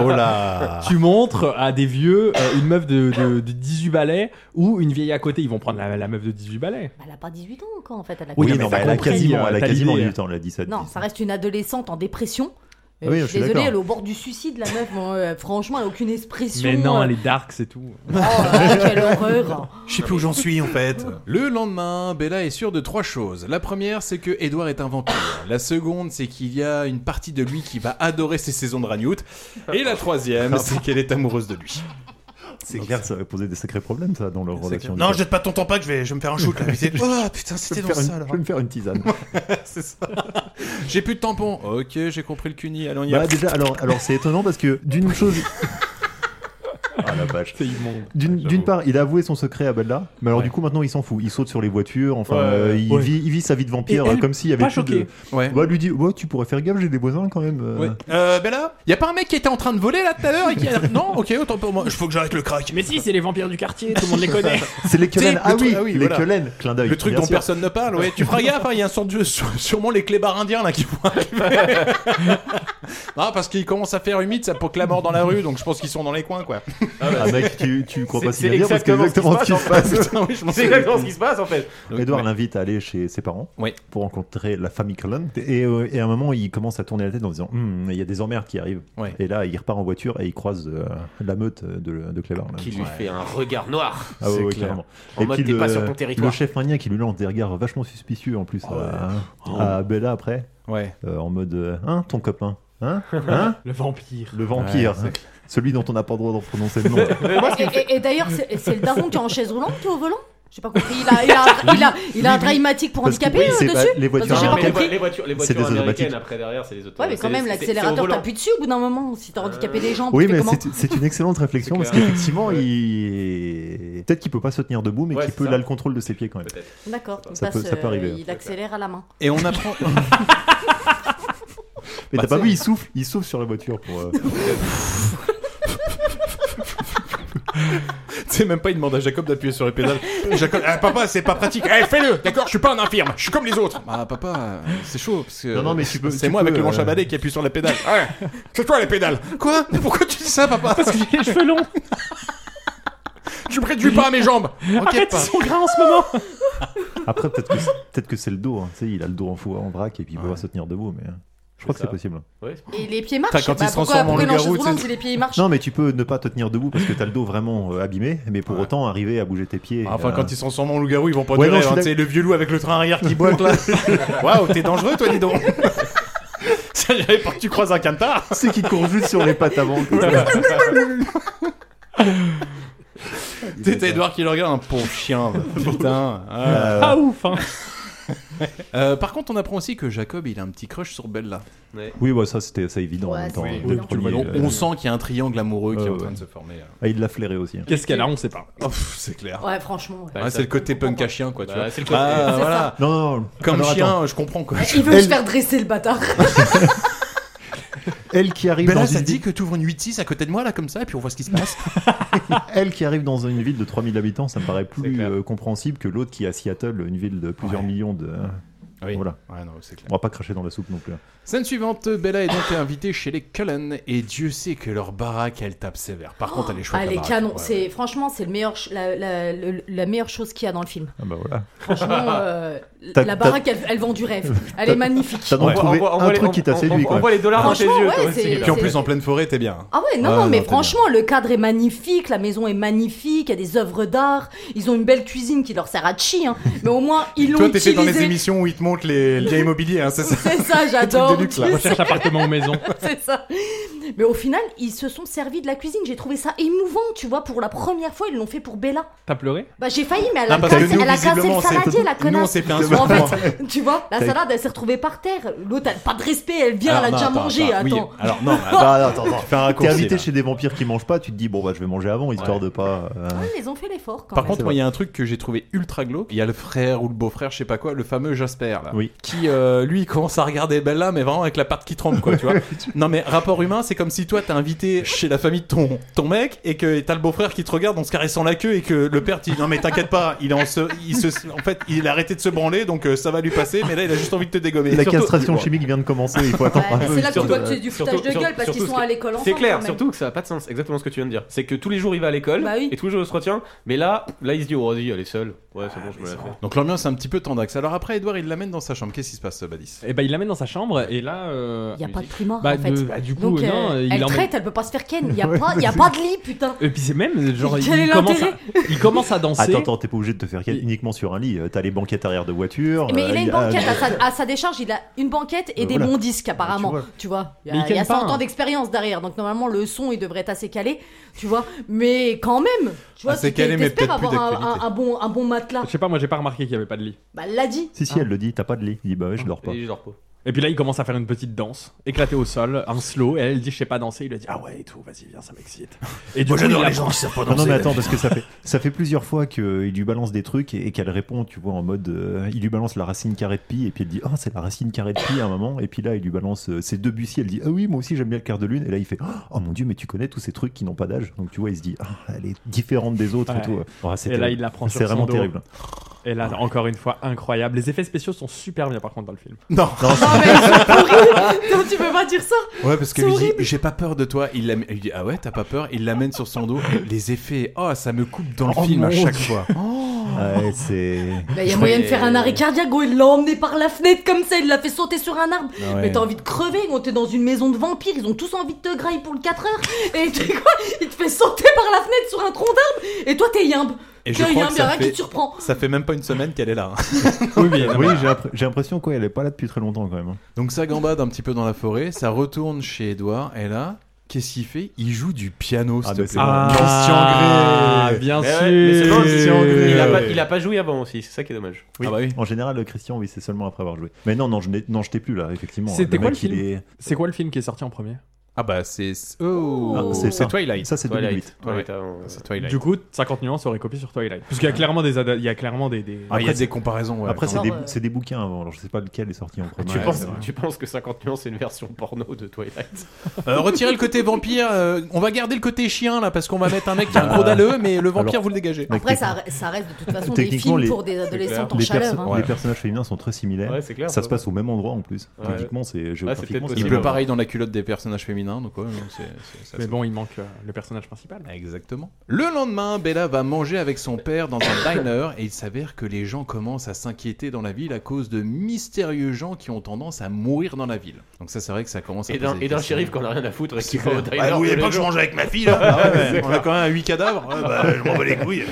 [SPEAKER 14] Oh là.
[SPEAKER 6] Tu montres à des vieux euh, une meuf de, de- de 18 balais ou une vieille à côté. Ils vont prendre la, la meuf de 18 balais.
[SPEAKER 13] bah, Elle a pas 18 ans encore, en fait. Elle a
[SPEAKER 12] Oui,
[SPEAKER 13] quoi,
[SPEAKER 12] non,
[SPEAKER 13] ça
[SPEAKER 12] mais elle a
[SPEAKER 13] comprend.
[SPEAKER 12] quasiment, elle a
[SPEAKER 6] t'as
[SPEAKER 12] quasiment
[SPEAKER 6] l'idée.
[SPEAKER 12] 18 ans, elle a 17.
[SPEAKER 13] Non, ça reste une adolescente en dépression. Euh,
[SPEAKER 12] Ah hein. oui,
[SPEAKER 13] je
[SPEAKER 12] je suis
[SPEAKER 13] suis désolée,
[SPEAKER 12] d'accord.
[SPEAKER 13] elle est au bord du suicide, la meuf. Bon, euh, franchement, elle a aucune expression.
[SPEAKER 6] Mais non,
[SPEAKER 13] euh.
[SPEAKER 6] elle est dark, c'est tout.
[SPEAKER 13] Ah, quelle horreur
[SPEAKER 2] Je sais plus où j'en suis en fait. Le lendemain, Bella est sûre de trois choses. La première, c'est que Edward est un vampire. La seconde, c'est qu'il y a une partie de lui qui va adorer ses saisons de Ragnout. Et la troisième, c'est qu'elle est amoureuse de lui.
[SPEAKER 12] C'est clair, ça va poser des sacrés problèmes, ça, dans leur relation.
[SPEAKER 5] Non, jette pas ton temps pas que je vais, je vais me faire un shoot là. Putain. Oh putain,
[SPEAKER 12] Je
[SPEAKER 5] c'était dans
[SPEAKER 12] vais me
[SPEAKER 5] ça
[SPEAKER 12] faire une-
[SPEAKER 5] alors.
[SPEAKER 12] Je vais me faire une tisane.
[SPEAKER 2] c'est ça. J'ai plus de tampon. Ok, j'ai compris le cuni. Allons y
[SPEAKER 12] Bah,
[SPEAKER 2] va.
[SPEAKER 12] déjà, alors, alors c'est étonnant parce que d'une chose. Ah la vache. D'une d'une part, il a avoué son secret à Bella, mais alors du coup maintenant il s'en fout. Il saute sur les voitures, enfin
[SPEAKER 2] Ouais,
[SPEAKER 12] euh, il,
[SPEAKER 2] ouais.
[SPEAKER 12] vit, il vit sa vie de vampire
[SPEAKER 2] Et elle,
[SPEAKER 12] euh, comme s'il y avait
[SPEAKER 2] pas
[SPEAKER 12] plus
[SPEAKER 2] choquée.
[SPEAKER 12] de. Bah, lui dit, ouais, tu pourrais faire gaffe, j'ai des voisins quand même. euh.
[SPEAKER 2] Ouais. Euh, Bella Y a pas un mec qui était en train de voler là tout à l'heure et qui a... Non Ok, autant pour moi.
[SPEAKER 5] Il faut que j'arrête le crack.
[SPEAKER 6] Mais si, c'est les vampires du quartier, tout le monde les connaît.
[SPEAKER 12] C'est les
[SPEAKER 2] Tu sais,
[SPEAKER 12] queulen.
[SPEAKER 2] le
[SPEAKER 12] Ah,
[SPEAKER 2] truc-
[SPEAKER 12] oui, les
[SPEAKER 2] voilà.
[SPEAKER 12] queulen. Clin d'œil.
[SPEAKER 2] Le truc
[SPEAKER 12] bien
[SPEAKER 2] dont
[SPEAKER 12] sûr.
[SPEAKER 2] personne ne parle, ouais. Tu feras gaffe, hein, il y a un sort de sur- sûrement les clébards indiens là qui vont arriver. non, parce qu'il commence à faire humide, ça poque la mort dans la rue, donc je pense qu'ils sont dans les coins, quoi.
[SPEAKER 12] Ah mec, tu, tu crois pas si
[SPEAKER 14] C'est
[SPEAKER 12] bien dire parce que exactement
[SPEAKER 14] exactement ce qui se passe.
[SPEAKER 2] Putain, oui,
[SPEAKER 14] en
[SPEAKER 2] je
[SPEAKER 14] fait.
[SPEAKER 2] m'en
[SPEAKER 14] C'est
[SPEAKER 2] souviens.
[SPEAKER 14] exactement ce qui se passe en fait.
[SPEAKER 2] Donc,
[SPEAKER 12] Edouard
[SPEAKER 2] ouais.
[SPEAKER 12] l'invite à aller chez ses parents
[SPEAKER 2] Ouais.
[SPEAKER 12] pour rencontrer la famille Cullen. Et, euh, et à un moment, il commence à tourner la tête en disant Hum, il y a des emmerdes qui arrivent.
[SPEAKER 2] Ouais.
[SPEAKER 12] Et là, il repart en voiture et il croise euh, la meute de, de Clébard. là.
[SPEAKER 14] Qui lui fait un regard noir.
[SPEAKER 12] Ah ouais, ouais,
[SPEAKER 14] clair.
[SPEAKER 12] clairement.
[SPEAKER 14] En
[SPEAKER 12] et
[SPEAKER 14] mode,
[SPEAKER 12] puis
[SPEAKER 14] t'es
[SPEAKER 12] le,
[SPEAKER 14] pas sur ton territoire. Ah
[SPEAKER 12] le chef mania qui lui lance des regards vachement suspicieux en plus à, hein,
[SPEAKER 14] Oh.
[SPEAKER 12] à Bella après.
[SPEAKER 2] Ouais.
[SPEAKER 12] Euh, en mode euh, Hein, ton copain Hein Hein
[SPEAKER 6] Le vampire.
[SPEAKER 12] Le vampire. hein.
[SPEAKER 2] Ouais,
[SPEAKER 12] Celui dont on n'a pas le droit d'en prononcer le nom.
[SPEAKER 13] Et, et- et d'ailleurs, c'est c'est le daron qui est en chaise roulante qui est au volant J'ai pas compris. Il a, il a, il a, il a un
[SPEAKER 12] Oui, oui.
[SPEAKER 13] dramatique pour
[SPEAKER 12] Parce que
[SPEAKER 13] handicapés
[SPEAKER 12] oui,
[SPEAKER 13] euh,
[SPEAKER 12] c'est
[SPEAKER 13] dessus
[SPEAKER 12] pas- les voitures
[SPEAKER 13] Parce que j'ai pas
[SPEAKER 12] américaines-
[SPEAKER 13] compris.
[SPEAKER 14] Les voitures, les
[SPEAKER 12] C'est
[SPEAKER 14] voitures
[SPEAKER 12] des
[SPEAKER 14] américaines
[SPEAKER 12] automatiques.
[SPEAKER 14] après derrière, c'est les autos.
[SPEAKER 13] Ouais, mais quand
[SPEAKER 14] c'est-
[SPEAKER 13] même,
[SPEAKER 14] c'est- c'est
[SPEAKER 13] l'accélérateur
[SPEAKER 14] au volant.
[SPEAKER 13] t'appuies dessus au bout d'un moment. Si t'as handicapé des jambes,
[SPEAKER 12] Oui,
[SPEAKER 13] t'es
[SPEAKER 12] mais
[SPEAKER 13] comment
[SPEAKER 12] c'est- c'est une excellente réflexion parce qu'effectivement, il... peut-être qu'il peut pas se tenir debout, mais
[SPEAKER 13] Ouais,
[SPEAKER 12] qu'il
[SPEAKER 13] c'est
[SPEAKER 12] peut
[SPEAKER 13] ça.
[SPEAKER 12] il a le contrôle de ses pieds quand même.
[SPEAKER 13] D'accord, donc
[SPEAKER 12] Ça
[SPEAKER 13] ça,
[SPEAKER 12] peut-
[SPEAKER 13] se-
[SPEAKER 12] ça peut arriver.
[SPEAKER 13] Il accélère à la main.
[SPEAKER 2] Et on apprend.
[SPEAKER 12] Mais
[SPEAKER 2] Bah,
[SPEAKER 12] t'as pas
[SPEAKER 2] c'est-
[SPEAKER 12] vu, il souffle, il souffle sur la voiture pour. euh,
[SPEAKER 2] Tu sais, même pas, il demande à Jacob d'appuyer sur les pédales. Jacob, Ah, papa, c'est pas pratique. Eh, fais-le, d'accord Je suis pas un infirme, je suis comme les autres.
[SPEAKER 6] Ah,
[SPEAKER 2] Bah, papa, euh, c'est chaud, parce que.
[SPEAKER 12] Non, non, mais tu peux-
[SPEAKER 2] C'est
[SPEAKER 12] tu
[SPEAKER 2] moi
[SPEAKER 12] peux,
[SPEAKER 2] avec le manche
[SPEAKER 12] euh,
[SPEAKER 2] à balai qui appuie sur la pédale. Ah Ouais, c'est toi les pédales. Quoi Mais Pourquoi tu dis ça, papa Parce que
[SPEAKER 6] j'ai les cheveux longs.
[SPEAKER 2] Je me réduis pas à mes jambes.
[SPEAKER 6] Arrête,
[SPEAKER 2] T'inquiète pas.
[SPEAKER 6] ils sont gras en ce moment.
[SPEAKER 12] Après, peut-être que, peut que c'est le dos. hein. Tu sais, il a le dos en fou, en vrac, et puis il peut pas se tenir debout, mais euh, je crois que c'est possible.
[SPEAKER 13] Et les pieds marchent
[SPEAKER 12] Putain, quand
[SPEAKER 13] Bah,
[SPEAKER 12] il se
[SPEAKER 13] Pourquoi
[SPEAKER 12] transforme en
[SPEAKER 13] pourquoi il est en
[SPEAKER 12] loup-garou,
[SPEAKER 13] chaise
[SPEAKER 12] tu sais,
[SPEAKER 13] roulante si les pieds marchent
[SPEAKER 12] Non, mais tu peux ne pas te tenir debout parce que t'as le dos vraiment euh, abîmé, mais pour autant arriver à bouger tes pieds.
[SPEAKER 2] Enfin,
[SPEAKER 12] euh,
[SPEAKER 2] quand ils sont sur mon loup-garou, ils vont pas
[SPEAKER 12] Ouais, non,
[SPEAKER 2] durer.
[SPEAKER 12] je suis
[SPEAKER 2] hein,
[SPEAKER 12] d'ac-
[SPEAKER 2] tu sais, le vieux loup avec le train arrière qui boite là. Waouh, t'es dangereux, toi, dis donc. Ça, j'avais pas que tu croises un cantard.
[SPEAKER 12] C'est qui court juste sur les pattes avant. comme ça.
[SPEAKER 2] T'es t'as Edouard qui le regarde, un pauvre chien. Putain.
[SPEAKER 12] Ah,
[SPEAKER 6] Ah ouf, hein.
[SPEAKER 2] Euh, par contre, on apprend aussi que Jacob, il a un petit crush sur Bella.
[SPEAKER 12] Oui, bah, ça, c'était ça évident.
[SPEAKER 13] Ouais,
[SPEAKER 12] en même temps,
[SPEAKER 13] c'est
[SPEAKER 12] hein.
[SPEAKER 13] évident.
[SPEAKER 12] Le
[SPEAKER 13] Tu le
[SPEAKER 12] premier,
[SPEAKER 2] On,
[SPEAKER 12] euh,
[SPEAKER 2] on sent qu'il y a un triangle amoureux qui est en
[SPEAKER 12] ouais,
[SPEAKER 2] train
[SPEAKER 12] ouais.
[SPEAKER 2] de se former. euh.
[SPEAKER 12] Ah, il l'a flairé aussi.
[SPEAKER 6] Qu'est-ce qu'elle a On sait pas.
[SPEAKER 2] Oh, pff, c'est clair.
[SPEAKER 13] Ouais, franchement. ouais.
[SPEAKER 2] Ah, c'est le côté punk à chien, quoi, tu
[SPEAKER 14] Bah,
[SPEAKER 2] vois.
[SPEAKER 14] c'est le côté-
[SPEAKER 2] Ah,
[SPEAKER 13] c'est
[SPEAKER 2] voilà.
[SPEAKER 12] Non, non, non.
[SPEAKER 2] Comme
[SPEAKER 12] Alors,
[SPEAKER 2] chien,
[SPEAKER 12] attends.
[SPEAKER 2] je comprends, quoi.
[SPEAKER 13] Il veut
[SPEAKER 12] Elle-
[SPEAKER 13] se faire dresser le bâtard.
[SPEAKER 12] Elle qui arrive
[SPEAKER 2] Bella,
[SPEAKER 12] dans
[SPEAKER 2] ça
[SPEAKER 12] une
[SPEAKER 2] te Ben dit que t'ouvres une 8-6 à côté de moi, là, comme ça, et puis on voit ce qui se passe.
[SPEAKER 12] Elle qui arrive dans une ville de 3000 habitants, ça me paraît plus euh, compréhensible que l'autre qui est à Seattle, une ville de plusieurs millions de.
[SPEAKER 2] Ah Oui.
[SPEAKER 12] Voilà.
[SPEAKER 2] Ouais, non, c'est clair.
[SPEAKER 12] On va pas cracher dans la soupe non plus. hein.
[SPEAKER 2] Scène suivante, Bella est donc invitée chez les Cullen et Dieu sait que leur baraque elle tape sévère. Par contre, elle est chouette.
[SPEAKER 13] Ah,
[SPEAKER 2] la
[SPEAKER 13] les
[SPEAKER 2] baraque.
[SPEAKER 13] canons,
[SPEAKER 2] Ouais.
[SPEAKER 13] c'est franchement c'est le meilleur, ch- la, la- le- la meilleure chose qu'il y a dans le film.
[SPEAKER 12] Ah bah voilà.
[SPEAKER 13] Franchement, euh,
[SPEAKER 12] T'as-
[SPEAKER 13] la
[SPEAKER 12] t'as-
[SPEAKER 13] baraque, elle, elle vend du rêve. Elle est magnifique.
[SPEAKER 12] T'as donc trouvé un truc qui t'a séduit. quoi.
[SPEAKER 13] Franchement, ouais, c'est-
[SPEAKER 2] Et puis en
[SPEAKER 13] c'est-
[SPEAKER 2] plus, en pleine forêt, t'es bien. hein.
[SPEAKER 13] Ah ouais, non, non, mais franchement, le cadre est magnifique, la maison est magnifique, il y a des œuvres d'art, ils ont une belle cuisine qui leur sert à chi, hein, mais au moins ils l'ont
[SPEAKER 2] Toi, t'étais
[SPEAKER 13] utilisé.
[SPEAKER 2] dans les émissions où ils te montrent les biens immobiliers, hein, c'est ça
[SPEAKER 13] C'est ça, j'adore.
[SPEAKER 2] de luxe, là.
[SPEAKER 13] tu
[SPEAKER 2] Recherche
[SPEAKER 13] sais.
[SPEAKER 2] appartement ou maison.
[SPEAKER 13] c'est ça. Mais au final, ils se sont servis de la cuisine. J'ai trouvé ça émouvant, tu vois. Pour la première fois, ils l'ont fait pour Bella.
[SPEAKER 6] T'as pleuré
[SPEAKER 13] Bah, j'ai failli, mais elle
[SPEAKER 6] Non,
[SPEAKER 13] a,
[SPEAKER 6] parce que
[SPEAKER 13] cassé,
[SPEAKER 6] nous,
[SPEAKER 13] elle a cassé
[SPEAKER 6] visiblement,
[SPEAKER 13] le
[SPEAKER 6] on s'est-
[SPEAKER 13] saladier, la
[SPEAKER 6] nous,
[SPEAKER 13] connasse.
[SPEAKER 6] on s'est fait un
[SPEAKER 13] en
[SPEAKER 6] souffle.
[SPEAKER 13] fait, tu vois, la
[SPEAKER 6] T'as-
[SPEAKER 13] salade, elle s'est retrouvée par terre. L'autre, elle pas de respect, elle vient,
[SPEAKER 12] Alors,
[SPEAKER 13] elle a
[SPEAKER 12] non,
[SPEAKER 13] déjà
[SPEAKER 12] attends,
[SPEAKER 13] mangé.
[SPEAKER 12] attends, oui,
[SPEAKER 13] Attends.
[SPEAKER 12] alors non, bah, bah, attends, attends.
[SPEAKER 2] fais un
[SPEAKER 12] T'es
[SPEAKER 2] raccourci,
[SPEAKER 12] invité
[SPEAKER 2] là.
[SPEAKER 12] chez des vampires qui mangent pas, tu te dis bon bah je vais manger avant histoire de pas. euh,
[SPEAKER 13] Ouais, Ils ont fait l'effort quand
[SPEAKER 2] Par
[SPEAKER 13] même.
[SPEAKER 2] contre, moi, il y a un truc que j'ai trouvé ultra glauque. Il y a le frère ou le beau-frère, je sais pas quoi, le fameux Jasper, là.
[SPEAKER 12] Oui.
[SPEAKER 2] Qui, euh, lui, il commence à regarder Bella, mais vraiment avec la patte qui tremble, quoi, tu vois. Non, mais rapport humain, c'est comme si toi, t'es invité chez la famille de ton, ton mec et que t'as le beau-frère qui te regarde en se caressant la queue et que le père, tu dis non, mais t'inquiète pas, il est en se, il se, en fait, il a arrêté de se branler, donc euh, ça va lui passer, mais là, il a juste envie de te dégommer.
[SPEAKER 12] La
[SPEAKER 2] Surtout-
[SPEAKER 12] castration chimique vient de commencer, il faut attendre un peu.
[SPEAKER 13] c'est là que tu
[SPEAKER 14] Surtout-
[SPEAKER 13] dois te du foutage de
[SPEAKER 14] surtout-
[SPEAKER 13] gueule parce
[SPEAKER 14] surtout
[SPEAKER 13] qu'ils
[SPEAKER 14] ce
[SPEAKER 13] sont
[SPEAKER 14] qui-
[SPEAKER 13] à l'école ensemble.
[SPEAKER 14] C'est clair,
[SPEAKER 13] quand même.
[SPEAKER 14] surtout que ça n'a pas de sens. Exactement ce que tu viens de dire. C'est que tous les jours il va à l'école
[SPEAKER 13] Bah oui.
[SPEAKER 14] et tous les jours il se retient. Mais là, là il se dit oh vas-y, elle est seule. Ouais, c'est bon, je me
[SPEAKER 6] Ah,
[SPEAKER 14] la fais.
[SPEAKER 2] Donc l'ambiance est un petit peu tendax. Alors après, Edouard, il l'amène dans sa chambre. Qu'est-ce qui se passe, Badis
[SPEAKER 6] Et ben il l'amène dans sa chambre et là. euh,
[SPEAKER 13] Il n'y a pas de primeur
[SPEAKER 6] Bah,
[SPEAKER 13] en fait.
[SPEAKER 6] de- bah, du coup,
[SPEAKER 13] Donc,
[SPEAKER 6] euh, non, il
[SPEAKER 13] elle
[SPEAKER 6] en met-
[SPEAKER 13] traite, elle peut pas se faire ken. Il n'y a,
[SPEAKER 6] Ouais,
[SPEAKER 13] pas- y a
[SPEAKER 6] mais
[SPEAKER 13] pas
[SPEAKER 6] c'est-
[SPEAKER 13] de lit, putain.
[SPEAKER 6] Et puis c'est même genre
[SPEAKER 13] Quel est
[SPEAKER 6] il commence, à,
[SPEAKER 13] l'intérêt
[SPEAKER 6] il commence à danser.
[SPEAKER 12] Attends, attends, t'es pas obligé de te faire uniquement sur un lit. Euh, T'as les banquettes arrière de voiture.
[SPEAKER 13] Mais
[SPEAKER 12] euh,
[SPEAKER 13] il a une
[SPEAKER 12] y
[SPEAKER 13] banquette à sa, à sa décharge, il a une banquette et
[SPEAKER 12] Euh,
[SPEAKER 13] des
[SPEAKER 12] voilà.
[SPEAKER 13] bons disques apparemment. Tu vois, il y
[SPEAKER 12] Mais
[SPEAKER 13] a,
[SPEAKER 12] il
[SPEAKER 13] il y a
[SPEAKER 12] calme pas,
[SPEAKER 13] 100
[SPEAKER 12] hein.
[SPEAKER 13] ans d'expérience derrière, donc normalement le son il devrait être assez calé, tu vois. Mais quand même, tu vois,
[SPEAKER 6] Assez
[SPEAKER 13] tu t'es-
[SPEAKER 6] calé, mais
[SPEAKER 13] t'espères
[SPEAKER 6] peut-être plus
[SPEAKER 13] avoir un,
[SPEAKER 6] d'actualité.
[SPEAKER 13] un- un bon, un bon matelas.
[SPEAKER 6] Je sais pas, moi j'ai pas remarqué qu'il y avait pas de lit.
[SPEAKER 13] Bah, elle l'a dit.
[SPEAKER 12] Si, si, elle le dit, t'as pas de lit. Il dit bah ouais, je dors pas.
[SPEAKER 14] Et je dors pas.
[SPEAKER 6] Et puis là, il commence à faire une petite danse, éclatée au sol, un slow. Et elle dit, je sais pas danser. Il lui a dit, ah ouais, et tout, vas-y, viens, ça m'excite. Et du
[SPEAKER 12] Moi,
[SPEAKER 6] coup,
[SPEAKER 12] j'adore
[SPEAKER 6] il
[SPEAKER 12] les
[SPEAKER 6] apprend-
[SPEAKER 2] Oh,
[SPEAKER 12] gens qui savent pas Non, non, mais attends, parce que ça fait, ça fait plusieurs fois qu'il lui balance des trucs et, et qu'elle répond, tu vois, en mode. euh, il lui balance la racine carrée de pi et puis elle dit, oh, c'est la racine carrée de pi à un moment. Et puis là, il lui balance euh, ses deux bussiers. Elle dit, ah oui, moi aussi, j'aime bien le quart de lune. Et là, il fait, oh mon dieu, mais tu connais tous ces trucs qui n'ont pas d'âge. Donc, tu vois, il se dit, ah, elle est différente des autres
[SPEAKER 6] Ouais.
[SPEAKER 12] et tout. Ouais, c'est
[SPEAKER 6] et là,
[SPEAKER 12] terrible.
[SPEAKER 6] il la prend sur
[SPEAKER 12] C'est
[SPEAKER 6] son
[SPEAKER 12] vraiment
[SPEAKER 6] dos.
[SPEAKER 12] terrible.
[SPEAKER 6] Et là, encore une fois, incroyable. Les effets spéciaux sont super bien, par contre, dans le film.
[SPEAKER 2] Non. Non,
[SPEAKER 13] Non, Ah, mais ils sont pourris. Non, tu peux pas dire ça.
[SPEAKER 2] Ouais, parce que
[SPEAKER 13] C'est
[SPEAKER 2] lui dit
[SPEAKER 13] horrible.
[SPEAKER 2] J'ai pas peur de toi. Il, l'amène- il dit Ah ouais, t'as pas peur Il l'amène sur son dos. Les effets, oh, ça me coupe dans le
[SPEAKER 12] Oh
[SPEAKER 2] film à
[SPEAKER 12] mon
[SPEAKER 2] chaque
[SPEAKER 12] Dieu.
[SPEAKER 2] fois.
[SPEAKER 6] Oh.
[SPEAKER 12] Ouais, c'est.
[SPEAKER 13] Bah, il y a moyen de faire un arrêt cardiaque, gros, il l'a emmené par la fenêtre comme ça, il l'a fait sauter sur un arbre.
[SPEAKER 2] Ah ouais.
[SPEAKER 13] Mais t'as envie de crever, gros, t'es dans une maison de vampires, ils ont tous envie de te grailler pour le 4 heures. Et tu sais quoi Il te fait sauter par la fenêtre sur un tronc d'arbre, et toi t'es yimbe.
[SPEAKER 2] Et
[SPEAKER 13] T'es
[SPEAKER 2] je crois
[SPEAKER 13] yimbe,
[SPEAKER 2] que
[SPEAKER 13] y a
[SPEAKER 2] ça
[SPEAKER 13] rien
[SPEAKER 2] fait,
[SPEAKER 13] qui te surprend.
[SPEAKER 2] ça fait même pas une semaine qu'elle est là. hein.
[SPEAKER 12] Oui, j'ai appr- j'ai l'impression qu'elle est pas là depuis très longtemps quand même. hein.
[SPEAKER 2] Donc ça gambade un petit peu dans la forêt, ça retourne chez Edouard, et là, qu'est-ce qu'il fait Il joue du piano, s'il
[SPEAKER 12] Ah,
[SPEAKER 2] te
[SPEAKER 12] bah,
[SPEAKER 2] plaît.
[SPEAKER 12] c'est Ah, bon.
[SPEAKER 6] Christian Grey. bien
[SPEAKER 14] Mais
[SPEAKER 6] sûr.
[SPEAKER 14] ouais, mais c'est drôle,
[SPEAKER 12] Christian Grey.
[SPEAKER 14] Il a pas- il a pas joué avant aussi, c'est ça qui est dommage.
[SPEAKER 2] Ah,
[SPEAKER 12] Oui.
[SPEAKER 2] bah
[SPEAKER 12] En général, le Christian, oui, c'est seulement après avoir joué. Mais non, non, je n'ai- non, je t'ai plus là, effectivement.
[SPEAKER 6] C'était quoi le
[SPEAKER 12] mec, il
[SPEAKER 6] film
[SPEAKER 12] est-
[SPEAKER 6] C'est quoi le film qui est sorti en premier
[SPEAKER 2] Ah bah c'est... Oh,
[SPEAKER 12] Ah, c'est ça. Ça, c'est Twilight. 2008.
[SPEAKER 6] Twilight.
[SPEAKER 14] Twilight avant,
[SPEAKER 2] C'est Twilight.
[SPEAKER 6] Du coup, 50 nuances aurait copié sur Twilight. Parce qu'il y a clairement des... ada- Il y a clairement des... des...
[SPEAKER 14] Ah,
[SPEAKER 2] Ah,
[SPEAKER 12] Après, c'est- Après, c'est
[SPEAKER 6] Alors,
[SPEAKER 12] des,
[SPEAKER 6] euh,
[SPEAKER 12] c'est des bouquins avant, alors je sais pas lequel est sorti en premier.
[SPEAKER 14] Tu, penses, tu penses que 50 nuances c'est une version porno de Twilight
[SPEAKER 2] Euh, retirez le côté vampire, euh, on va garder le côté chien là, parce qu'on va mettre un mec qui a un gros
[SPEAKER 12] Ah.
[SPEAKER 2] dalleux, mais le vampire,
[SPEAKER 12] Alors,
[SPEAKER 2] vous le dégagez.
[SPEAKER 13] Après, ça, ça reste de toute façon des films pour des adolescents en
[SPEAKER 12] les
[SPEAKER 13] chaleur.
[SPEAKER 12] perso-
[SPEAKER 13] hein.
[SPEAKER 12] les personnages féminins sont très similaires.
[SPEAKER 14] Ouais, c'est clair,
[SPEAKER 12] ça
[SPEAKER 14] ouais.
[SPEAKER 12] se passe au même endroit en plus.
[SPEAKER 14] Ouais.
[SPEAKER 12] Techniquement,
[SPEAKER 14] Ah,
[SPEAKER 12] c'est
[SPEAKER 14] c'est
[SPEAKER 12] géographiquement.
[SPEAKER 14] peut-être
[SPEAKER 12] c'est
[SPEAKER 2] Il
[SPEAKER 12] la
[SPEAKER 2] pleut
[SPEAKER 12] même
[SPEAKER 2] pareil dans la culotte des personnages féminins, donc ouais, non, c'est- c'est- ça
[SPEAKER 6] Mais
[SPEAKER 2] se-
[SPEAKER 6] bon, il manque euh, le personnage principal.
[SPEAKER 2] Exactement. Le lendemain, Bella va manger avec son père dans un diner et il s'avère que les gens commencent à s'inquiéter dans la ville à cause de mystérieux gens qui ont tendance à mourir dans la ville. Donc ça, c'est vrai que ça commence à
[SPEAKER 14] Et d'un
[SPEAKER 2] poser des
[SPEAKER 14] et d'un
[SPEAKER 2] questions.
[SPEAKER 14] shérif qu'on a rien à foutre et qui
[SPEAKER 2] C'est
[SPEAKER 14] va
[SPEAKER 2] clair.
[SPEAKER 14] au diner
[SPEAKER 2] Ah, vous voulez
[SPEAKER 14] tous les
[SPEAKER 2] pas que je
[SPEAKER 14] jours.
[SPEAKER 2] mange avec ma fille, là Ah ouais,
[SPEAKER 14] C'est
[SPEAKER 2] on
[SPEAKER 14] clair.
[SPEAKER 2] a quand même un huit cadavres Ouais, bah, je m'en bats les couilles.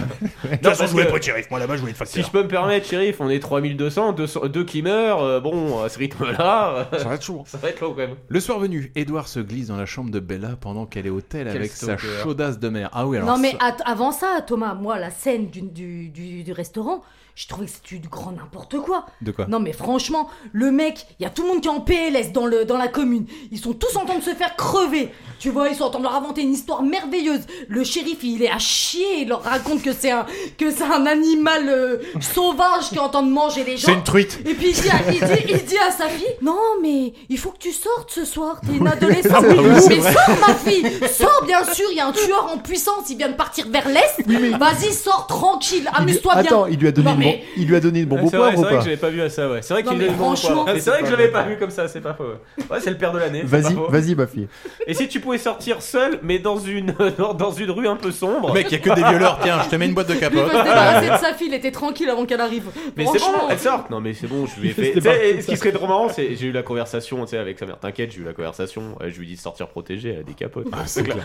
[SPEAKER 2] De toute façon, je voulais pas de shérif. Moi, là-bas, je voulais de facteur.
[SPEAKER 14] Si je peux me permettre, shérif, on est 3200, 200 deux qui meurent. euh, bon, à ce rythme-là. euh,
[SPEAKER 2] Ça va être chaud. hein.
[SPEAKER 14] Ça va être long quand même.
[SPEAKER 2] Le soir venu, Edouard se glisse dans la chambre de Bella pendant qu'elle est au tel
[SPEAKER 14] Quel
[SPEAKER 2] avec sa
[SPEAKER 14] stalker.
[SPEAKER 2] chaudasse de mer. Ah oui, alors
[SPEAKER 13] Non mais
[SPEAKER 2] ça-
[SPEAKER 13] att- avant ça, Thomas, moi la scène du, du, du- du restaurant, je trouvais que c'était du grand n'importe quoi.
[SPEAKER 2] De quoi
[SPEAKER 13] Non mais franchement, le mec, il y a tout le monde qui est en PLS dans, le, dans la commune. Ils sont tous en train de se faire crever. Tu vois, ils sont en train de leur inventer une histoire merveilleuse. Le shérif, il est à chier, il leur raconte que c'est un, que c'est un animal euh, sauvage qui est en train de manger les gens.
[SPEAKER 2] C'est une truite.
[SPEAKER 13] Et puis il dit, à, il dit- il dit à sa fille, non mais il faut que tu sortes ce soir, t'es une adolescente.
[SPEAKER 2] Ah oui,
[SPEAKER 13] oui,
[SPEAKER 2] Ah oui, c'est
[SPEAKER 13] mais
[SPEAKER 2] vrai.
[SPEAKER 13] sors ma fille Sors bien sûr, il y a un tueur en puissance, il vient de partir vers l'est. Vas-y, sors tranquille, amuse-toi bien.
[SPEAKER 9] Attends, il lui a donné
[SPEAKER 13] Non,
[SPEAKER 9] le bon-
[SPEAKER 13] mais-
[SPEAKER 9] il lui a donné le bonbon
[SPEAKER 14] C'est
[SPEAKER 9] poivre
[SPEAKER 14] vrai, c'est
[SPEAKER 9] ou
[SPEAKER 14] vrai
[SPEAKER 9] pas
[SPEAKER 14] que j'avais pas vu à ça, ouais. C'est vrai
[SPEAKER 13] Non,
[SPEAKER 14] qu'il
[SPEAKER 13] mais
[SPEAKER 14] est le bon
[SPEAKER 13] franchement,
[SPEAKER 14] poids.
[SPEAKER 13] c'est
[SPEAKER 14] C'est vrai
[SPEAKER 13] pas
[SPEAKER 14] que je l'avais
[SPEAKER 13] vrai.
[SPEAKER 14] pas vu comme ça, c'est pas faux. ouais. Ouais, c'est le père de l'année. c'est
[SPEAKER 9] Vas-y,
[SPEAKER 14] pas faux.
[SPEAKER 9] vas-y ma fille.
[SPEAKER 14] Et si tu pouvais sortir seul, mais dans une, dans, dans une rue un peu sombre.
[SPEAKER 2] Mec, y a que des violeurs, tiens, je te mets une boîte de
[SPEAKER 13] Lui, il
[SPEAKER 2] capote.
[SPEAKER 13] va se débarrasser de sa fille, il était tranquille avant qu'elle arrive.
[SPEAKER 14] Mais c'est bon,
[SPEAKER 13] Franchement.
[SPEAKER 14] elle sort. Non, mais c'est bon, je lui ai
[SPEAKER 9] Il fait
[SPEAKER 14] fait.
[SPEAKER 9] ses
[SPEAKER 14] Tu sais,
[SPEAKER 9] parties.
[SPEAKER 14] Ce qui serait trop marrant, c'est j'ai eu la conversation tu sais, avec sa mère. T'inquiète, j'ai eu la conversation. Euh, Je lui dis de sortir protégée, elle a des capotes.
[SPEAKER 6] Ah.
[SPEAKER 2] C'est clair.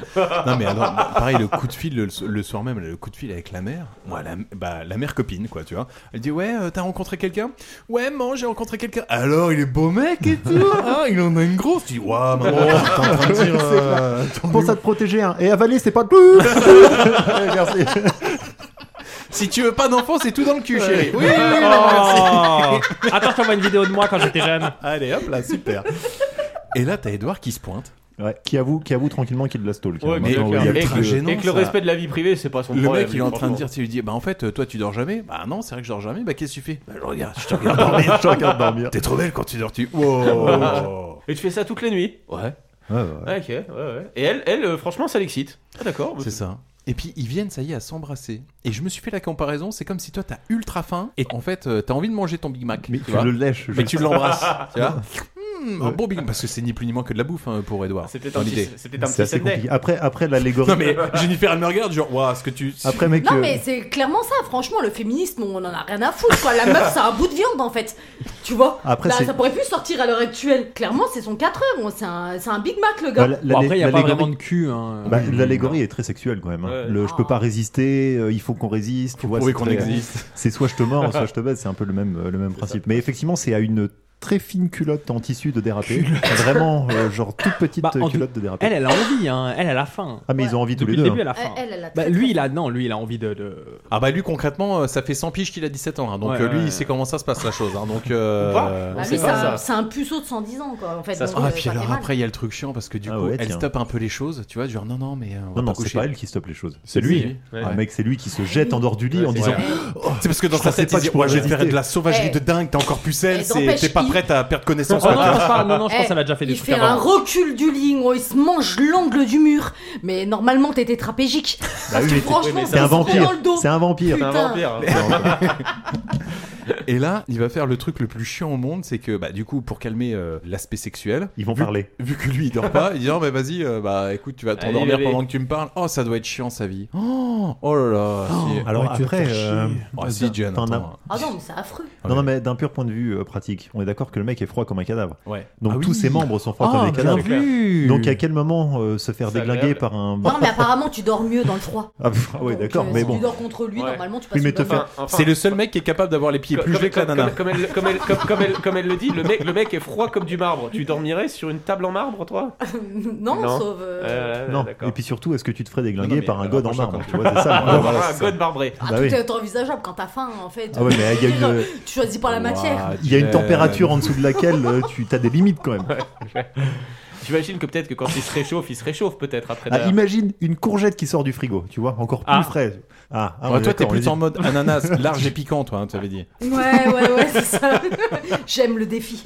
[SPEAKER 2] non mais alors, pareil le coup de fil le, le soir même le coup de fil avec la mère moi la, bah, la mère copine quoi tu vois elle dit ouais euh, t'as rencontré quelqu'un ouais maman j'ai rencontré quelqu'un alors il est beau mec et tout hein, il en a une grosse tu dis waouh maman t'es en train de dire euh,
[SPEAKER 9] C'est clair. Pense à te protéger hein. et avaler c'est pas Ouais, merci.
[SPEAKER 2] si tu veux pas d'enfant c'est tout dans le cul chérie oui, oui, oui, non,
[SPEAKER 6] Oh.
[SPEAKER 2] merci.
[SPEAKER 6] Attends, je t'envoie une vidéo de moi quand j'étais jeune.
[SPEAKER 2] Allez hop là, super. et là t'as Edouard qui se pointe
[SPEAKER 12] Ouais, qui avoue, qui avoue tranquillement qu'il la stalk.
[SPEAKER 2] Ouais,
[SPEAKER 12] hein,
[SPEAKER 2] mais
[SPEAKER 12] maintenant,
[SPEAKER 2] clair.
[SPEAKER 12] il y a
[SPEAKER 2] Et
[SPEAKER 12] plus
[SPEAKER 2] que-
[SPEAKER 12] de-
[SPEAKER 2] gênant,
[SPEAKER 14] Et que le
[SPEAKER 2] ça.
[SPEAKER 14] respect de la vie privée, c'est pas son
[SPEAKER 2] le
[SPEAKER 14] problème.
[SPEAKER 2] mec il est en train de
[SPEAKER 14] franchement.
[SPEAKER 2] dire tu lui dis bah en fait toi tu dors jamais bah non c'est vrai que je dors jamais bah qu'est-ce que tu fais bah je regarde je te regarde dormir
[SPEAKER 14] Je te regarde dormir.
[SPEAKER 2] t'es trop belle quand tu dors tu
[SPEAKER 14] Wow. Et tu fais ça toutes les nuits
[SPEAKER 2] Ouais.
[SPEAKER 14] Ouais, ok, ouais, ouais. Et elle, elle euh, franchement, ça l'excite. Ah, d'accord.
[SPEAKER 2] C'est ça. Et puis ils viennent, ça y est, à s'embrasser. Et je me suis fait la comparaison, c'est comme si toi t'as ultra faim et en fait euh, t'as envie de manger ton Big Mac. Mais
[SPEAKER 12] tu le lèches,
[SPEAKER 2] Mais
[SPEAKER 12] juste.
[SPEAKER 2] tu l'embrasses. tu vois Hmm, Un
[SPEAKER 12] Ouais.
[SPEAKER 2] bon Big Mac, parce que c'est ni plus ni moins que de la bouffe hein, pour Edouard.
[SPEAKER 14] C'est peut-être
[SPEAKER 2] dans
[SPEAKER 14] un petit-
[SPEAKER 2] l'idée.
[SPEAKER 14] c'est peut-être un C'est petit assez Sunday. compliqué.
[SPEAKER 12] Après, après l'allégorie.
[SPEAKER 2] Non mais Jennifer elle me regarde genre waouh ce que tu.
[SPEAKER 12] Après, mec, euh,
[SPEAKER 13] Non mais c'est clairement ça, franchement le féminisme on en a rien à foutre quoi, la meuf c'est un bout de viande en fait, tu vois
[SPEAKER 12] Après,
[SPEAKER 13] Là,
[SPEAKER 12] c'est-
[SPEAKER 13] Ça pourrait plus sortir à l'heure actuelle, clairement c'est son 4 heures, on- c'est un, c'est un Big Mac le gars
[SPEAKER 12] Bah, la- la-
[SPEAKER 6] après, il y a pas
[SPEAKER 12] l'allégorie-
[SPEAKER 6] vraiment de cul. hein.
[SPEAKER 12] Bah, L'allégorie est très sexuelle quand même. hein.
[SPEAKER 6] Ouais.
[SPEAKER 12] Le, je peux pas résister, euh, il faut qu'on résiste. tu vois,
[SPEAKER 2] prouver
[SPEAKER 12] c'est
[SPEAKER 2] qu'on
[SPEAKER 12] très-
[SPEAKER 2] existe.
[SPEAKER 12] C'est soit je te mords, soit je te baise. C'est un peu le même, euh, le même principe. Mais effectivement, c'est à une très fine culotte en tissu de déraper. Vraiment, euh, genre toute petite
[SPEAKER 6] Bah, en
[SPEAKER 12] euh,
[SPEAKER 6] tout-
[SPEAKER 12] culotte de déraper.
[SPEAKER 6] Elle, elle a envie, hein. elle, elle a faim.
[SPEAKER 12] Ah, mais ils ont envie tous
[SPEAKER 6] Depuis
[SPEAKER 12] les
[SPEAKER 6] le
[SPEAKER 12] deux,
[SPEAKER 6] début,
[SPEAKER 12] hein.
[SPEAKER 6] elle a faim.
[SPEAKER 13] Elle, elle a
[SPEAKER 6] Bah, lui, il a... Non, lui, il a envie de.
[SPEAKER 2] Ah bah lui concrètement euh, ça fait 100 piges qu'il a 17 ans hein. donc
[SPEAKER 6] Ouais,
[SPEAKER 2] euh, lui
[SPEAKER 6] ouais,
[SPEAKER 2] il sait comment ça se passe la chose hein. donc
[SPEAKER 6] Ou
[SPEAKER 2] euh,
[SPEAKER 6] pas.
[SPEAKER 13] Ah,
[SPEAKER 2] on
[SPEAKER 13] lui,
[SPEAKER 2] sait
[SPEAKER 13] c'est
[SPEAKER 2] pas.
[SPEAKER 13] un- c'est un, puceau de 110 ans quoi en fait. donc,
[SPEAKER 2] Ah
[SPEAKER 13] euh,
[SPEAKER 2] puis
[SPEAKER 13] fait
[SPEAKER 2] alors
[SPEAKER 13] mal.
[SPEAKER 2] après il y a le truc chiant parce que du
[SPEAKER 12] Ah
[SPEAKER 2] coup
[SPEAKER 12] ouais,
[SPEAKER 2] elle
[SPEAKER 12] tiens.
[SPEAKER 2] stoppe un peu les choses tu vois genre non non mais euh, on va
[SPEAKER 12] Non, non,
[SPEAKER 2] pas
[SPEAKER 12] c'est
[SPEAKER 2] coucher.
[SPEAKER 12] pas elle qui stoppe les choses.
[SPEAKER 2] C'est lui. Ouais.
[SPEAKER 12] Ah, mec, c'est lui qui se jette en dehors du lit
[SPEAKER 2] Ouais,
[SPEAKER 12] en
[SPEAKER 2] c'est
[SPEAKER 12] disant.
[SPEAKER 2] vrai.
[SPEAKER 12] Oh,
[SPEAKER 2] C'est parce que dans
[SPEAKER 12] je
[SPEAKER 2] sa
[SPEAKER 12] pensais
[SPEAKER 2] tête,
[SPEAKER 12] pas
[SPEAKER 2] il dit
[SPEAKER 12] que je pourrais
[SPEAKER 2] Ouais, je vais te faire de la
[SPEAKER 12] résister.
[SPEAKER 2] sauvagerie
[SPEAKER 13] Eh.
[SPEAKER 2] de dingue, t'es encore pucelle,
[SPEAKER 13] Eh,
[SPEAKER 2] c'est-
[SPEAKER 13] n'empêche,
[SPEAKER 2] t'es pas
[SPEAKER 13] il-
[SPEAKER 2] prête à perdre connaissance.
[SPEAKER 6] Oh,
[SPEAKER 2] quoi.
[SPEAKER 6] non, je pense pas. Non, non, je pense
[SPEAKER 13] Eh,
[SPEAKER 6] qu'elle a déjà fait des
[SPEAKER 13] il
[SPEAKER 6] trucs
[SPEAKER 13] fait un
[SPEAKER 6] avant.
[SPEAKER 13] recul du lit, gros, il se mange l'angle du mur. Mais normalement, t'es tétrapégique. Parce que
[SPEAKER 12] oui, mais t'es-
[SPEAKER 13] franchement,
[SPEAKER 12] oui, mais
[SPEAKER 13] ça
[SPEAKER 12] c'est un
[SPEAKER 13] se prend
[SPEAKER 12] vampire.
[SPEAKER 13] dans le dos.
[SPEAKER 12] C'est un vampire.
[SPEAKER 13] Putain.
[SPEAKER 12] C'est un vampire.
[SPEAKER 14] hein.
[SPEAKER 2] Et là, il va faire le truc le plus chiant au monde, c'est que bah, du coup, pour calmer euh, l'aspect sexuel,
[SPEAKER 12] ils vont
[SPEAKER 2] parler. Vu que lui il dort pas, il dit non, mais vas-y, euh, bah écoute, tu vas
[SPEAKER 12] Allez,
[SPEAKER 2] t'endormir
[SPEAKER 12] bébé.
[SPEAKER 2] pendant que tu me parles. Oh, ça doit être chiant sa vie. Oh, oh là là. si-
[SPEAKER 12] Alors après, euh,
[SPEAKER 2] Oh, si, Jen,
[SPEAKER 12] t'en as-
[SPEAKER 2] attends.
[SPEAKER 13] Ah non, mais c'est affreux.
[SPEAKER 12] Non, non, mais d'un pur point de vue euh, pratique, on est d'accord que le mec est froid comme un cadavre.
[SPEAKER 2] Ouais.
[SPEAKER 12] Donc
[SPEAKER 2] Ah
[SPEAKER 12] tous
[SPEAKER 2] oui.
[SPEAKER 12] ses membres sont froids
[SPEAKER 2] Ah,
[SPEAKER 12] comme des
[SPEAKER 2] bien
[SPEAKER 12] cadavres.
[SPEAKER 2] vu.
[SPEAKER 12] Donc à quel moment euh, se faire
[SPEAKER 2] C'est
[SPEAKER 12] déglinguer
[SPEAKER 2] agréable.
[SPEAKER 12] par un.
[SPEAKER 13] Non, mais apparemment, tu dors mieux dans le froid.
[SPEAKER 12] Ah, pff, ah
[SPEAKER 13] Donc,
[SPEAKER 12] ouais, Oh. d'accord,
[SPEAKER 13] euh,
[SPEAKER 12] mais
[SPEAKER 13] si
[SPEAKER 12] bon.
[SPEAKER 13] tu dors contre lui, normalement, tu passes
[SPEAKER 12] Oui, mais
[SPEAKER 13] une
[SPEAKER 12] te
[SPEAKER 13] bonne
[SPEAKER 12] faire.
[SPEAKER 14] Enfin,
[SPEAKER 2] C'est le seul mec qui est capable d'avoir les pieds plus
[SPEAKER 14] Comme-
[SPEAKER 2] gelés que la
[SPEAKER 14] comme-
[SPEAKER 2] nana.
[SPEAKER 14] Comme, comme elle, comme, elle, comme, comme elle, comme elle le dit, le mec, le mec est froid comme du marbre. Tu dormirais sur une table en marbre, toi
[SPEAKER 13] non, sauf. euh,
[SPEAKER 14] Euh,
[SPEAKER 12] Non,
[SPEAKER 14] d'accord.
[SPEAKER 12] et puis surtout, est-ce que tu te ferais
[SPEAKER 14] Non,
[SPEAKER 12] déglinguer
[SPEAKER 14] non, mais
[SPEAKER 12] par un
[SPEAKER 14] alors,
[SPEAKER 12] god en
[SPEAKER 14] prochain
[SPEAKER 12] marbre
[SPEAKER 14] coup.
[SPEAKER 12] tu vois, c'est ça,
[SPEAKER 14] Ah,
[SPEAKER 12] le- voilà,
[SPEAKER 14] un
[SPEAKER 12] c'est-
[SPEAKER 14] god marbré.
[SPEAKER 13] Ah,
[SPEAKER 12] Bah
[SPEAKER 13] tout
[SPEAKER 12] oui.
[SPEAKER 13] est envisageable quand t'as faim, en fait.
[SPEAKER 12] Ah ouais, mais il y a une-
[SPEAKER 13] Tu choisis pas la matière.
[SPEAKER 12] Il y a une température en dessous de laquelle euh, tu as des limites quand même.
[SPEAKER 14] J'imagine que peut-être que quand il se réchauffe, il se réchauffe peut-être après.
[SPEAKER 12] Ah,
[SPEAKER 14] derrière.
[SPEAKER 12] imagine une courgette qui sort du frigo, tu vois, encore plus
[SPEAKER 14] Ah.
[SPEAKER 12] frais. Ah, ah,
[SPEAKER 2] Ouais,
[SPEAKER 12] on est
[SPEAKER 2] toi, t'es
[SPEAKER 12] d'accord,
[SPEAKER 2] plus
[SPEAKER 12] on est
[SPEAKER 2] en
[SPEAKER 12] dit.
[SPEAKER 2] mode ananas, large et piquant, toi, hein, tu avais dit.
[SPEAKER 13] Ouais, ouais, ouais, c'est ça. J'aime le défi.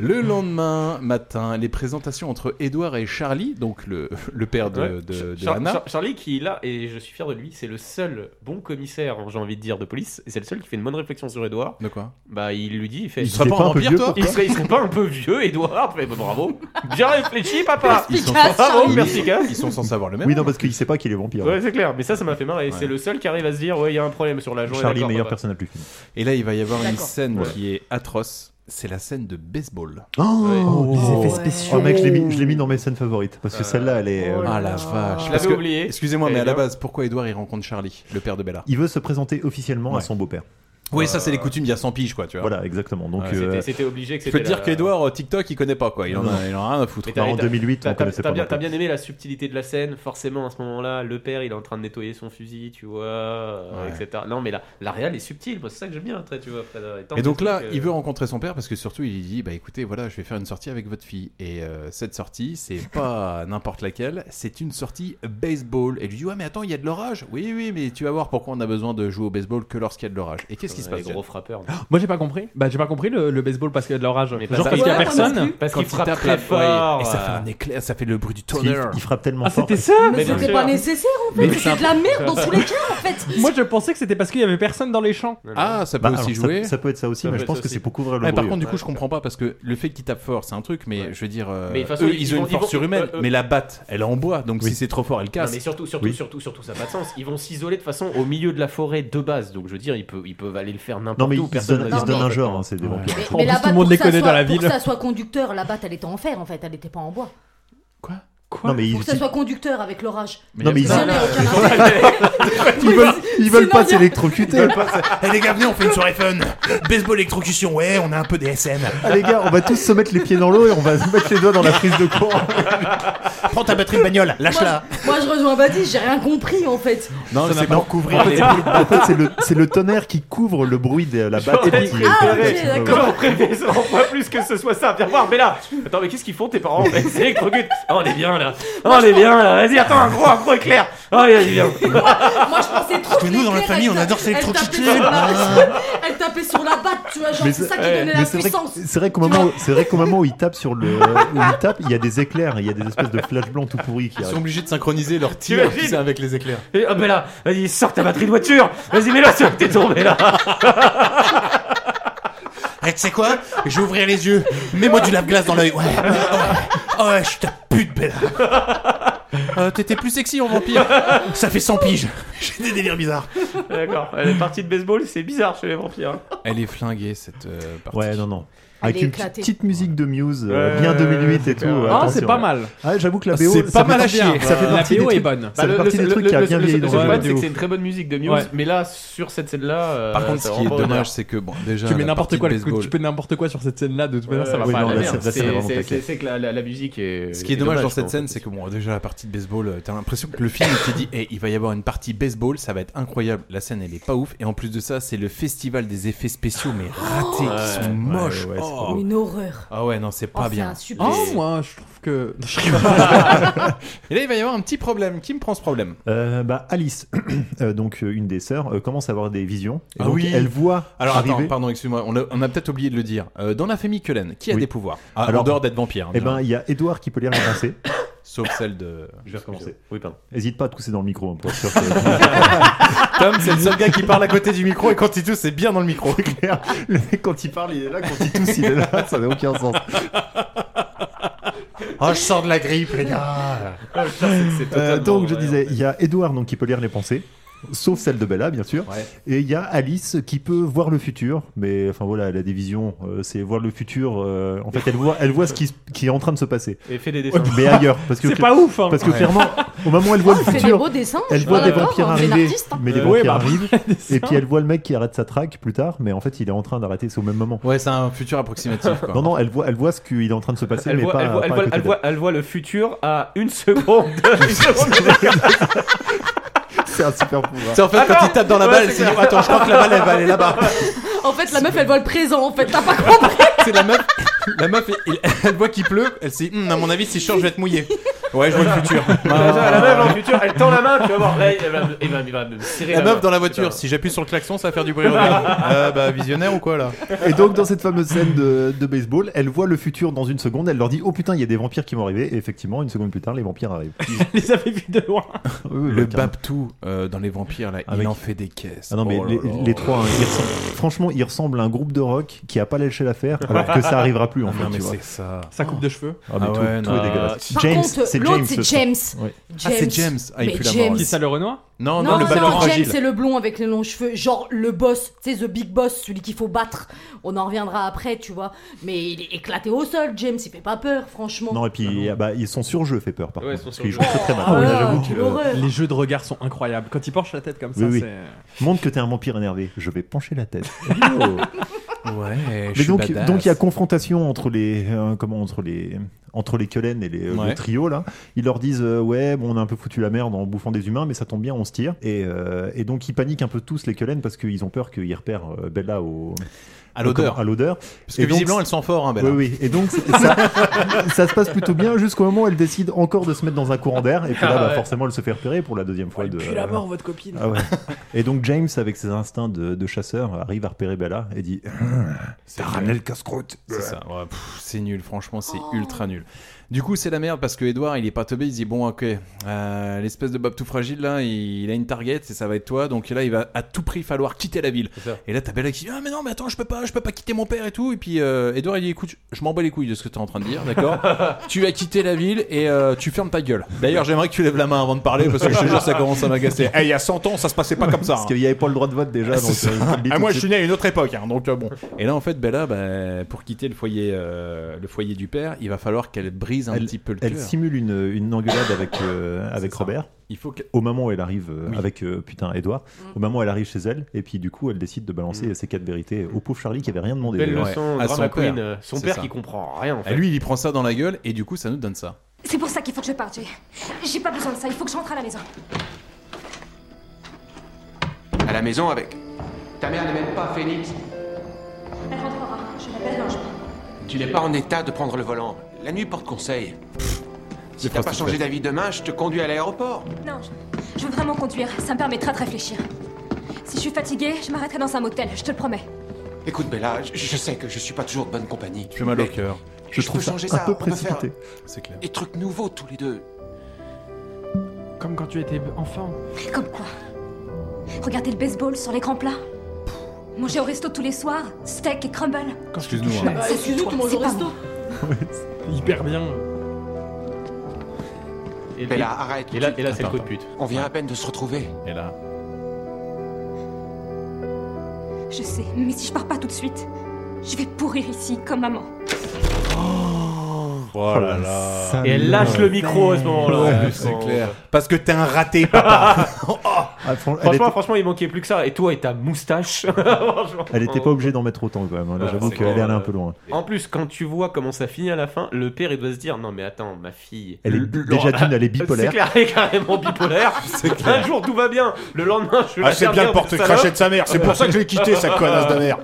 [SPEAKER 2] Le lendemain matin, les présentations entre Edouard et Charlie, donc le, le père de,
[SPEAKER 14] Ouais.
[SPEAKER 2] de- de
[SPEAKER 14] Char-
[SPEAKER 2] Anna.
[SPEAKER 14] Char- Charlie qui est là, et je suis fier de lui, c'est le seul bon commissaire, j'ai envie de dire, de police, et c'est le seul qui fait une bonne réflexion sur Edouard.
[SPEAKER 2] De quoi
[SPEAKER 14] Bah il lui dit, il fait...
[SPEAKER 2] Il serait Il pas serait un pas un peu vampire, vieux, toi
[SPEAKER 14] Il serait, il serait pas un peu vieux, Edouard Mais bah, Bravo Bien réfléchi, papa
[SPEAKER 2] Ils sont,
[SPEAKER 14] Bravo,
[SPEAKER 2] ils-
[SPEAKER 14] merci, Cass.
[SPEAKER 2] ils sont sans savoir le même.
[SPEAKER 12] Oui, non, parce qu'il sait pas qu'il est vampire.
[SPEAKER 14] Ouais, c'est clair, mais ça, ça m'a fait marrer.
[SPEAKER 2] Ouais.
[SPEAKER 14] C'est le seul qui arrive à se dire, ouais, il y a un problème sur la journée.
[SPEAKER 12] Charlie,
[SPEAKER 14] d'accord,
[SPEAKER 12] meilleur
[SPEAKER 14] papa.
[SPEAKER 12] personnage du film.
[SPEAKER 2] Et là, il va y avoir une
[SPEAKER 14] D'accord.
[SPEAKER 2] scène
[SPEAKER 14] Ouais.
[SPEAKER 2] qui est atroce. C'est la scène de baseball.
[SPEAKER 12] Oh,
[SPEAKER 2] Ouais.
[SPEAKER 12] des effets
[SPEAKER 2] spéciaux.
[SPEAKER 12] Oh, mec, je l'ai mis, je l'ai mis dans mes scènes favorites parce que celle-là, elle est. euh,
[SPEAKER 2] Ah la vache.
[SPEAKER 14] Je
[SPEAKER 2] Parce
[SPEAKER 14] l'avais
[SPEAKER 2] que-
[SPEAKER 14] oublié.
[SPEAKER 2] Excusez-moi,
[SPEAKER 14] Elle
[SPEAKER 2] mais
[SPEAKER 14] est
[SPEAKER 2] à la
[SPEAKER 14] là.
[SPEAKER 2] base, pourquoi Edouard il rencontre Charlie, le père de Bella
[SPEAKER 14] Bah,
[SPEAKER 12] Il veut se présenter officiellement
[SPEAKER 2] Ouais.
[SPEAKER 12] à son beau-père.
[SPEAKER 2] Oui, ça, c'est les coutumes d'il y a 100 piges, quoi, tu vois.
[SPEAKER 12] Voilà, exactement. Donc,
[SPEAKER 2] Ouais,
[SPEAKER 12] euh,
[SPEAKER 14] C'était- C'était obligé que
[SPEAKER 2] Je
[SPEAKER 14] c'était...
[SPEAKER 2] peux te dire
[SPEAKER 14] la-
[SPEAKER 2] qu'Edouard, euh, TikTok, il connaît pas, quoi. Il en a, il en a rien à foutre.
[SPEAKER 14] Mais t'as-
[SPEAKER 12] bah, en
[SPEAKER 14] t'as-
[SPEAKER 12] 2008,
[SPEAKER 14] t'as-
[SPEAKER 12] on connaissait
[SPEAKER 14] t'as-
[SPEAKER 12] pas
[SPEAKER 14] T'as bien,
[SPEAKER 12] non plus.
[SPEAKER 14] t'as bien aimé la subtilité de la scène, forcément à ce moment-là, le père il est en train de nettoyer son fusil, tu vois, euh,
[SPEAKER 2] Ouais.
[SPEAKER 14] etc. Non mais la, la réal est subtile, moi, c'est ça que j'aime bien après, tu vois. Fred, euh, il tente
[SPEAKER 2] Et donc
[SPEAKER 14] des
[SPEAKER 2] là,
[SPEAKER 14] trucs, euh,
[SPEAKER 2] il veut rencontrer son père parce que surtout, il lui dit Bah écoutez, voilà, je vais faire une sortie avec votre fille. Et euh, cette sortie, c'est pas n'importe laquelle, c'est une sortie baseball. Et il lui dit Ouais, mais attends, il y a de l'orage. Oui, oui, mais tu vas voir pourquoi on a besoin de jouer au baseball que lorsqu'il y a de l'orage. Et qu'est-ce
[SPEAKER 14] qui se passe Les gros frappeurs.
[SPEAKER 6] Moi j'ai pas compris. Bah j'ai pas compris le, le baseball parce qu'il y a de l'orage.
[SPEAKER 14] pas
[SPEAKER 6] Genre
[SPEAKER 14] ça.
[SPEAKER 6] quand il y a
[SPEAKER 14] Ouais, moi non
[SPEAKER 6] personne.
[SPEAKER 14] plus. Parce qu'il frappe très fort.
[SPEAKER 2] Et ça fait un éclair, ça fait le bruit du
[SPEAKER 12] Parce
[SPEAKER 2] tonnerre.
[SPEAKER 12] qu'il- il frappe tellement
[SPEAKER 6] Ah,
[SPEAKER 12] fort.
[SPEAKER 6] c'était ça
[SPEAKER 13] Mais
[SPEAKER 6] bien
[SPEAKER 13] c'était
[SPEAKER 6] sûr.
[SPEAKER 13] pas nécessaire en
[SPEAKER 6] Mais
[SPEAKER 13] fait,
[SPEAKER 6] ça-
[SPEAKER 13] c'est de la merde dans tous les cas en fait.
[SPEAKER 6] Moi je pensais que c'était parce qu'il y avait personne dans les champs.
[SPEAKER 2] Ah, ça peut
[SPEAKER 12] Bah,
[SPEAKER 2] aussi
[SPEAKER 12] alors, ça-
[SPEAKER 2] jouer.
[SPEAKER 12] ça peut être ça aussi, Ça mais peut je être pense ça que aussi. c'est pour couvrir le
[SPEAKER 2] Ouais, Par
[SPEAKER 12] bruit,
[SPEAKER 2] contre, du
[SPEAKER 12] ouais.
[SPEAKER 2] coup, je comprends pas parce que le fait qu'ils tapent fort, c'est un truc, mais je veux dire, euh,
[SPEAKER 14] Mais de toute façon,
[SPEAKER 2] eux,
[SPEAKER 14] ils
[SPEAKER 2] ils ont
[SPEAKER 14] vont-
[SPEAKER 2] une
[SPEAKER 14] ils vont-
[SPEAKER 2] force surhumaine,
[SPEAKER 14] euh, euh,
[SPEAKER 2] mais la batte, elle est en bois, donc si c'est trop fort, elle casse.
[SPEAKER 14] Non, mais surtout, surtout,
[SPEAKER 2] Oui.
[SPEAKER 14] surtout, surtout, ça n'a pas de sens. Ils vont s'isoler de façon au milieu de la forêt de base. Donc, je veux dire, ils peuvent, ils peuvent aller le faire n'importe
[SPEAKER 12] Non, mais
[SPEAKER 14] où.
[SPEAKER 12] ils se
[SPEAKER 14] personne
[SPEAKER 12] donnent,
[SPEAKER 14] va
[SPEAKER 12] ils
[SPEAKER 14] dire
[SPEAKER 12] se donnent
[SPEAKER 14] non,
[SPEAKER 12] un
[SPEAKER 14] en fait.
[SPEAKER 12] genre, hein, c'est des
[SPEAKER 14] Ouais.
[SPEAKER 12] vampires.
[SPEAKER 13] Mais la
[SPEAKER 14] tout le
[SPEAKER 13] batte,
[SPEAKER 14] monde
[SPEAKER 13] pour
[SPEAKER 14] les
[SPEAKER 13] que ça
[SPEAKER 14] connaît dans
[SPEAKER 13] soit-
[SPEAKER 14] la
[SPEAKER 13] Pour
[SPEAKER 14] ville.
[SPEAKER 13] que ça soit conducteur, la batte elle était en fer en fait, elle était pas en bois.
[SPEAKER 12] Non, mais
[SPEAKER 13] Pour
[SPEAKER 12] ils,
[SPEAKER 13] que ça soit conducteur avec l'orage.
[SPEAKER 12] Non, mais ils-
[SPEAKER 13] Sinon, il y a aucun intérêt.
[SPEAKER 12] Ils veulent-
[SPEAKER 5] ils
[SPEAKER 13] veulent pas
[SPEAKER 5] s'électrocuter. Eh les gars, venez, on fait une soirée fun. Baseball électrocution, ouais, on a un peu des SN.
[SPEAKER 12] Ah les gars, on va tous se mettre les pieds dans l'eau et on va se mettre les doigts dans la prise de courant.
[SPEAKER 5] Prends ta batterie de bagnole, lâche-la.
[SPEAKER 13] Moi je rejoins Baptiste, j'ai rien compris en fait.
[SPEAKER 12] Non,
[SPEAKER 5] c'est pour couvrir
[SPEAKER 12] En fait,
[SPEAKER 5] les-
[SPEAKER 12] c'est- en fait, c'est le, c'est le tonnerre qui couvre le bruit de la Ah, batte.
[SPEAKER 14] J'aurais
[SPEAKER 12] qui-
[SPEAKER 13] Ah,
[SPEAKER 12] Ouais,
[SPEAKER 14] préféré-
[SPEAKER 12] ouais.
[SPEAKER 14] J'aurais préféré ça, en pas plus que ce soit ça. Viens voir, mais là. Attends, mais qu'est-ce qu'ils font tes parents en fait C'est électrocute. Ah, on est bien là. Ah, on est bien là. Vas-y, attends, un gros, un gros éclair. Ah, il est bien.
[SPEAKER 13] Moi je pensais trop
[SPEAKER 5] Parce que nous, dans la famille, on adore s'électrocuter.
[SPEAKER 13] Elle tapait sur la batte, tu vois, genre
[SPEAKER 12] Mais
[SPEAKER 13] c'est ça qui
[SPEAKER 12] ouais.
[SPEAKER 13] donnait
[SPEAKER 12] Mais
[SPEAKER 13] la
[SPEAKER 12] c'est vrai que-
[SPEAKER 13] puissance.
[SPEAKER 12] c'est vrai qu'au moment, où- c'est vrai qu'au moment où il tape sur le, où il tape, il y a des éclairs, il y a des espèces de flash blancs tout pourris qui
[SPEAKER 2] Ils sont
[SPEAKER 12] arrivent.
[SPEAKER 2] obligés de synchroniser leur tir
[SPEAKER 14] T'imagines
[SPEAKER 2] tu sais, avec les éclairs.
[SPEAKER 14] Et, ah, ben là, vas-y, sors ta batterie de voiture. Vas-y, mets-la sur que t'es tombé là.
[SPEAKER 5] Eh, tu sais quoi Je vais ouvrir les yeux. Mets-moi du lave-glace dans l'œil. Ouais. Oh, ouais, je suis ta pute, Bella. Euh, T'étais plus sexy en vampire. Ça fait 100 piges. J'ai des délires bizarres.
[SPEAKER 14] D'accord. Les parties de baseball, c'est bizarre chez les vampires. hein.
[SPEAKER 2] Elle est flinguée cette euh, partie.
[SPEAKER 12] Ouais, non, non.
[SPEAKER 14] Elle
[SPEAKER 12] Avec
[SPEAKER 14] est
[SPEAKER 12] une
[SPEAKER 14] éclatée.
[SPEAKER 12] petite, petite musique de Muse, euh,
[SPEAKER 14] Ouais,
[SPEAKER 12] bien 2008 et tout. euh,
[SPEAKER 14] super. Ah,
[SPEAKER 12] attention,
[SPEAKER 14] c'est pas
[SPEAKER 12] ouais.
[SPEAKER 14] mal.
[SPEAKER 12] Ouais, j'avoue que la
[SPEAKER 6] C'est
[SPEAKER 12] BO,
[SPEAKER 6] pas
[SPEAKER 12] ça fait
[SPEAKER 6] mal à
[SPEAKER 12] partie-
[SPEAKER 6] chier.
[SPEAKER 12] Ça fait
[SPEAKER 6] La
[SPEAKER 12] partie des
[SPEAKER 6] BO est
[SPEAKER 12] trucs-
[SPEAKER 6] bonne.
[SPEAKER 12] Ça fait partie des trucs qui a bien vieilli dans
[SPEAKER 14] Bah,
[SPEAKER 12] le
[SPEAKER 14] le problème,
[SPEAKER 12] jeu.
[SPEAKER 14] c'est que c'est une très bonne musique de Muse,
[SPEAKER 6] Ouais.
[SPEAKER 14] mais là, sur cette scène-là. euh,
[SPEAKER 2] Par contre,
[SPEAKER 14] ça
[SPEAKER 2] ce
[SPEAKER 14] rend
[SPEAKER 2] qui est
[SPEAKER 14] pas honneur.
[SPEAKER 2] dommage, c'est que bon, déjà,
[SPEAKER 6] tu mets
[SPEAKER 2] la
[SPEAKER 6] n'importe
[SPEAKER 2] partie
[SPEAKER 6] quoi,
[SPEAKER 2] de
[SPEAKER 6] le coup,
[SPEAKER 2] baseball-
[SPEAKER 6] tu mets n'importe quoi sur cette scène-là, de toute manière, ça va
[SPEAKER 14] euh, Ouais,
[SPEAKER 6] pas
[SPEAKER 14] non,
[SPEAKER 6] aller.
[SPEAKER 14] là,
[SPEAKER 6] hein.
[SPEAKER 14] c'est-
[SPEAKER 12] c'est vraiment
[SPEAKER 14] c'est-
[SPEAKER 12] claqué.
[SPEAKER 14] C'est c'est que la- la la musique est.
[SPEAKER 2] Ce qui euh, est dommage dans
[SPEAKER 14] je
[SPEAKER 2] cette
[SPEAKER 14] pense.
[SPEAKER 2] scène, c'est que bon, déjà la partie de baseball, euh, t'as l'impression que le film il t'est dit, Eh, il va y avoir une partie baseball, ça va être incroyable. La scène, elle est pas ouf, et en plus de ça, c'est le festival des effets spéciaux, mais ratés, qui
[SPEAKER 12] Ouais,
[SPEAKER 2] sont
[SPEAKER 12] ouais,
[SPEAKER 2] moches.
[SPEAKER 12] ouais, c'est
[SPEAKER 2] Oh.
[SPEAKER 12] pas beau.
[SPEAKER 13] Une horreur.
[SPEAKER 2] Ah ouais, non, c'est
[SPEAKER 13] Oh,
[SPEAKER 2] pas
[SPEAKER 13] c'est
[SPEAKER 2] bien.
[SPEAKER 13] un super-
[SPEAKER 6] Oh,
[SPEAKER 13] Et-
[SPEAKER 6] moi, je trouve que.
[SPEAKER 2] Et là, il va y avoir un petit problème. Qui me prend ce problème
[SPEAKER 12] Euh, bah, Alice, euh, donc euh, une des sœurs, euh, commence à avoir des visions. Et
[SPEAKER 2] Ah
[SPEAKER 12] donc,
[SPEAKER 2] oui.
[SPEAKER 12] Elle voit
[SPEAKER 2] Alors
[SPEAKER 12] arriver.
[SPEAKER 2] attends, pardon, excuse-moi, on a, on a peut-être oublié de le dire. Euh, dans la famille Cullen, qui a
[SPEAKER 12] Oui.
[SPEAKER 2] des pouvoirs Ah,
[SPEAKER 12] Alors,
[SPEAKER 2] En dehors d'être vampire. hein,
[SPEAKER 12] Eh
[SPEAKER 2] bien.
[SPEAKER 12] ben, il y a Edouard qui peut lire les pensées.
[SPEAKER 2] Sauf celle de.
[SPEAKER 12] Je vais recommencer.
[SPEAKER 14] Oui, pardon.
[SPEAKER 12] Hésite pas à tousser dans le micro hein, pour être sûr
[SPEAKER 2] Tom, c'est le seul gars qui parle à côté du micro et quand il tousse, c'est bien dans le micro.
[SPEAKER 12] clair. Le mec, quand il parle, il est là. Quand il tousse, il est là. Ça n'a aucun sens.
[SPEAKER 2] Ah,
[SPEAKER 5] Oh, je sors de la grippe, les gars.
[SPEAKER 14] Ah, putain, c'est- c'est
[SPEAKER 12] Euh,
[SPEAKER 14] totalement
[SPEAKER 12] donc, je
[SPEAKER 14] vrai,
[SPEAKER 12] disais, il y a Edouard donc, qui peut lire les pensées. Sauf celle de Bella, bien sûr.
[SPEAKER 2] Ouais.
[SPEAKER 12] Et il y a Alice qui peut voir le futur, mais enfin voilà, elle a des visions. euh, c'est voir le futur. euh, en fait, elle voit, elle voit ce qui, qui est en train de se passer.
[SPEAKER 14] Et fait des dessins.
[SPEAKER 12] Mais ailleurs, parce que
[SPEAKER 6] C'est pas ouf, hein.
[SPEAKER 12] Parce que
[SPEAKER 6] Ouais.
[SPEAKER 12] clairement, au moment où elle voit
[SPEAKER 13] Oh,
[SPEAKER 12] le
[SPEAKER 13] elle fait des
[SPEAKER 12] futur,
[SPEAKER 13] beaux dessins, je
[SPEAKER 12] elle
[SPEAKER 13] suis
[SPEAKER 12] voit
[SPEAKER 13] pas
[SPEAKER 12] des
[SPEAKER 13] d'accord,
[SPEAKER 12] vampires
[SPEAKER 13] c'est une
[SPEAKER 12] arriver,
[SPEAKER 13] artiste, hein.
[SPEAKER 12] mais les
[SPEAKER 6] Euh, ouais,
[SPEAKER 12] vampires
[SPEAKER 6] bah,
[SPEAKER 12] arrivent.
[SPEAKER 6] dessins.
[SPEAKER 12] Et puis elle voit le mec qui arrête sa traque plus tard, mais en fait, il est en train d'arrêter. C'est au même
[SPEAKER 14] Bah.
[SPEAKER 12] moment.
[SPEAKER 2] Ouais, c'est un futur approximatif. Quoi.
[SPEAKER 12] Non, non, elle voit, elle voit ce qu'il est en train de se passer,
[SPEAKER 14] Elle
[SPEAKER 12] mais
[SPEAKER 14] voit,
[SPEAKER 12] pas.
[SPEAKER 14] elle, voit,
[SPEAKER 12] pas
[SPEAKER 14] elle,
[SPEAKER 12] à
[SPEAKER 14] voit,
[SPEAKER 12] côté
[SPEAKER 14] elle
[SPEAKER 12] d'elle.
[SPEAKER 14] voit- elle voit le futur à une seconde. une seconde
[SPEAKER 12] C'est un super pouvoir.
[SPEAKER 2] C'est en fait quand il tape dans la
[SPEAKER 14] Ouais,
[SPEAKER 2] balle,
[SPEAKER 14] c'est
[SPEAKER 2] elle se dit
[SPEAKER 14] clair.
[SPEAKER 2] Attends, je crois que la balle elle va aller là-bas.
[SPEAKER 13] En fait, la meuf elle voit le présent en fait, t'as pas compris.
[SPEAKER 2] C'est la meuf, la meuf il- elle voit qu'il pleut, elle se dit Hum, À mon avis, si je sors, je vais être mouillé. Bah, Ouais, je vois le futur.
[SPEAKER 14] la, la meuf
[SPEAKER 2] hein.
[SPEAKER 14] dans le futur, elle tend la main, tu vas voir. Là, il va, il va, il va me serrer la,
[SPEAKER 2] La meuf
[SPEAKER 14] main.
[SPEAKER 2] dans la voiture, si j'appuie sur le klaxon, ça va faire du bruit. regarde. Euh, bah, visionnaire ou quoi là
[SPEAKER 12] Et donc, dans cette fameuse scène de, de baseball, elle voit le futur dans une seconde. Elle leur dit Oh putain, il y a des vampires qui vont arriver. Et effectivement, une seconde plus tard, les vampires arrivent.
[SPEAKER 6] Elle les avait vus de loin.
[SPEAKER 2] Le Babtou euh, dans les vampires là, il en fait des caisses.
[SPEAKER 12] Ah non, mais
[SPEAKER 2] Oh là
[SPEAKER 12] les,
[SPEAKER 2] là.
[SPEAKER 12] les trois, hein, ils ressemblent- franchement, ils ressemblent à un groupe de rock qui a pas lâché l'affaire, alors que ça arrivera plus en
[SPEAKER 2] Ah
[SPEAKER 12] fait.
[SPEAKER 2] non, mais
[SPEAKER 12] tu vois.
[SPEAKER 2] c'est ça.
[SPEAKER 6] Sa coupe de cheveux.
[SPEAKER 12] Ah, mais
[SPEAKER 2] Ah
[SPEAKER 12] tout,
[SPEAKER 2] ouais,
[SPEAKER 12] tout
[SPEAKER 2] non.
[SPEAKER 12] est dégueulasse.
[SPEAKER 13] Par contre, l'autre c'est James.
[SPEAKER 12] Ouais.
[SPEAKER 2] Ah, c'est James. Ah, il
[SPEAKER 13] Mais
[SPEAKER 2] pue la
[SPEAKER 13] James.
[SPEAKER 2] mort.
[SPEAKER 6] Qui ça, le Renoir
[SPEAKER 2] Non, non,
[SPEAKER 13] Non,
[SPEAKER 2] le
[SPEAKER 13] non,
[SPEAKER 2] ballon
[SPEAKER 13] non, James
[SPEAKER 2] fragile.
[SPEAKER 13] c'est le blond avec les longs cheveux, genre le boss, tu sais, the big boss, celui qu'il faut battre. On en reviendra après, tu vois. Mais il est éclaté au sol, James, il fait pas peur, franchement.
[SPEAKER 12] Non, et puis, ah bah, ils sont sur jeu, fait peur par
[SPEAKER 14] Ouais,
[SPEAKER 12] contre.
[SPEAKER 14] ils sont
[SPEAKER 12] Parce qu'ils jouent
[SPEAKER 14] surjeu.
[SPEAKER 12] très très mal.
[SPEAKER 13] Ah ouais,
[SPEAKER 6] j'avoue que
[SPEAKER 12] euh,
[SPEAKER 13] quelle horreur.
[SPEAKER 6] les jeux de regard sont incroyables. Quand il penche la tête comme ça,
[SPEAKER 12] Oui, oui.
[SPEAKER 6] c'est. euh,
[SPEAKER 12] Montre que t'es un vampire énervé. Je vais pencher la tête.
[SPEAKER 2] Ouais, je
[SPEAKER 12] Mais
[SPEAKER 2] suis
[SPEAKER 12] donc,
[SPEAKER 2] badass.
[SPEAKER 12] donc il y a confrontation entre les, euh, comment, entre les, entre les Cullen et les, euh,
[SPEAKER 2] Ouais.
[SPEAKER 12] le trio là, ils leur disent euh, ouais bon on a un peu foutu la merde en bouffant des humains mais ça tombe bien on se tire et, euh, et donc ils paniquent un peu tous les Cullen parce qu'ils ont peur qu'ils repèrent euh, Bella au
[SPEAKER 2] À l'odeur.
[SPEAKER 12] au- à l'odeur
[SPEAKER 2] Parce que visiblement, elle sent fort, hein, Bella.
[SPEAKER 12] oui oui et donc c'est- ça, ça se passe plutôt bien jusqu'au moment où elle décide encore de se mettre dans un courant d'air et puis là
[SPEAKER 6] Ah
[SPEAKER 12] bah,
[SPEAKER 6] ouais.
[SPEAKER 12] forcément elle se fait repérer pour la deuxième fois de
[SPEAKER 6] pue la mort, votre copine.
[SPEAKER 12] Ah ouais. et donc James avec ses instincts de, de chasseur arrive à repérer Bella et
[SPEAKER 2] Ah.
[SPEAKER 12] dit
[SPEAKER 2] C'est ramené le casse-croûte.
[SPEAKER 17] euh,
[SPEAKER 2] C'est ça. Ouais, Ah, pff, c'est nul, franchement, c'est ultra nul. Du coup, c'est la merde parce que Edouard, il est pas teubé, il se dit bon, ok, euh, l'espèce de Bob tout fragile là, il, il a une target et ça va être toi, donc là, il va à tout prix falloir quitter la ville. Et là, t'as Bella qui dit ah mais non, mais attends, je peux pas, je peux pas quitter mon père et tout. Et puis euh, Edouard, il dit écoute, je- je m'en bats les couilles de ce que t'es en train de dire, d'accord Tu vas quitter la ville et euh, tu fermes ta gueule. D'ailleurs, j'aimerais que tu lèves la main avant de parler parce que je te jure, ça commence à m'agacer. Eh, il y a 100 ans, ça se passait pas comme ça.
[SPEAKER 12] Parce
[SPEAKER 2] hein.
[SPEAKER 12] qu'il n'y avait pas le droit de vote déjà. Donc,
[SPEAKER 2] C'est ça.
[SPEAKER 12] euh, il le dit
[SPEAKER 2] Ah,
[SPEAKER 12] tout
[SPEAKER 2] moi,
[SPEAKER 12] de
[SPEAKER 2] je suis
[SPEAKER 12] suite.
[SPEAKER 2] né à une autre époque, hein, donc euh, bon. Et là, en fait, Bella, bah, pour quitter le foyer, euh, le foyer du père, il va falloir qu'elle brise un petit peu le
[SPEAKER 12] Elle
[SPEAKER 2] cœur.
[SPEAKER 12] simule une, une engueulade avec, euh, avec Robert.
[SPEAKER 2] Il faut que...
[SPEAKER 12] Au moment où elle arrive euh, avec euh, putain Edouard,
[SPEAKER 6] Mm.
[SPEAKER 12] au moment où elle arrive chez elle, et puis du coup elle décide de
[SPEAKER 2] Mm.
[SPEAKER 12] balancer ses quatre vérités au pauvre Charlie qui avait rien demandé.
[SPEAKER 14] Belle
[SPEAKER 12] d'ailleurs.
[SPEAKER 14] leçon,
[SPEAKER 12] À
[SPEAKER 14] drama
[SPEAKER 12] son
[SPEAKER 14] queen.
[SPEAKER 12] père.
[SPEAKER 14] euh, Son
[SPEAKER 12] C'est
[SPEAKER 14] père
[SPEAKER 12] ça.
[SPEAKER 14] qui comprend rien en
[SPEAKER 2] Ah,
[SPEAKER 14] fait.
[SPEAKER 2] lui, il y prend ça dans la gueule et du coup, ça nous donne ça.
[SPEAKER 16] C'est pour ça qu'il faut que je parte, Jay. J'ai pas besoin de ça, il faut que je rentre à la maison.
[SPEAKER 10] À la maison avec. Ta mère n'est même pas Phoenix.
[SPEAKER 16] Elle rentrera, je la dérange pas.
[SPEAKER 10] Tu n'es pas en état de prendre le volant. La nuit porte conseil. Si t'as pas
[SPEAKER 2] tout
[SPEAKER 10] changé
[SPEAKER 2] fait.
[SPEAKER 10] d'avis demain, je te conduis à l'aéroport.
[SPEAKER 16] Non, je, je veux vraiment conduire, ça me permettra de réfléchir. Si je suis fatiguée, je m'arrêterai dans un motel, je te le promets.
[SPEAKER 10] Écoute Bella, je, je sais que je suis pas toujours de bonne compagnie.
[SPEAKER 2] Tu fais mal au cœur.
[SPEAKER 10] Je, trouve
[SPEAKER 12] ça
[SPEAKER 10] changer
[SPEAKER 12] un
[SPEAKER 10] ça.
[SPEAKER 12] peu
[SPEAKER 10] On peut faire
[SPEAKER 12] précipité.
[SPEAKER 2] C'est clair.
[SPEAKER 10] des trucs nouveaux tous les deux.
[SPEAKER 6] Comme quand tu étais enfant.
[SPEAKER 16] Comme quoi Regarder le baseball sur l'écran plat Manger au resto tous les soirs Steak et crumble
[SPEAKER 2] Excuse-nous. hein.
[SPEAKER 16] C'est toi, c'est pas moi.
[SPEAKER 6] Hyper bien.
[SPEAKER 14] Et
[SPEAKER 10] Bella, arrête.
[SPEAKER 14] Et là, Euh,
[SPEAKER 10] tu-
[SPEAKER 14] et là c'est le
[SPEAKER 10] Attends.
[SPEAKER 14] coup de pute.
[SPEAKER 10] On vient à peine de se retrouver.
[SPEAKER 2] Et là.
[SPEAKER 16] Je sais, mais si je pars pas tout de suite, je vais pourrir ici comme maman.
[SPEAKER 2] Oh là là.
[SPEAKER 14] Et elle lâche le micro à ce moment-là. en
[SPEAKER 2] Ouais,
[SPEAKER 14] plus,
[SPEAKER 2] c'est
[SPEAKER 14] en-
[SPEAKER 2] clair. Parce que t'es un raté, papa.
[SPEAKER 12] Ah, fran- elle
[SPEAKER 14] Franchement,
[SPEAKER 12] était-
[SPEAKER 14] franchement, il manquait plus que ça. Et toi et ta moustache.
[SPEAKER 12] Elle n'était pas obligée d'en mettre autant quand même. hein. Là,
[SPEAKER 14] Ouais,
[SPEAKER 12] J'avoue
[SPEAKER 14] Oh. c'est
[SPEAKER 12] qu'elle est allée
[SPEAKER 14] clair.
[SPEAKER 12] un peu loin.
[SPEAKER 14] En plus, quand tu vois comment ça finit à la fin, le père il doit se dire non mais attends, ma fille.
[SPEAKER 12] Elle est
[SPEAKER 14] Le-
[SPEAKER 12] bi-
[SPEAKER 14] le-
[SPEAKER 12] déjà d'une, elle est bipolaire.
[SPEAKER 14] C'est clair, elle est carrément bipolaire. Un jour tout va bien, le lendemain je la
[SPEAKER 2] Ah, c'est
[SPEAKER 14] ferme
[SPEAKER 2] bien le
[SPEAKER 14] pour
[SPEAKER 2] porte-
[SPEAKER 14] salope.
[SPEAKER 2] crachet de sa mère, c'est pour ça que je l'ai quitté, sa connasse de Hmm. mère.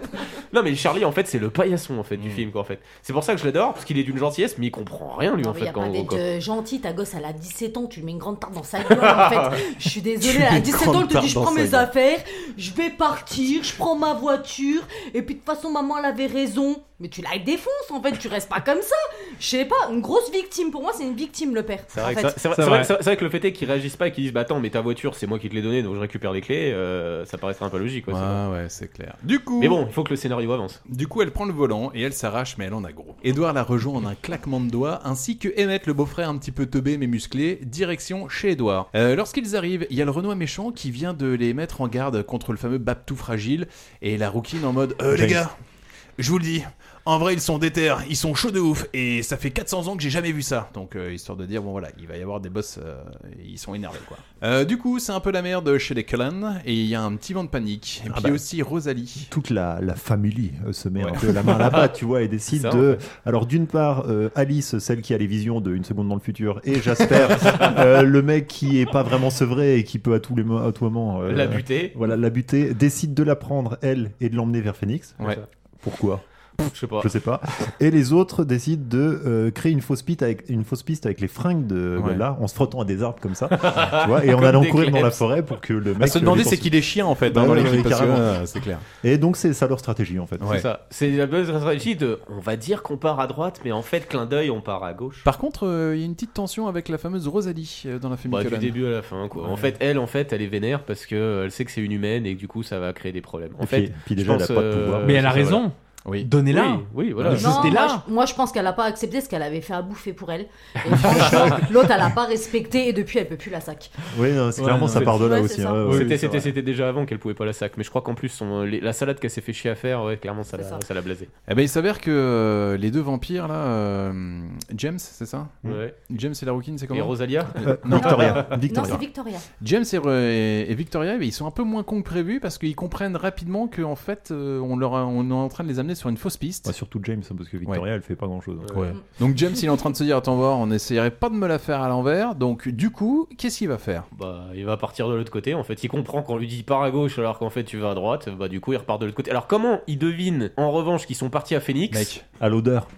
[SPEAKER 14] Non mais Charlie en fait c'est le paillasson en fait du film quoi en fait. C'est pour ça que je l'adore parce qu'il est d'une gentillesse mais il comprend rien lui en
[SPEAKER 13] Non, mais y
[SPEAKER 14] fait
[SPEAKER 13] a
[SPEAKER 14] quand
[SPEAKER 13] pas
[SPEAKER 14] en gros,
[SPEAKER 13] d'être
[SPEAKER 14] quoi.
[SPEAKER 13] euh, gentil, ta gosse elle a 17 ans, tu lui mets une grande tarte dans sa gueule en fait. Je suis
[SPEAKER 14] Tu
[SPEAKER 13] désolée,
[SPEAKER 14] mets
[SPEAKER 13] elle a
[SPEAKER 14] une
[SPEAKER 13] 17
[SPEAKER 14] grande
[SPEAKER 13] ans, elle te
[SPEAKER 14] tarte
[SPEAKER 13] dit je
[SPEAKER 14] dans
[SPEAKER 13] prends
[SPEAKER 14] sa
[SPEAKER 13] mes
[SPEAKER 14] gueule.
[SPEAKER 13] affaires, je vais partir, je prends ma voiture, et puis de toute façon maman elle avait raison. Mais tu la défonces en fait, tu restes pas comme ça. Je sais pas, une grosse victime, pour moi c'est une victime le père.
[SPEAKER 14] C'est vrai,
[SPEAKER 13] en
[SPEAKER 14] que
[SPEAKER 13] fait.
[SPEAKER 14] ça- c'est vrai- c'est vrai- c'est vrai que le fait est qu'ils réagissent pas et qu'ils disent bah attends mais ta voiture c'est moi qui te l'ai donnée donc je récupère les clés euh, ça paraîtrait un peu logique quoi.
[SPEAKER 2] Ah ouais, c'est clair. Du coup.
[SPEAKER 14] Mais bon il faut que le scénario avance.
[SPEAKER 2] Du coup, elle prend le volant et elle s'arrache, mais elle en a gros. Edouard la rejoint en un claquement de doigts, ainsi que Emmett, le beau-frère un petit peu teubé mais musclé, direction chez Edouard. Euh, Lorsqu'ils arrivent, il y a le Renoir méchant qui vient de les mettre en garde contre le fameux Bab tout fragile, et la rouquine en mode Euh, les
[SPEAKER 5] James.
[SPEAKER 2] gars, je vous le dis. En vrai, ils sont déter, ils sont chauds de ouf, et ça fait 400 ans que j'ai jamais vu ça. Donc, euh, histoire de dire, bon voilà, il va y avoir des boss, euh, ils sont énervés quoi. Euh, du coup, c'est un peu la merde chez les Cullen, et il y a un petit vent de panique. Et
[SPEAKER 12] Ah
[SPEAKER 2] puis
[SPEAKER 12] bah.
[SPEAKER 2] aussi Rosalie.
[SPEAKER 12] toute la, la famille euh, se met
[SPEAKER 2] Ouais.
[SPEAKER 12] un peu la main à la pâte, tu vois, et décide
[SPEAKER 2] C'est ça,
[SPEAKER 12] de. Alors, d'une part, euh, Alice, celle qui a les visions de Une seconde dans le futur, et Jasper, euh, le mec qui est pas vraiment sevré et qui peut à, tous les mo- à tout moment. euh,
[SPEAKER 14] La buter.
[SPEAKER 12] Voilà, la buter, décide de la prendre, elle, et de l'emmener vers Phoenix.
[SPEAKER 14] Ouais.
[SPEAKER 12] Pourquoi
[SPEAKER 14] Je sais pas.
[SPEAKER 12] Je sais pas. Et les autres décident de euh, créer une fausse, piste avec, une fausse piste avec les fringues de
[SPEAKER 2] Ouais.
[SPEAKER 12] Bella en se frottant à des arbres comme ça. tu vois, et en
[SPEAKER 2] Comme
[SPEAKER 12] allant
[SPEAKER 2] des
[SPEAKER 12] courir dans la
[SPEAKER 2] kleps.
[SPEAKER 12] forêt pour que le mec.
[SPEAKER 2] À Bah, se demander,
[SPEAKER 12] euh,
[SPEAKER 2] c'est qui les chiens, en fait, hein, dans
[SPEAKER 12] ouais,
[SPEAKER 2] l'équipe,
[SPEAKER 12] ouais,
[SPEAKER 2] parce que,
[SPEAKER 12] carrément.
[SPEAKER 2] euh, c'est clair.
[SPEAKER 12] Et donc, c'est ça leur stratégie en fait.
[SPEAKER 14] C'est ça. C'est la bonne stratégie de on va dire qu'on part à droite, mais en fait, clin d'œil, on part à gauche.
[SPEAKER 2] Par contre, euh, il y a une petite tension avec la fameuse Rosalie euh, dans la famille
[SPEAKER 14] Bah, du
[SPEAKER 2] Cullen.
[SPEAKER 14] début à la fin, quoi. En
[SPEAKER 2] Ouais.
[SPEAKER 14] fait, elle, en fait, elle est vénère parce que euh, elle sait que c'est une humaine et que du coup, ça va créer des problèmes. En
[SPEAKER 12] Et
[SPEAKER 14] fait,
[SPEAKER 12] puis- puis
[SPEAKER 14] je
[SPEAKER 12] déjà, elle a
[SPEAKER 14] pense,
[SPEAKER 12] pas de pouvoir.
[SPEAKER 14] euh,
[SPEAKER 6] Mais elle a
[SPEAKER 14] c'est ça,
[SPEAKER 6] raison.
[SPEAKER 14] voilà.
[SPEAKER 6] Donnez-la.
[SPEAKER 14] Oui, oui, voilà.
[SPEAKER 6] Non, Juste
[SPEAKER 13] Non,
[SPEAKER 6] là.
[SPEAKER 13] moi, je, moi, je pense qu'elle a pas accepté ce qu'elle avait fait à bouffer pour elle. Et franchement, l'autre elle a pas respecté et depuis elle peut plus la sac.
[SPEAKER 12] Oui, non, c'est clairement, ça part de là aussi. hein, ouais, ouais.
[SPEAKER 14] C'était- C'était c'était déjà avant qu'elle pouvait pas la sac, mais je crois qu'en plus, son- les- la salade qu'elle s'est fait chier à faire, ouais, clairement, ça l'a
[SPEAKER 13] ça.
[SPEAKER 14] ça l'a blasé.
[SPEAKER 2] Eh ben, il s'avère que euh, les deux vampires, là, euh, James, c'est ça
[SPEAKER 12] Mmh.
[SPEAKER 14] Ouais.
[SPEAKER 2] James et la rouquine, c'est comment
[SPEAKER 14] Et Rosalia
[SPEAKER 2] Euh,
[SPEAKER 14] Non.
[SPEAKER 12] Victoria.
[SPEAKER 13] Victoria. Non, c'est Victoria.
[SPEAKER 2] James et, et- et Victoria, eh ben, ils sont un peu moins cons que prévu parce qu'ils comprennent rapidement qu'en fait, euh, on, euh, leur a- on est en train de les amener est sur une fausse piste.
[SPEAKER 12] surtout James, hein, parce que Victoria, elle fait pas hein. grand chose.
[SPEAKER 2] Ouais. Donc James, il est en train de se dire Attends, voir, on essayerait pas de me la faire à l'envers. Donc, du coup, qu'est-ce qu'il va faire
[SPEAKER 14] Bah, il va partir de l'autre côté. En fait, il comprend qu'on lui dit pars à gauche alors qu'en fait tu vas à droite. Bah, du coup, il repart de l'autre côté. Alors, comment il devine en revanche qu'ils sont partis à Phoenix
[SPEAKER 12] Mec, à l'odeur.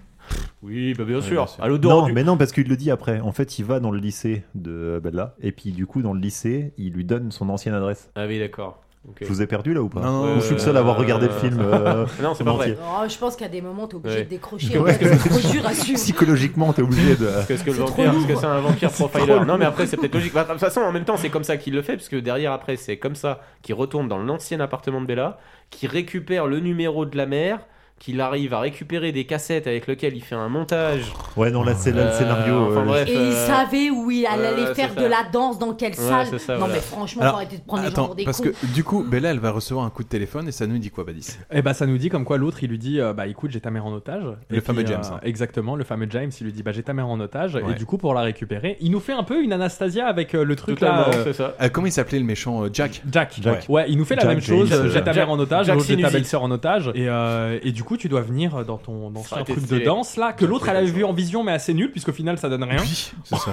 [SPEAKER 14] Oui, bah, bien sûr.
[SPEAKER 12] bien sûr.
[SPEAKER 14] À l'odeur.
[SPEAKER 12] Non,
[SPEAKER 14] du-
[SPEAKER 12] mais non, parce qu'il le dit après. En fait, il va dans le lycée de Bella, et puis du coup, dans le lycée, il lui donne son ancienne adresse.
[SPEAKER 14] Ah oui, d'accord. Ok.
[SPEAKER 12] Je vous ai perdu là ou pas
[SPEAKER 14] Non, non,
[SPEAKER 12] Ou je suis le seul à avoir regardé le film. euh,
[SPEAKER 14] Non, c'est
[SPEAKER 12] en
[SPEAKER 14] pas
[SPEAKER 12] entier.
[SPEAKER 14] vrai.
[SPEAKER 13] Oh, je pense qu'à des moments, t'es obligé
[SPEAKER 14] Ouais.
[SPEAKER 13] de décrocher.
[SPEAKER 14] Ouais.
[SPEAKER 13] parce que c'est trop dur à suivre.
[SPEAKER 12] Psychologiquement, t'es obligé de.
[SPEAKER 14] Parce que le
[SPEAKER 13] C'est trop
[SPEAKER 14] vampire, parce que
[SPEAKER 13] lourd.
[SPEAKER 14] c'est un vampire
[SPEAKER 13] C'est trop
[SPEAKER 14] profiler.
[SPEAKER 13] lourd.
[SPEAKER 14] Non, mais après, c'est peut-être logique. Bah, de toute façon, en même temps, c'est comme ça qu'il le fait, parce que derrière, après, c'est comme ça qu'il retourne dans l'ancien appartement de Bella, qui récupère le numéro de la mère, qu'il arrive à récupérer des cassettes avec lesquelles il fait un montage.
[SPEAKER 12] Ouais, non, là, c'est là, le
[SPEAKER 14] Euh,
[SPEAKER 12] scénario.
[SPEAKER 14] enfin,
[SPEAKER 12] euh,
[SPEAKER 14] bref,
[SPEAKER 13] Et il
[SPEAKER 14] euh,
[SPEAKER 13] savait où il allait
[SPEAKER 14] ouais,
[SPEAKER 13] faire
[SPEAKER 14] c'est
[SPEAKER 13] de
[SPEAKER 14] ça.
[SPEAKER 13] la danse, dans quelle
[SPEAKER 14] Ouais,
[SPEAKER 13] salle.
[SPEAKER 14] c'est ça,
[SPEAKER 13] non,
[SPEAKER 14] voilà.
[SPEAKER 13] mais franchement, faut
[SPEAKER 2] Alors,
[SPEAKER 13] arrêter de prendre les gens
[SPEAKER 2] attends,
[SPEAKER 13] pour des
[SPEAKER 2] parce
[SPEAKER 13] cons.
[SPEAKER 2] que du coup, Bella, elle va recevoir un coup de téléphone et ça nous dit quoi, Badis
[SPEAKER 6] Et bah ça nous dit comme quoi l'autre il lui dit euh, bah écoute j'ai ta mère en otage.
[SPEAKER 2] Le
[SPEAKER 6] Et euh,
[SPEAKER 2] fameux James, hein.
[SPEAKER 6] Exactement le fameux James il lui dit bah j'ai ta mère en otage
[SPEAKER 2] Ouais.
[SPEAKER 6] et du coup pour la récupérer il nous fait un peu une Anastasia avec euh, le truc
[SPEAKER 14] Totalement,
[SPEAKER 6] là.
[SPEAKER 14] c'est ça.
[SPEAKER 2] Euh, Comment il s'appelait le méchant euh, Jack
[SPEAKER 6] Jack.
[SPEAKER 2] Jack.
[SPEAKER 6] Ouais, il nous fait la
[SPEAKER 2] Jack
[SPEAKER 6] même chose.
[SPEAKER 2] James,
[SPEAKER 6] euh, J'ai ta mère
[SPEAKER 14] Jack-
[SPEAKER 6] en otage,
[SPEAKER 14] Jack
[SPEAKER 6] l'autre, j'ai ta
[SPEAKER 14] Sinusite.
[SPEAKER 6] belle-sœur en otage. Et, euh, et du coup, tu dois venir dans ton dans
[SPEAKER 14] aurait
[SPEAKER 6] un
[SPEAKER 14] été
[SPEAKER 6] truc de
[SPEAKER 14] stylé.
[SPEAKER 6] danse là que
[SPEAKER 14] Ça
[SPEAKER 6] l'autre
[SPEAKER 14] aurait
[SPEAKER 6] elle
[SPEAKER 14] été
[SPEAKER 6] avait vu en vision, mais assez nul puisqu'au final ça donne rien.
[SPEAKER 2] C'est ça.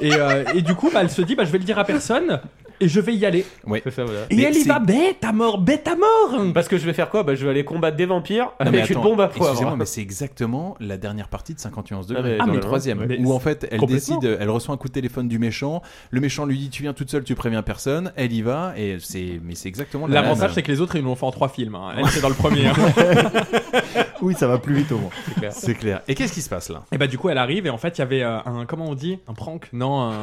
[SPEAKER 6] Et, euh, et du coup, bah, elle se dit bah je vais le dire à personne et je vais y aller.
[SPEAKER 2] Ouais.
[SPEAKER 14] C'est ça, voilà.
[SPEAKER 6] Et elle y va bête à mort, bête à mort.
[SPEAKER 14] Parce que je vais faire quoi bah, Je vais aller combattre des vampires
[SPEAKER 2] Non, Ah, mais
[SPEAKER 14] avec une
[SPEAKER 2] attends,
[SPEAKER 14] bombe à poivre.
[SPEAKER 2] Excusez-moi, mais c'est exactement la dernière partie de 51
[SPEAKER 14] Ah,
[SPEAKER 2] degrés.
[SPEAKER 14] mais
[SPEAKER 2] Ah,
[SPEAKER 14] dans
[SPEAKER 2] mais
[SPEAKER 14] le
[SPEAKER 2] le troisième.
[SPEAKER 14] mais
[SPEAKER 2] Où en fait, elle
[SPEAKER 14] complètement.
[SPEAKER 2] décide, elle reçoit un coup de téléphone du méchant. Le méchant lui dit Tu viens toute seule, tu préviens personne. Elle y va. Et c'est, mais c'est exactement la
[SPEAKER 6] L'avantage
[SPEAKER 2] même.
[SPEAKER 6] c'est que les autres ils l'ont fait en trois films. hein. Elle c'est dans le premier. hein.
[SPEAKER 12] Oui, ça va plus vite au moins.
[SPEAKER 14] C'est clair.
[SPEAKER 2] C'est clair. Et qu'est-ce qui se passe là
[SPEAKER 6] Et bah du coup elle arrive et en fait il y avait euh, un comment on dit un prank non un,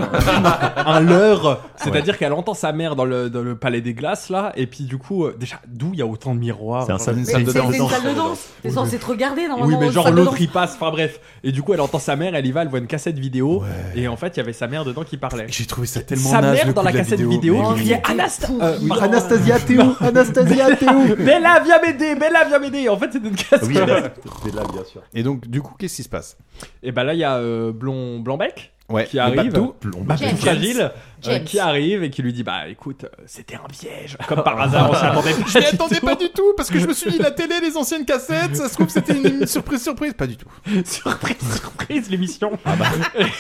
[SPEAKER 6] un leurre c'est-à-dire qu'elle entend sa mère dans le, dans le palais des glaces là et puis du coup euh, déjà d'où il y a autant de miroirs
[SPEAKER 12] C'est un salon-
[SPEAKER 6] Genre,
[SPEAKER 12] c'est une
[SPEAKER 13] C'est c'est une salle de danse. T'es censé te regarder
[SPEAKER 6] oui
[SPEAKER 13] normalement.
[SPEAKER 6] mais
[SPEAKER 13] une
[SPEAKER 6] genre
[SPEAKER 13] salle de
[SPEAKER 6] l'autre
[SPEAKER 13] danse.
[SPEAKER 6] il passe enfin bref et du coup elle entend sa mère elle y va elle voit une cassette vidéo et en fait il y avait sa mère dedans qui parlait
[SPEAKER 2] J'ai trouvé ça tellement
[SPEAKER 6] sa
[SPEAKER 2] naze,
[SPEAKER 6] mère
[SPEAKER 2] le
[SPEAKER 6] dans
[SPEAKER 2] coup
[SPEAKER 6] la
[SPEAKER 2] de la
[SPEAKER 6] cassette
[SPEAKER 2] vidéo,
[SPEAKER 6] vidéo,
[SPEAKER 2] mais
[SPEAKER 6] qui
[SPEAKER 2] oui.
[SPEAKER 6] est Anasta
[SPEAKER 9] Pourri.
[SPEAKER 6] euh, pardon.
[SPEAKER 9] Anastasia, t'es où Anastasia, t'es où
[SPEAKER 6] Bella viens m'aider Bella viens m'aider Et en fait c'était une cassette
[SPEAKER 12] Oui, elle- c'est là, bien sûr.
[SPEAKER 2] Et donc, du coup, qu'est-ce qui se passe
[SPEAKER 6] Et bah là, il y a euh, Blond, Blanbec
[SPEAKER 2] Ouais,
[SPEAKER 6] qui
[SPEAKER 2] le
[SPEAKER 6] arrive,
[SPEAKER 2] bateau.
[SPEAKER 6] Bah,
[SPEAKER 2] James.
[SPEAKER 6] fragile, euh,
[SPEAKER 2] James.
[SPEAKER 6] qui arrive et qui lui dit Bah écoute, euh, c'était un piège. Comme par hasard, on s'y attendait pas.
[SPEAKER 2] Je m'y
[SPEAKER 6] du
[SPEAKER 2] attendais
[SPEAKER 6] tout.
[SPEAKER 2] pas du tout parce que je me suis dit la télé, les anciennes cassettes, ça se trouve c'était une surprise, surprise. Pas du tout.
[SPEAKER 6] surprise, surprise, l'émission.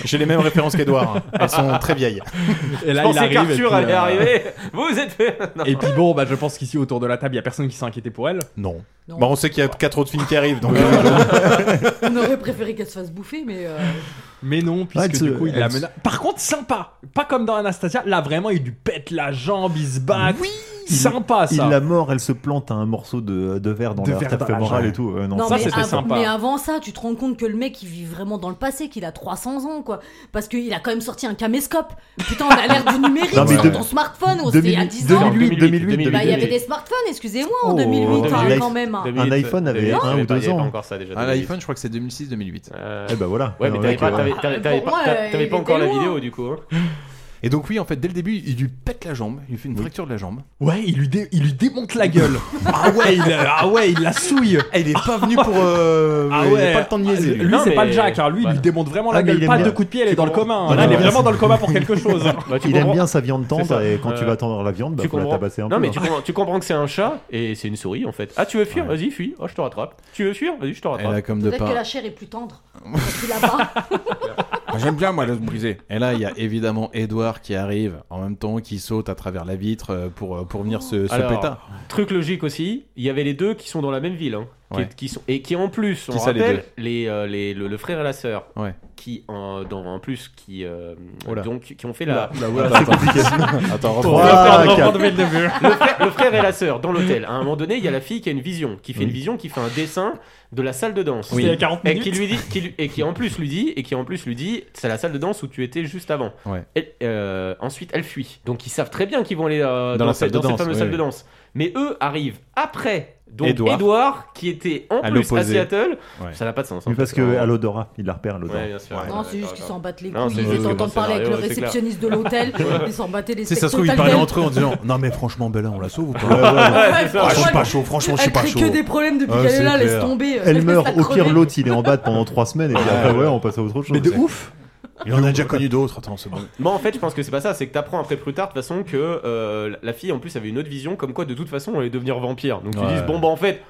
[SPEAKER 2] J'ai les mêmes références qu'Edouard.
[SPEAKER 12] Ah.
[SPEAKER 2] hein. Elles sont très vieilles.
[SPEAKER 6] Et là,
[SPEAKER 14] Je
[SPEAKER 6] il
[SPEAKER 14] pensais
[SPEAKER 6] arrive. et
[SPEAKER 14] qu'Arthur
[SPEAKER 6] puis,
[SPEAKER 14] allait
[SPEAKER 6] euh,
[SPEAKER 14] arriver. Vous êtes fait. Non.
[SPEAKER 6] Et puis bon, bah je pense qu'ici autour de la table, il y a personne qui s'est inquiété pour elle.
[SPEAKER 2] Non. Bah, on sait qu'il y a quatre autres films qui arrivent donc. euh,
[SPEAKER 13] On aurait préféré qu'elle se fasse bouffer, mais. euh,
[SPEAKER 6] Mais non, puisque
[SPEAKER 2] elle se-
[SPEAKER 6] du coup, il
[SPEAKER 2] elle
[SPEAKER 6] la
[SPEAKER 2] se-
[SPEAKER 6] mena- Par contre, sympa. Pas comme dans Anastasia. Là, vraiment, il lui pète la jambe, il se bat. Oui Sympa ça.
[SPEAKER 12] Il la mort, elle se plante à un morceau de, de verre dans
[SPEAKER 6] De
[SPEAKER 12] l'artère
[SPEAKER 6] verre dans la
[SPEAKER 12] fémorale
[SPEAKER 6] jambe.
[SPEAKER 12] et tout. Euh, non,
[SPEAKER 13] Non,
[SPEAKER 12] ça,
[SPEAKER 13] mais,
[SPEAKER 12] c'est-
[SPEAKER 13] avant,
[SPEAKER 6] sympa.
[SPEAKER 13] mais avant ça, tu te rends compte que le mec il vit vraiment dans le passé, qu'il a 300 ans quoi. Parce qu'il a quand même sorti un caméscope. Putain, on a l'air du numérique,
[SPEAKER 12] Non, mais
[SPEAKER 13] sur
[SPEAKER 12] de-
[SPEAKER 13] ton smartphone, on
[SPEAKER 12] deux
[SPEAKER 13] c'était il y a
[SPEAKER 12] mille-
[SPEAKER 13] 10
[SPEAKER 12] deux
[SPEAKER 13] ans.
[SPEAKER 12] mille huit, 2008, 2008.
[SPEAKER 13] Bah, il y avait des smartphones, excusez-moi, en
[SPEAKER 12] Oh,
[SPEAKER 13] 2008 hein,
[SPEAKER 12] 2008.
[SPEAKER 13] quand même. hein.
[SPEAKER 12] Un iPhone avait
[SPEAKER 14] Non,
[SPEAKER 12] un
[SPEAKER 14] il y
[SPEAKER 12] ou
[SPEAKER 14] avait pas- il y
[SPEAKER 12] deux
[SPEAKER 14] avait pas
[SPEAKER 12] ans.
[SPEAKER 14] encore ça déjà.
[SPEAKER 2] Ah,
[SPEAKER 14] 2008.
[SPEAKER 2] l'iPhone, je crois que c'est 2006-2008.
[SPEAKER 14] Euh,
[SPEAKER 12] Eh ben voilà.
[SPEAKER 14] Ouais, mais
[SPEAKER 12] Alors
[SPEAKER 14] t'avais
[SPEAKER 12] là,
[SPEAKER 14] pas,
[SPEAKER 12] que-
[SPEAKER 14] t'avais- t'avais- t'avais
[SPEAKER 13] Pour
[SPEAKER 14] pas-
[SPEAKER 13] moi,
[SPEAKER 14] t'avais-
[SPEAKER 13] euh,
[SPEAKER 14] t'avais
[SPEAKER 13] il était
[SPEAKER 14] pas encore la
[SPEAKER 13] loin.
[SPEAKER 14] vidéo du coup. hein.
[SPEAKER 2] Et donc oui, en fait, dès le début, il lui pète la jambe, il lui fait une fracture de la jambe.
[SPEAKER 6] Ouais, il lui, dé- il lui démonte la gueule. ah ouais, il, ah ouais, il la souille.
[SPEAKER 2] Et il est pas venu pour. euh,
[SPEAKER 6] Ah
[SPEAKER 2] il
[SPEAKER 6] ouais.
[SPEAKER 2] a pas le temps de niaiser. lui.
[SPEAKER 6] Lui,
[SPEAKER 14] Non,
[SPEAKER 6] c'est
[SPEAKER 14] mais-
[SPEAKER 6] pas le Jack. hein. Lui, il lui démonte vraiment
[SPEAKER 12] Ah,
[SPEAKER 6] la
[SPEAKER 12] mais il
[SPEAKER 6] gueule.
[SPEAKER 12] aime
[SPEAKER 6] Pas
[SPEAKER 12] bien.
[SPEAKER 6] de coups de pied, elle est dans le coma. hein.
[SPEAKER 12] Non,
[SPEAKER 6] Là, elle est
[SPEAKER 12] mais
[SPEAKER 6] vraiment
[SPEAKER 12] c'est-
[SPEAKER 6] dans le coma pour quelque chose. hein.
[SPEAKER 14] Bah, tu
[SPEAKER 12] Il aime
[SPEAKER 14] comprends-
[SPEAKER 12] bien sa viande
[SPEAKER 14] C'est
[SPEAKER 12] tendre
[SPEAKER 14] ça.
[SPEAKER 12] et quand tu
[SPEAKER 14] Euh,
[SPEAKER 12] vas tendre la viande, bah,
[SPEAKER 14] tu
[SPEAKER 12] faut la
[SPEAKER 14] comprends
[SPEAKER 12] tabasser un
[SPEAKER 14] Non
[SPEAKER 12] peu.
[SPEAKER 14] mais
[SPEAKER 12] hein.
[SPEAKER 14] tu comprends, tu comprends que c'est un chat et c'est une souris en fait. Ah tu veux fuir Vas-y fuis. Oh je te rattrape. Tu veux fuir Vas-y je te
[SPEAKER 2] Elle a
[SPEAKER 14] rattrape.
[SPEAKER 2] comme de
[SPEAKER 13] Peut-être que
[SPEAKER 2] pas.
[SPEAKER 13] la chair est plus tendre. Parce qu'il a pas.
[SPEAKER 2] J'aime bien moi de se briser. Et là, il y a évidemment Edouard qui arrive en même temps, qui saute à travers la vitre euh, pour euh, pour venir se, se
[SPEAKER 14] Alors,
[SPEAKER 2] péter.
[SPEAKER 14] Truc logique aussi. Il y avait les deux qui sont dans la même ville. hein, qui-
[SPEAKER 2] Ouais.
[SPEAKER 14] qui sont, et qui en plus on
[SPEAKER 2] Qui ça, les
[SPEAKER 14] rappelle
[SPEAKER 2] deux
[SPEAKER 14] les, euh, les- le, le frère et la sœur.
[SPEAKER 2] Ouais.
[SPEAKER 14] Qui en, dans, en plus qui euh,
[SPEAKER 2] Oh là.
[SPEAKER 14] donc qui ont fait la.
[SPEAKER 2] attends, attends, reprends.
[SPEAKER 12] Trois, quatre.
[SPEAKER 6] le début.
[SPEAKER 14] le, frère, le frère et la sœur dans l'hôtel. À un moment donné, il y a la fille qui a une vision, qui fait une vision, qui fait un dessin de la salle de danse.
[SPEAKER 6] Oui. C'était il y a 40
[SPEAKER 14] Et qui
[SPEAKER 6] minutes.
[SPEAKER 14] lui dit, qui lui- et qui en plus lui dit, et qui en plus lui dit, c'est la salle de danse où tu étais juste avant.
[SPEAKER 2] Ouais.
[SPEAKER 14] Elle- euh, ensuite, elle fuit. Donc ils savent très bien qu'ils vont aller euh,
[SPEAKER 2] Dans la salle
[SPEAKER 14] cette-
[SPEAKER 2] de
[SPEAKER 14] cette
[SPEAKER 2] danse,
[SPEAKER 14] fameuse
[SPEAKER 2] oui,
[SPEAKER 14] salle
[SPEAKER 2] oui.
[SPEAKER 14] de danse. Mais eux arrivent après. Donc
[SPEAKER 2] Édouard.
[SPEAKER 14] Edouard, qui était en
[SPEAKER 2] À
[SPEAKER 14] plus à
[SPEAKER 2] l'opposé.
[SPEAKER 14] Seattle,
[SPEAKER 2] Ouais.
[SPEAKER 14] ça n'a pas de sens. en
[SPEAKER 12] Mais parce
[SPEAKER 14] fait.
[SPEAKER 12] que à l'odorat, il la repère à l'odorat.
[SPEAKER 14] Ouais, bien sûr. Ouais,
[SPEAKER 13] Non,
[SPEAKER 14] ouais,
[SPEAKER 13] c'est
[SPEAKER 14] d'accord,
[SPEAKER 13] juste qu'ils s'en
[SPEAKER 14] d'accord.
[SPEAKER 13] battent les
[SPEAKER 14] Non,
[SPEAKER 13] couilles.
[SPEAKER 14] c'est
[SPEAKER 13] Ils
[SPEAKER 14] juste
[SPEAKER 13] les
[SPEAKER 14] que dans
[SPEAKER 13] entendent
[SPEAKER 14] le
[SPEAKER 13] parler avec le
[SPEAKER 14] scénario, c'est clair.
[SPEAKER 13] réceptionniste de l'hôtel. Ils s'en battaient les
[SPEAKER 2] Tu sais, ça se trouve, ils
[SPEAKER 13] spectateurs
[SPEAKER 2] parlaient
[SPEAKER 13] d'elle.
[SPEAKER 2] entre eux en disant Non, mais franchement, Bella, on la sauve ou pas
[SPEAKER 12] Ouais, ouais, ouais.
[SPEAKER 13] Ouais,
[SPEAKER 14] ça.
[SPEAKER 2] Ah, je suis
[SPEAKER 13] franchement,
[SPEAKER 2] pas chaud, franchement, je suis
[SPEAKER 13] Elle
[SPEAKER 2] pas
[SPEAKER 13] crée
[SPEAKER 2] chaud.
[SPEAKER 13] que des problèmes depuis
[SPEAKER 2] Ah,
[SPEAKER 13] qu'elle est
[SPEAKER 2] c'est
[SPEAKER 13] là,
[SPEAKER 2] clair.
[SPEAKER 13] laisse tomber.
[SPEAKER 12] Elle
[SPEAKER 13] laisse
[SPEAKER 12] meurt,
[SPEAKER 13] la
[SPEAKER 12] au pire
[SPEAKER 13] crever.
[SPEAKER 12] l'autre il est en bas pendant 3 semaines et puis après ouais on passe à autre chose.
[SPEAKER 2] Mais de ouf Il en a déjà
[SPEAKER 17] euh.
[SPEAKER 2] connu d'autres, attends, c'est bon.
[SPEAKER 14] Moi, en fait, je pense que c'est pas ça. C'est que t'apprends après plus tard, de toute façon, que euh, la fille, en plus, avait une autre vision, comme quoi, de toute façon, on allait devenir vampire. Donc, tu
[SPEAKER 2] Ouais.
[SPEAKER 14] dis, bon, bah, en fait,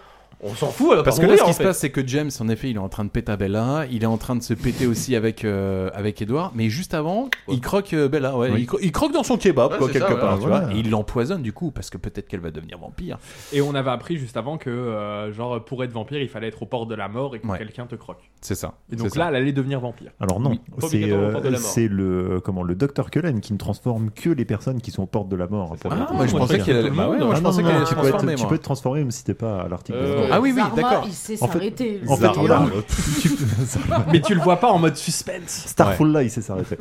[SPEAKER 14] On s'en fout alors.
[SPEAKER 2] Parce que là,
[SPEAKER 14] mourir,
[SPEAKER 2] ce qui
[SPEAKER 14] en
[SPEAKER 2] se
[SPEAKER 14] fait.
[SPEAKER 2] passe, c'est que James, en effet, il est en train de péter à Bella, il est en train de se péter aussi avec, euh, avec Edouard, mais juste avant, il croque euh, Bella, ouais,
[SPEAKER 6] Oui.
[SPEAKER 2] il, cro- il croque dans son kebab,
[SPEAKER 6] Ouais,
[SPEAKER 2] quoi,
[SPEAKER 6] c'est
[SPEAKER 2] quelque
[SPEAKER 6] ça,
[SPEAKER 2] part,
[SPEAKER 6] ouais,
[SPEAKER 2] tu
[SPEAKER 6] voilà.
[SPEAKER 2] vois, et il l'empoisonne du coup, parce que peut-être qu'elle va devenir vampire.
[SPEAKER 6] Et on avait appris juste avant que, euh, genre, pour être vampire, il fallait être au port de la mort et que
[SPEAKER 2] Ouais.
[SPEAKER 6] quelqu'un te croque.
[SPEAKER 2] C'est ça.
[SPEAKER 6] Et
[SPEAKER 2] c'est
[SPEAKER 6] donc
[SPEAKER 2] ça.
[SPEAKER 6] là, elle allait devenir vampire.
[SPEAKER 12] Alors non,
[SPEAKER 6] Oui, pas
[SPEAKER 12] c'est
[SPEAKER 6] obligatoirement
[SPEAKER 12] euh,
[SPEAKER 6] au bord de la mort.
[SPEAKER 12] c'est le comment le docteur Cullen qui ne transforme que les personnes qui sont aux portes de la mort. pour
[SPEAKER 2] Ah,
[SPEAKER 12] le coup.
[SPEAKER 2] moi, je
[SPEAKER 12] Pour
[SPEAKER 2] pensais
[SPEAKER 12] dire.
[SPEAKER 2] qu'elle allait-
[SPEAKER 12] Tout le
[SPEAKER 2] bah ouais,
[SPEAKER 12] monde.
[SPEAKER 2] moi, je
[SPEAKER 12] Ah,
[SPEAKER 2] pensais
[SPEAKER 12] non,
[SPEAKER 2] qu'elle
[SPEAKER 12] non,
[SPEAKER 2] allait
[SPEAKER 12] tu peux
[SPEAKER 2] se
[SPEAKER 12] être-
[SPEAKER 2] transformer,
[SPEAKER 12] Tu
[SPEAKER 2] moi.
[SPEAKER 12] peux te transformer même si t'es pas à l'article.
[SPEAKER 2] Euh,
[SPEAKER 12] de la mort.
[SPEAKER 2] Ah oui, oui,
[SPEAKER 13] Zarma,
[SPEAKER 2] d'accord.
[SPEAKER 13] il sait
[SPEAKER 12] En fait-
[SPEAKER 13] s'arrêter.
[SPEAKER 12] en fait,
[SPEAKER 13] Zarma.
[SPEAKER 12] voilà.
[SPEAKER 6] Mais tu le vois pas en mode suspense.
[SPEAKER 12] Starfall là, il s'est arrêté.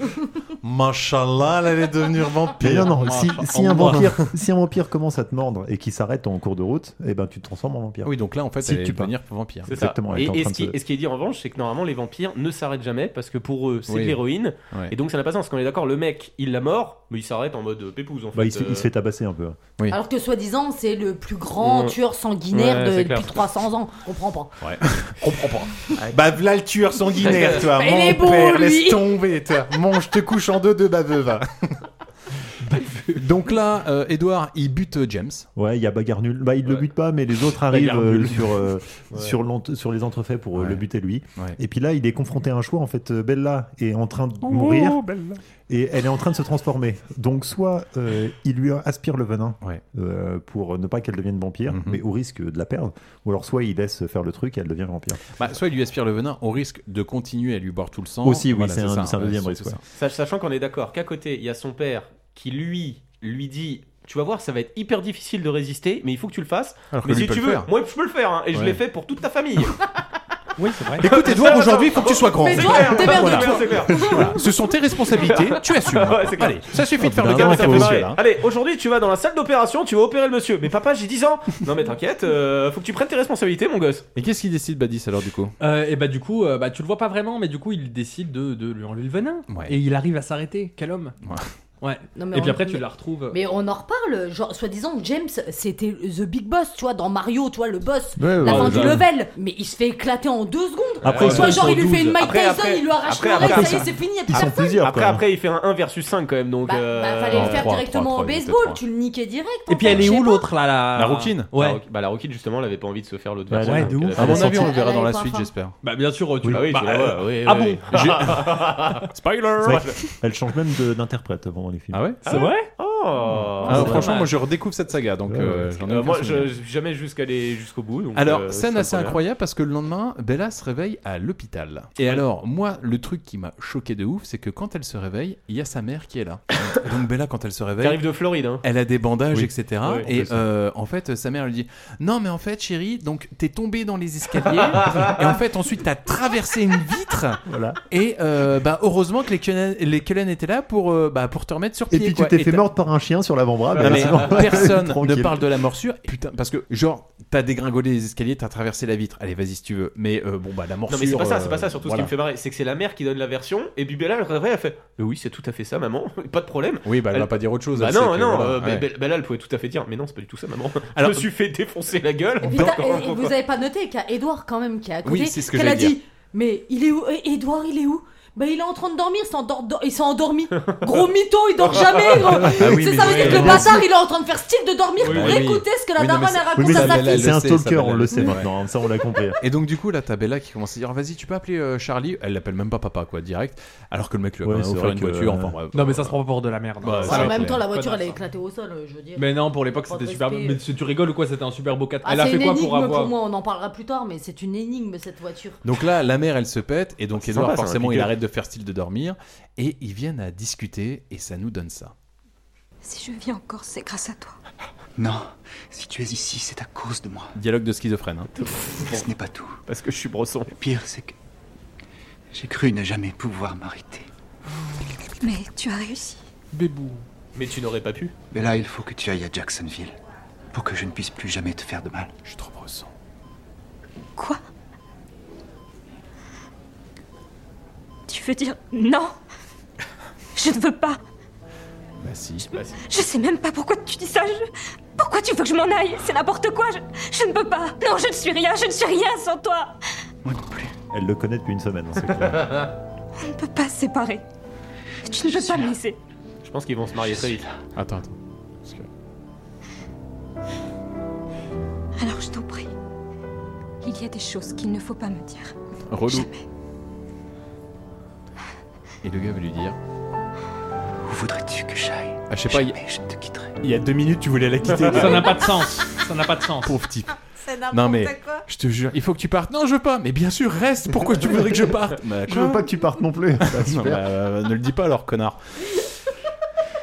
[SPEAKER 2] Machallah, elle allait devenir vampire.
[SPEAKER 12] Non, non, non, si,
[SPEAKER 2] Machallah.
[SPEAKER 12] si un vampire, si un vampire commence à te mordre et qu'il s'arrête en cours de route, eh ben tu te transformes en vampire.
[SPEAKER 2] Oui, donc là, en fait,
[SPEAKER 12] si
[SPEAKER 2] elle allait
[SPEAKER 12] tu peux.
[SPEAKER 2] devenir vampire.
[SPEAKER 14] C'est ça.
[SPEAKER 12] Exactement. elle
[SPEAKER 14] Et,
[SPEAKER 12] est en
[SPEAKER 14] et
[SPEAKER 12] train
[SPEAKER 14] ce,
[SPEAKER 12] de
[SPEAKER 14] qui,
[SPEAKER 12] se-
[SPEAKER 14] et ce qui est dit en revanche, c'est que normalement les vampires ne s'arrêtent jamais parce que pour eux c'est
[SPEAKER 12] Oui.
[SPEAKER 14] de l'héroïne
[SPEAKER 12] Ouais.
[SPEAKER 14] et donc ça n'a pas de sens. Qu'on est d'accord, le mec il la mort, mais il s'arrête en mode euh, pépouze en
[SPEAKER 12] Bah,
[SPEAKER 14] fait.
[SPEAKER 12] il, se, il se fait tabasser un peu.
[SPEAKER 13] Alors que soi-disant, c'est le plus grand
[SPEAKER 14] Ouais.
[SPEAKER 13] tueur sanguinaire
[SPEAKER 14] Mm. Ouais,
[SPEAKER 13] de-
[SPEAKER 14] c'est clair.
[SPEAKER 13] depuis 300 ans. Je comprends pas.
[SPEAKER 2] Ouais. Comprends pas. bah, là, le tueur sanguinaire, toi.
[SPEAKER 13] Bah, il
[SPEAKER 2] Mon
[SPEAKER 13] est beau,
[SPEAKER 2] père,
[SPEAKER 13] lui.
[SPEAKER 2] laisse tomber, toi. Mon, je te couche en deux de baveux, va. Donc là, euh, Edouard, il bute euh, James.
[SPEAKER 12] Ouais, il y a bagarre nulle. Bah, il le bute pas, mais les autres arrivent
[SPEAKER 2] Bagarre
[SPEAKER 12] euh,
[SPEAKER 2] nulle.
[SPEAKER 12] sur, euh,
[SPEAKER 2] Ouais.
[SPEAKER 12] sur, l'ent- sur les entrefaits pour euh,
[SPEAKER 2] Ouais.
[SPEAKER 12] le buter lui.
[SPEAKER 2] Ouais.
[SPEAKER 12] Et puis là, il est confronté à un choix. En fait, euh, Bella est en train de
[SPEAKER 2] Oh,
[SPEAKER 12] mourir.
[SPEAKER 2] Bella.
[SPEAKER 12] Et elle est en train de se transformer. Donc, soit euh, il lui aspire le venin euh, pour ne pas qu'elle devienne vampire,
[SPEAKER 2] Mhm.
[SPEAKER 12] mais au risque de la perdre. Ou alors, soit il laisse faire le truc et elle devient vampire.
[SPEAKER 2] Bah, soit il lui aspire le venin, on risque de continuer à lui boire tout le sang.
[SPEAKER 12] Aussi, oui,
[SPEAKER 2] Voilà,
[SPEAKER 12] c'est un-
[SPEAKER 2] ça,
[SPEAKER 12] c'est un
[SPEAKER 2] ouais,
[SPEAKER 12] deuxième
[SPEAKER 2] c'est
[SPEAKER 12] risque,
[SPEAKER 2] ça.
[SPEAKER 12] ouais.
[SPEAKER 14] Sach- Sachant qu'on est d'accord qu'à côté, il y a son père qui lui lui dit tu vas voir, ça va être hyper difficile de résister, mais il faut que tu le fasses.
[SPEAKER 2] Alors que
[SPEAKER 14] mais
[SPEAKER 2] Ah, lui
[SPEAKER 14] si
[SPEAKER 2] peut
[SPEAKER 14] tu
[SPEAKER 2] le
[SPEAKER 14] veux,
[SPEAKER 2] faire.
[SPEAKER 14] moi je peux le faire hein, et je
[SPEAKER 2] Ouais.
[SPEAKER 14] l'ai fait pour toute ta famille.
[SPEAKER 6] oui, c'est vrai.
[SPEAKER 2] Écoute, Edouard, aujourd'hui, il faut que tu sois grand.
[SPEAKER 14] Mais toi, t'es merde de toi.
[SPEAKER 2] Voilà. Ce sont tes responsabilités, tu assumes.
[SPEAKER 14] Ouais, c'est clair.
[SPEAKER 2] Allez, ça suffit de faire
[SPEAKER 14] Au
[SPEAKER 2] le
[SPEAKER 14] bout d'un
[SPEAKER 2] gars avec
[SPEAKER 14] moment,
[SPEAKER 2] un
[SPEAKER 14] faut
[SPEAKER 2] peu de
[SPEAKER 14] se
[SPEAKER 2] gueule,
[SPEAKER 14] marrer.
[SPEAKER 2] hein.
[SPEAKER 14] Allez, aujourd'hui, tu vas dans la salle d'opération, tu vas opérer le monsieur. Mais papa, j'ai 10 ans. Non, mais t'inquiète, euh, faut que tu prennes tes responsabilités, mon gosse.
[SPEAKER 2] Et qu'est-ce qu'il décide, Badis, alors du coup
[SPEAKER 6] Euh, et bah du coup, euh, bah, tu le vois pas vraiment, mais du coup, il décide de, de lui enlever le venin.
[SPEAKER 2] Ouais.
[SPEAKER 6] Et il arrive à s'arrêter. Quel homme Ouais.
[SPEAKER 13] Non, mais
[SPEAKER 6] et puis
[SPEAKER 13] on-
[SPEAKER 6] après, tu
[SPEAKER 13] mais-
[SPEAKER 6] la retrouves.
[SPEAKER 13] Mais on en reparle, genre, soi-disant, James, c'était the big boss, tu vois, dans Mario, tu vois, le boss,
[SPEAKER 6] Ouais,
[SPEAKER 13] la
[SPEAKER 6] ouais,
[SPEAKER 13] fin
[SPEAKER 6] ouais,
[SPEAKER 13] du
[SPEAKER 6] ouais.
[SPEAKER 13] level. Mais il se fait éclater en deux secondes.
[SPEAKER 2] Ah,
[SPEAKER 14] Après,
[SPEAKER 13] tu
[SPEAKER 14] ils
[SPEAKER 13] vois,
[SPEAKER 14] sont
[SPEAKER 13] genre, il lui fait
[SPEAKER 14] 12.
[SPEAKER 13] une Mike
[SPEAKER 14] Après,
[SPEAKER 13] Tyson,
[SPEAKER 14] après-
[SPEAKER 13] il lui arrache
[SPEAKER 14] après,
[SPEAKER 13] l'oreille,
[SPEAKER 14] après,
[SPEAKER 13] ça y est,
[SPEAKER 14] ça-
[SPEAKER 13] c'est fini, il y a plus
[SPEAKER 14] Ils sont
[SPEAKER 13] personne.
[SPEAKER 14] plusieurs. Après,
[SPEAKER 2] hein.
[SPEAKER 14] après, il fait un 1 versus 5 quand même, donc. euh,
[SPEAKER 13] Bah, fallait
[SPEAKER 2] Oh,
[SPEAKER 13] le faire directement au baseball, tu le niquais direct.
[SPEAKER 14] Et puis elle est où
[SPEAKER 6] l'autre là La,
[SPEAKER 14] rouquine
[SPEAKER 6] Ouais.
[SPEAKER 14] La rouquine, bah, la rouquine, justement, elle avait pas envie de se faire l'autre
[SPEAKER 6] Bah,
[SPEAKER 14] version.
[SPEAKER 6] ouais,
[SPEAKER 14] donc
[SPEAKER 6] de
[SPEAKER 14] elle
[SPEAKER 6] ouf.
[SPEAKER 14] a fait
[SPEAKER 6] À mon
[SPEAKER 14] la
[SPEAKER 6] avis, on le
[SPEAKER 14] sortie.
[SPEAKER 6] verra dans la suite, j'espère. Bah, bien sûr, tu
[SPEAKER 14] Oui,
[SPEAKER 6] l'as-
[SPEAKER 14] bah oui,
[SPEAKER 6] bah,
[SPEAKER 14] tu l'as,
[SPEAKER 6] euh,
[SPEAKER 14] ouais, ouais,
[SPEAKER 6] ah
[SPEAKER 14] ouais,
[SPEAKER 6] bon
[SPEAKER 14] ouais. Spoiler
[SPEAKER 12] C'est vrai qu'elle change même de- d'interprète pendant les films.
[SPEAKER 2] Ah ouais
[SPEAKER 14] Ah ouais Oh
[SPEAKER 2] Ah,
[SPEAKER 14] c'est
[SPEAKER 2] franchement,
[SPEAKER 14] dommage.
[SPEAKER 2] moi je redécouvre cette saga, donc euh,
[SPEAKER 14] Ouais.
[SPEAKER 2] j'en ai
[SPEAKER 14] Euh,
[SPEAKER 2] aucun
[SPEAKER 14] moi,
[SPEAKER 2] souvenir.
[SPEAKER 14] je j'ai jamais jusqu'aller jusqu'au bout. donc,
[SPEAKER 2] Alors,
[SPEAKER 14] euh,
[SPEAKER 2] scène
[SPEAKER 14] c'est
[SPEAKER 2] assez
[SPEAKER 14] pas grave.
[SPEAKER 2] incroyable parce que le lendemain, Bella se réveille à l'hôpital. Et alors, moi, le truc qui m'a choqué de ouf, c'est que quand elle se réveille, il y a sa mère qui est là. Donc Bella, quand elle se réveille,
[SPEAKER 14] Qui arrive de Floride, hein.
[SPEAKER 2] elle a des bandages,
[SPEAKER 14] Oui.
[SPEAKER 2] etc.
[SPEAKER 14] Ouais,
[SPEAKER 2] et
[SPEAKER 14] c'est ça.
[SPEAKER 2] euh, en fait, sa mère lui dit Non, mais en fait, chérie, donc t'es tombée dans les escaliers. et en fait, ensuite, t'as traversé une vitre.
[SPEAKER 12] Voilà.
[SPEAKER 2] Et euh, bah, heureusement que les Cullen, les Cullen étaient là pour, euh, bah, pour te remettre sur pied.
[SPEAKER 12] Et puis tu
[SPEAKER 2] quoi.
[SPEAKER 12] t'es fait
[SPEAKER 2] t'as-
[SPEAKER 12] mordre par un chien sur l'avant-bras.
[SPEAKER 2] non,
[SPEAKER 12] mais
[SPEAKER 2] mais
[SPEAKER 12] sinon-
[SPEAKER 2] personne ne
[SPEAKER 12] Tranquille.
[SPEAKER 2] parle de la morsure. Ah, Putain, parce que genre, t'as dégringolé les escaliers, t'as traversé la vitre. Allez, vas-y si tu veux. Mais euh, bon, bah la morsure.
[SPEAKER 14] Non mais c'est pas ça, c'est
[SPEAKER 2] euh,
[SPEAKER 14] pas ça surtout
[SPEAKER 2] voilà.
[SPEAKER 14] ce qui me fait marrer, c'est que c'est la mère qui donne la version et puis Bella elle rêvait, elle fait Mais oui c'est tout à fait ça maman, pas de problème.
[SPEAKER 2] Oui, bah, elle va pas dire autre chose,
[SPEAKER 14] Bah
[SPEAKER 2] elle
[SPEAKER 14] non,
[SPEAKER 2] sait que,
[SPEAKER 14] non,
[SPEAKER 2] voilà,
[SPEAKER 14] euh, Be-
[SPEAKER 2] ouais.
[SPEAKER 14] Be- Bella elle pouvait tout à fait dire Mais non c'est pas du tout ça maman,
[SPEAKER 2] Alors-
[SPEAKER 14] je me suis fait défoncer la gueule.
[SPEAKER 13] Et puis, t'as- et- et vous avez pas noté qu'il y a Edouard quand même qui est à côté,
[SPEAKER 14] Oui, c'est ce que
[SPEAKER 13] qu'elle a
[SPEAKER 14] j'allais
[SPEAKER 13] dit
[SPEAKER 14] dire.
[SPEAKER 13] Mais il est où Eh, Edouard, il est où bah il est en train de dormir, il s'est endor- do- il s'est endormi. Gros mytho, il dort jamais. gros.
[SPEAKER 12] Ah oui,
[SPEAKER 13] C'est-
[SPEAKER 12] mais
[SPEAKER 13] ça veut
[SPEAKER 12] ouais,
[SPEAKER 13] dire que le
[SPEAKER 12] ouais.
[SPEAKER 13] bâtard, il est en train de faire style de dormir
[SPEAKER 2] Oui,
[SPEAKER 13] pour
[SPEAKER 2] oui.
[SPEAKER 13] écouter ce que la
[SPEAKER 2] Oui, non, mais
[SPEAKER 13] daronne
[SPEAKER 2] c'est-
[SPEAKER 13] a
[SPEAKER 12] Oui, mais
[SPEAKER 13] raconté
[SPEAKER 12] ça,
[SPEAKER 13] à sa
[SPEAKER 12] Bella,
[SPEAKER 13] fille.
[SPEAKER 12] c'est un
[SPEAKER 2] le sait, ça,
[SPEAKER 12] stalker,
[SPEAKER 2] Bella
[SPEAKER 12] on
[SPEAKER 2] le
[SPEAKER 12] le sait
[SPEAKER 2] sait.
[SPEAKER 12] maintenant, ça on l'a compris.
[SPEAKER 2] Et donc, du coup, là, t'as Bella qui commence à dire Vas-y, tu peux appeler euh, Charlie. Elle l'appelle même pas papa, quoi, direct. Alors que le mec lui a
[SPEAKER 12] Ouais,
[SPEAKER 2] quand même
[SPEAKER 12] c'est
[SPEAKER 2] offert
[SPEAKER 12] vrai
[SPEAKER 2] une
[SPEAKER 12] que,
[SPEAKER 2] voiture. Enfin,
[SPEAKER 12] euh,
[SPEAKER 2] bref.
[SPEAKER 6] Non, mais ça se prend pas pour de la merde.
[SPEAKER 2] Bah,
[SPEAKER 6] Ça,
[SPEAKER 2] c'est
[SPEAKER 13] En
[SPEAKER 2] vrai.
[SPEAKER 13] même temps, la voiture, elle est éclatée au sol, euh, je veux dire.
[SPEAKER 6] Mais non, pour l'époque,
[SPEAKER 13] Pas de
[SPEAKER 6] c'était super.
[SPEAKER 13] respect.
[SPEAKER 6] Mais tu tu rigoles ou quoi C'était un super beau 4.
[SPEAKER 13] euh. Ah,
[SPEAKER 6] Elle a
[SPEAKER 13] c'est
[SPEAKER 6] fait
[SPEAKER 13] une
[SPEAKER 6] quoi
[SPEAKER 13] énigme
[SPEAKER 6] pour avoir
[SPEAKER 13] moi, on en parlera plus tard, mais c'est une énigme cette voiture.
[SPEAKER 2] Donc là, la mère, elle se pète. Et donc,
[SPEAKER 14] C'est
[SPEAKER 2] Edouard,
[SPEAKER 14] sympa, ça,
[SPEAKER 2] forcément,
[SPEAKER 14] impliqué.
[SPEAKER 2] il arrête de faire style de dormir. Et ils viennent à discuter. Et ça nous donne ça.
[SPEAKER 16] Si je vis encore, c'est grâce à toi.
[SPEAKER 17] Non, si tu es ici, c'est à cause de moi.
[SPEAKER 2] Dialogue de schizophrène. hein.
[SPEAKER 17] Ce n'est pas tout.
[SPEAKER 14] Parce que je suis brosson.
[SPEAKER 17] Le pire, c'est que j'ai cru ne jamais pouvoir m'arrêter.
[SPEAKER 16] Mais tu as réussi.
[SPEAKER 6] Bébou.
[SPEAKER 14] Mais tu n'aurais pas pu
[SPEAKER 17] Mais là, il faut que tu ailles à Jacksonville pour que je ne puisse plus jamais te faire de mal.
[SPEAKER 2] Je suis trop brosson.
[SPEAKER 16] Quoi Tu veux dire non Je ne veux pas.
[SPEAKER 2] Bah, si.
[SPEAKER 16] Je sais même pas pourquoi tu dis ça. je- Pourquoi tu veux que je m'en aille C'est n'importe quoi. Je... je ne peux pas. Non, je ne suis rien. Je ne suis rien sans toi.
[SPEAKER 12] Elle le connaît depuis une semaine, hein, c'est clair.
[SPEAKER 16] On ne peut pas se séparer. Tu ne peux pas me laisser.
[SPEAKER 14] Je pense qu'ils vont se marier très vite.
[SPEAKER 2] Attends, attends.
[SPEAKER 16] Alors je t'en prie. Il y a des choses qu'il ne faut pas me dire.
[SPEAKER 15] Relou. Et le gars va lui dire
[SPEAKER 17] Où voudrais-tu que j'aille
[SPEAKER 15] Ah, je sais pas, il
[SPEAKER 17] je te quitterai.
[SPEAKER 2] Il y a deux minutes, tu voulais la quitter.
[SPEAKER 6] Ça n'a pas de sens. Ça n'a pas de sens.
[SPEAKER 2] Pauvre type.
[SPEAKER 13] C'est
[SPEAKER 2] Non mais, je te jure, il faut que tu partes. Non, je veux pas. Mais bien sûr, reste. Pourquoi tu voudrais que je parte Bah,
[SPEAKER 12] Je
[SPEAKER 2] quoi
[SPEAKER 12] veux pas que tu partes non plus. Bah,
[SPEAKER 2] Non,
[SPEAKER 12] super.
[SPEAKER 2] bah, euh, ne le dis pas alors, connard.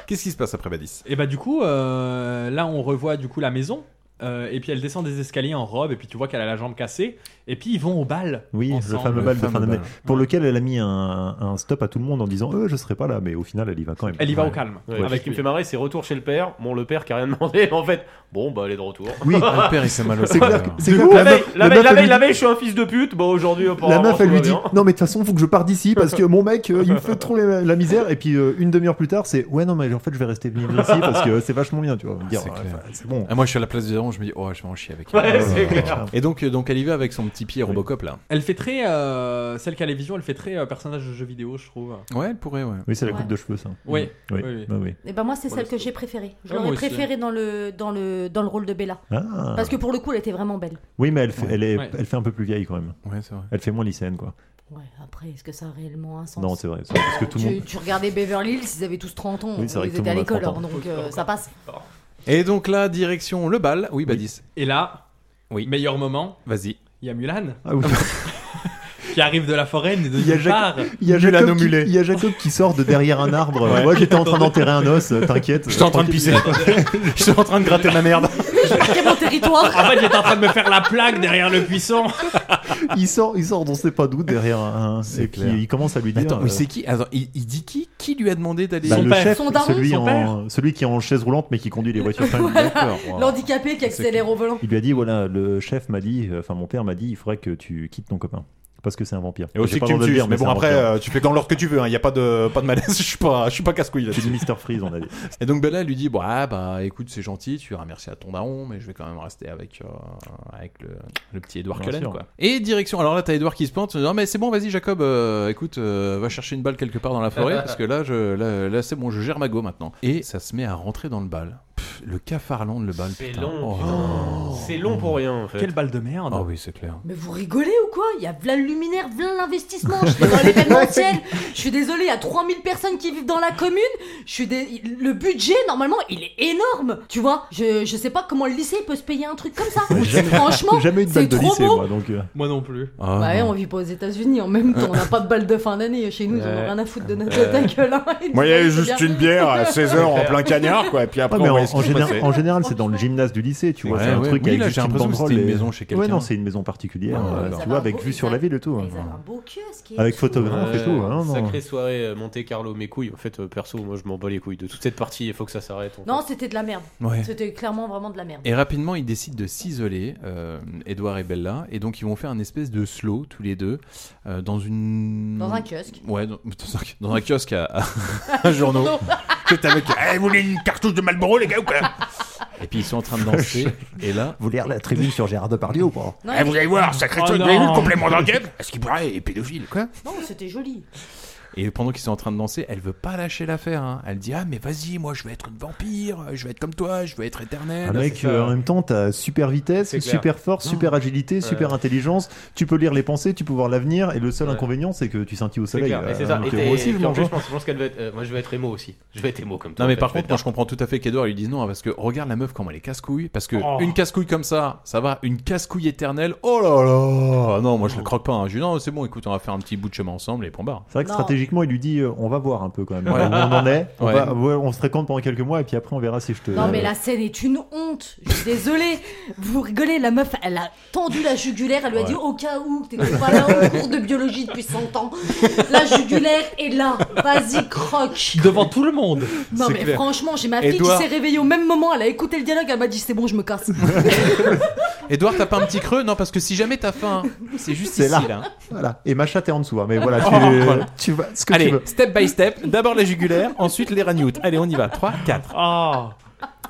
[SPEAKER 2] Qu'est-ce qui se passe après Badis
[SPEAKER 6] Et bah du coup, euh, là on revoit du coup la maison. euh, et puis elle descend des escaliers en robe et puis tu vois qu'elle a la jambe cassée. Et puis ils vont au bal.
[SPEAKER 12] Oui, le
[SPEAKER 6] ensemble.
[SPEAKER 12] fameux bal de fin d'année, pour lequel elle a mis un, un stop à tout le monde en disant euh, je serai pas là, mais au final elle y va quand même.
[SPEAKER 6] Elle y va au calme.
[SPEAKER 14] Ouais,
[SPEAKER 12] Ouais.
[SPEAKER 14] Ce qui me fait marrer, c'est retour chez le père. Bon, le père qui a rien demandé, en fait. Bon, bah, elle est de retour.
[SPEAKER 12] Oui,
[SPEAKER 2] Ah,
[SPEAKER 12] le père, il s'est mal au
[SPEAKER 14] C'est
[SPEAKER 12] cœur.
[SPEAKER 14] clair.
[SPEAKER 12] C'est
[SPEAKER 14] Du
[SPEAKER 12] clair
[SPEAKER 14] coup,
[SPEAKER 12] que
[SPEAKER 14] la
[SPEAKER 12] la
[SPEAKER 14] veille,
[SPEAKER 12] meuf-
[SPEAKER 14] la
[SPEAKER 12] la
[SPEAKER 14] veille,
[SPEAKER 12] meuf,
[SPEAKER 14] la
[SPEAKER 12] elle
[SPEAKER 14] veille,
[SPEAKER 12] lui
[SPEAKER 14] la
[SPEAKER 12] dit-
[SPEAKER 14] veille, je suis un fils de pute. Bon, aujourd'hui,
[SPEAKER 12] La
[SPEAKER 14] apparemment,
[SPEAKER 12] meuf,
[SPEAKER 14] tout
[SPEAKER 12] elle
[SPEAKER 14] va
[SPEAKER 12] lui dit
[SPEAKER 14] bien.
[SPEAKER 12] Non, mais de toute façon, faut que je parte d'ici parce que mon mec, euh, il me fait trop la, la misère. Et puis, euh, une demi-heure plus tard, c'est Ouais, non, mais en fait, je vais rester vivre ici parce que c'est vachement bien, tu vois. Dire,
[SPEAKER 2] C'est
[SPEAKER 12] ouais,
[SPEAKER 2] clair.
[SPEAKER 12] enfin, c'est bon.
[SPEAKER 2] Ah, moi, je suis à la place des gens, je me dis, oh, je vais en chier avec
[SPEAKER 12] Ouais,
[SPEAKER 2] elle.
[SPEAKER 12] c'est clair.
[SPEAKER 2] Et donc, euh, donc, elle y va avec son petit pied Robocop là.
[SPEAKER 6] Elle fait très. euh, celle qui a les visions, elle fait très euh, personnage de jeu vidéo, je trouve.
[SPEAKER 2] Ouais, elle pourrait, ouais.
[SPEAKER 12] Oui, c'est la
[SPEAKER 13] Ouais.
[SPEAKER 12] coupe de cheveux, ça.
[SPEAKER 6] Oui.
[SPEAKER 12] Oui.
[SPEAKER 6] Oui, oui.
[SPEAKER 12] Ah, oui.
[SPEAKER 13] Et ben moi c'est
[SPEAKER 6] Voilà,
[SPEAKER 13] celle que j'ai préférée. Je
[SPEAKER 6] Ouais,
[SPEAKER 13] l'aurais
[SPEAKER 6] moi aussi.
[SPEAKER 13] préférée dans le dans le dans le rôle de Bella.
[SPEAKER 12] Ah.
[SPEAKER 13] Parce que pour le coup elle était vraiment belle.
[SPEAKER 12] Oui, mais elle fait, elle, est,
[SPEAKER 13] Ouais.
[SPEAKER 12] elle fait un peu plus vieille quand même. Elle fait moins lycéenne, quoi.
[SPEAKER 13] Ouais. Après est-ce que ça a réellement un sens
[SPEAKER 12] Non, c'est vrai, c'est vrai, parce que tout le
[SPEAKER 13] tu,
[SPEAKER 12] monde-
[SPEAKER 13] tu regardais Beverly Hills, ils avaient tous 30 ans,
[SPEAKER 2] Oui, c'est vrai
[SPEAKER 13] ils
[SPEAKER 2] que tout
[SPEAKER 13] étaient à
[SPEAKER 2] le monde a
[SPEAKER 13] l'école,
[SPEAKER 2] 30 ans.
[SPEAKER 13] donc euh, ça passe.
[SPEAKER 2] Et donc là, direction le bal. Oui, Badis.
[SPEAKER 6] Et là, meilleur moment,
[SPEAKER 2] Vas-y.
[SPEAKER 6] il y a Mulan.
[SPEAKER 12] Ah oui.
[SPEAKER 6] qui arrive de la forêt, mais de
[SPEAKER 12] Il y a
[SPEAKER 6] nulle part.
[SPEAKER 12] Jacob, il y a Jacob qui, il y a Jacob qui sort de derrière un arbre.
[SPEAKER 6] Ouais.
[SPEAKER 12] Moi j'étais en train d'enterrer un os, euh, t'inquiète.
[SPEAKER 2] J'étais en train de pisser. J'étais en train de gratter ma merde.
[SPEAKER 13] mon territoire.
[SPEAKER 6] En fait, j'étais en train de me faire la plaque derrière le buisson.
[SPEAKER 12] il sort, il sort, on sait pas d'où derrière un. Et puis
[SPEAKER 2] clair.
[SPEAKER 12] il commence à lui dire.
[SPEAKER 2] Attends, mais
[SPEAKER 12] euh,
[SPEAKER 2] c'est qui Attends, il, il dit qui Qui lui a demandé d'aller
[SPEAKER 12] bah, le chef, celui, en, celui qui est en chaise roulante mais qui conduit les voitures.
[SPEAKER 13] Voilà.
[SPEAKER 12] familiales. Wow.
[SPEAKER 13] L'handicapé qui accélère au volant.
[SPEAKER 12] Il lui a dit voilà, le chef m'a dit, euh, enfin mon père m'a dit, il faudrait que tu quittes ton copain parce que c'est un vampire.
[SPEAKER 2] Et aussi
[SPEAKER 12] J'ai
[SPEAKER 2] que
[SPEAKER 12] pas
[SPEAKER 2] tu
[SPEAKER 12] le
[SPEAKER 2] me
[SPEAKER 12] droit de
[SPEAKER 2] tues.
[SPEAKER 12] le dire,
[SPEAKER 2] Mais bon,
[SPEAKER 12] c'est un
[SPEAKER 2] après,
[SPEAKER 12] vampire.
[SPEAKER 2] euh, tu fais dans l'ordre que tu veux. Il n'y a pas de, pas de malaise. Je suis pas, je suis pas casse-couille là
[SPEAKER 12] Je suis du Mr. Freeze, on a dit.
[SPEAKER 2] Et donc Bella elle lui dit Bon, ah, bah écoute, c'est gentil, tu iras merci à ton daron, mais je vais quand même rester avec, euh, avec le, le petit Edouard
[SPEAKER 12] Bien
[SPEAKER 2] Cullen,
[SPEAKER 12] sûr.
[SPEAKER 2] quoi. Et direction. Alors là, t'as Edouard qui se plante. Non, mais c'est bon, vas-y, Jacob, euh, écoute, euh, va chercher une balle quelque part dans la forêt, parce que là, je, là, là, c'est bon, je gère ma go maintenant. Et ça se met à rentrer dans le bal. Pff, le cafarlan de le bal,
[SPEAKER 14] C'est
[SPEAKER 2] putain.
[SPEAKER 14] long,
[SPEAKER 2] Oh.
[SPEAKER 13] Ah,
[SPEAKER 14] putain. C'est long pour rien, en fait.
[SPEAKER 6] Quelle balle de merde.
[SPEAKER 2] Ah oui, c'est clair.
[SPEAKER 13] Mais vous rigolez ou quoi Il y a v'là le luminaire, v'là l'investissement, je suis dans l'événementiel. Je suis désolé, il y a 3000 personnes qui vivent dans la commune. Je suis dé- Le budget, normalement, il est énorme. Tu vois, je, je sais pas comment le lycée peut se payer un truc comme ça. Franchement,
[SPEAKER 12] jamais eu de balle
[SPEAKER 13] c'est
[SPEAKER 12] de
[SPEAKER 13] trop
[SPEAKER 12] lycée,
[SPEAKER 13] beau.
[SPEAKER 12] moi donc. euh.
[SPEAKER 6] Moi non plus.
[SPEAKER 13] Bah
[SPEAKER 2] Ah,
[SPEAKER 13] ouais, on vit pas aux États-Unis en même temps, on n'a pas de balle de fin d'année chez nous, ils en ont
[SPEAKER 12] Ouais.
[SPEAKER 13] rien à foutre de notre
[SPEAKER 12] Euh.
[SPEAKER 13] ta gueule. hein.
[SPEAKER 12] Moi, il y avait juste
[SPEAKER 13] C'est bien.
[SPEAKER 12] une bière à 16 heures en plein
[SPEAKER 2] cagnard, quoi. Et puis
[SPEAKER 12] Ouais, mais en, en général, en général, c'est dans le gymnase du lycée, tu vois.
[SPEAKER 2] Ouais,
[SPEAKER 12] c'est un
[SPEAKER 2] ouais.
[SPEAKER 12] truc
[SPEAKER 2] Oui,
[SPEAKER 12] avec
[SPEAKER 2] là,
[SPEAKER 12] juste
[SPEAKER 2] j'ai
[SPEAKER 12] une
[SPEAKER 2] l'impression que
[SPEAKER 12] banderole
[SPEAKER 2] c'était une
[SPEAKER 12] et-
[SPEAKER 2] maison chez quelqu'un.
[SPEAKER 12] Ouais, non, c'est une maison particulière,
[SPEAKER 2] Ouais,
[SPEAKER 12] euh,
[SPEAKER 2] ouais.
[SPEAKER 12] tu vois, avec vue sur la ville et tout. hein. Avec photographe et tout. hein, non.
[SPEAKER 14] Euh, Sacrée soirée euh, Monte Carlo, mes couilles. En fait, euh, perso, moi je m'en bats les couilles de toute cette partie. Il faut que ça s'arrête. en
[SPEAKER 13] Non, c'était de la merde.
[SPEAKER 2] Ouais.
[SPEAKER 13] C'était clairement vraiment de la merde.
[SPEAKER 2] Et rapidement, ils décident de s'isoler, euh, Edouard et Bella, et donc ils vont faire une espèce de slow tous les deux euh, dans une
[SPEAKER 13] Dans un kiosque.
[SPEAKER 2] Ouais, dans, dans un- dans un kiosque à, à- à journaux.
[SPEAKER 13] Non.
[SPEAKER 2] Que t'as avec-
[SPEAKER 8] Eh, vous voulez une cartouche de Malboro, les gars, ou quoi
[SPEAKER 2] Et puis ils sont en train de danser. et là,
[SPEAKER 5] vous lire la tribune sur Gérard Depardieu ou pas
[SPEAKER 8] Eh, Vous allez voir, sacré
[SPEAKER 2] Oh
[SPEAKER 8] truc, vous avez vu
[SPEAKER 2] non.
[SPEAKER 8] le complément d'enquête Est-ce qu'il pourrait est pédophile, quoi
[SPEAKER 13] Non, c'était joli.
[SPEAKER 2] Et pendant qu'ils sont en train de danser, elle veut pas lâcher l'affaire. hein. Elle dit ah mais vas-y, moi je vais être une vampire, je vais être comme toi, je vais être éternelle.
[SPEAKER 12] Un mec, euh, en même temps, t'as super vitesse,
[SPEAKER 2] C'est clair.
[SPEAKER 12] super force, super agilité,
[SPEAKER 2] Ouais.
[SPEAKER 12] super intelligence. Tu peux lire les pensées, tu peux voir l'avenir. Et le seul inconvénient, c'est que tu scintilles au
[SPEAKER 14] C'est
[SPEAKER 12] soleil.
[SPEAKER 14] clair. Et
[SPEAKER 12] euh,
[SPEAKER 14] c'est ça.
[SPEAKER 12] donc,
[SPEAKER 14] Et
[SPEAKER 12] euh,
[SPEAKER 14] t'es-
[SPEAKER 12] moi aussi,
[SPEAKER 14] puis
[SPEAKER 12] je m'en
[SPEAKER 14] en plus,
[SPEAKER 12] vais.
[SPEAKER 14] je pense, je pense qu'elle va être. euh, moi, je vais être émo aussi. Je vais être émo comme toi.
[SPEAKER 2] Non mais
[SPEAKER 14] en fait.
[SPEAKER 2] par
[SPEAKER 14] Je vais
[SPEAKER 2] contre, moi je comprends tout à fait qu'Edouard lui dise non hein, parce que regarde la meuf comment elle est casse-couille parce que
[SPEAKER 14] Oh.
[SPEAKER 2] une casse-couille comme ça, ça va, une casse-couille éternelle. Oh là là Non, moi je la croque pas. hein. Je lui dis non, c'est bon, écoute, on va faire un petit bout de chemin ensemble et point barre.
[SPEAKER 12] C'est vrai que stratégiquement, il lui dit euh, on va voir un peu quand même.
[SPEAKER 2] Ouais.
[SPEAKER 12] Où on en est. On,
[SPEAKER 2] Ouais.
[SPEAKER 12] va- ouais, on se fréquente pendant quelques mois et puis après, on verra si je te.
[SPEAKER 13] Non mais la scène est une honte. Je suis désolée. Vous rigolez, la meuf, elle a tendu la jugulaire. Elle lui a
[SPEAKER 12] Ouais.
[SPEAKER 13] dit au cas où t'étais pas là au cours de biologie depuis 100 ans. La jugulaire est là. Vas-y, croque.
[SPEAKER 6] Devant tout le monde.
[SPEAKER 13] Non
[SPEAKER 6] C'est
[SPEAKER 13] mais
[SPEAKER 6] clair.
[SPEAKER 13] franchement, j'ai ma fille
[SPEAKER 2] Edouard-
[SPEAKER 13] qui s'est réveillée au même moment. Elle a écouté le dialogue. Elle m'a dit c'est bon, je me casse.
[SPEAKER 2] Edouard, t'as pas un petit creux Non, parce que si jamais t'as faim, c'est juste
[SPEAKER 12] C'est
[SPEAKER 2] ici
[SPEAKER 12] là.
[SPEAKER 2] là.
[SPEAKER 12] Voilà. Et ma chatte est en dessous. hein, Mais voilà, tu,
[SPEAKER 2] Oh, voilà.
[SPEAKER 12] tu vas ce que
[SPEAKER 2] Allez,
[SPEAKER 12] tu veux.
[SPEAKER 6] Ah.
[SPEAKER 2] step by step, d'abord la jugulaire, ensuite les ragnoutes. Allez, on y va. 3, 4.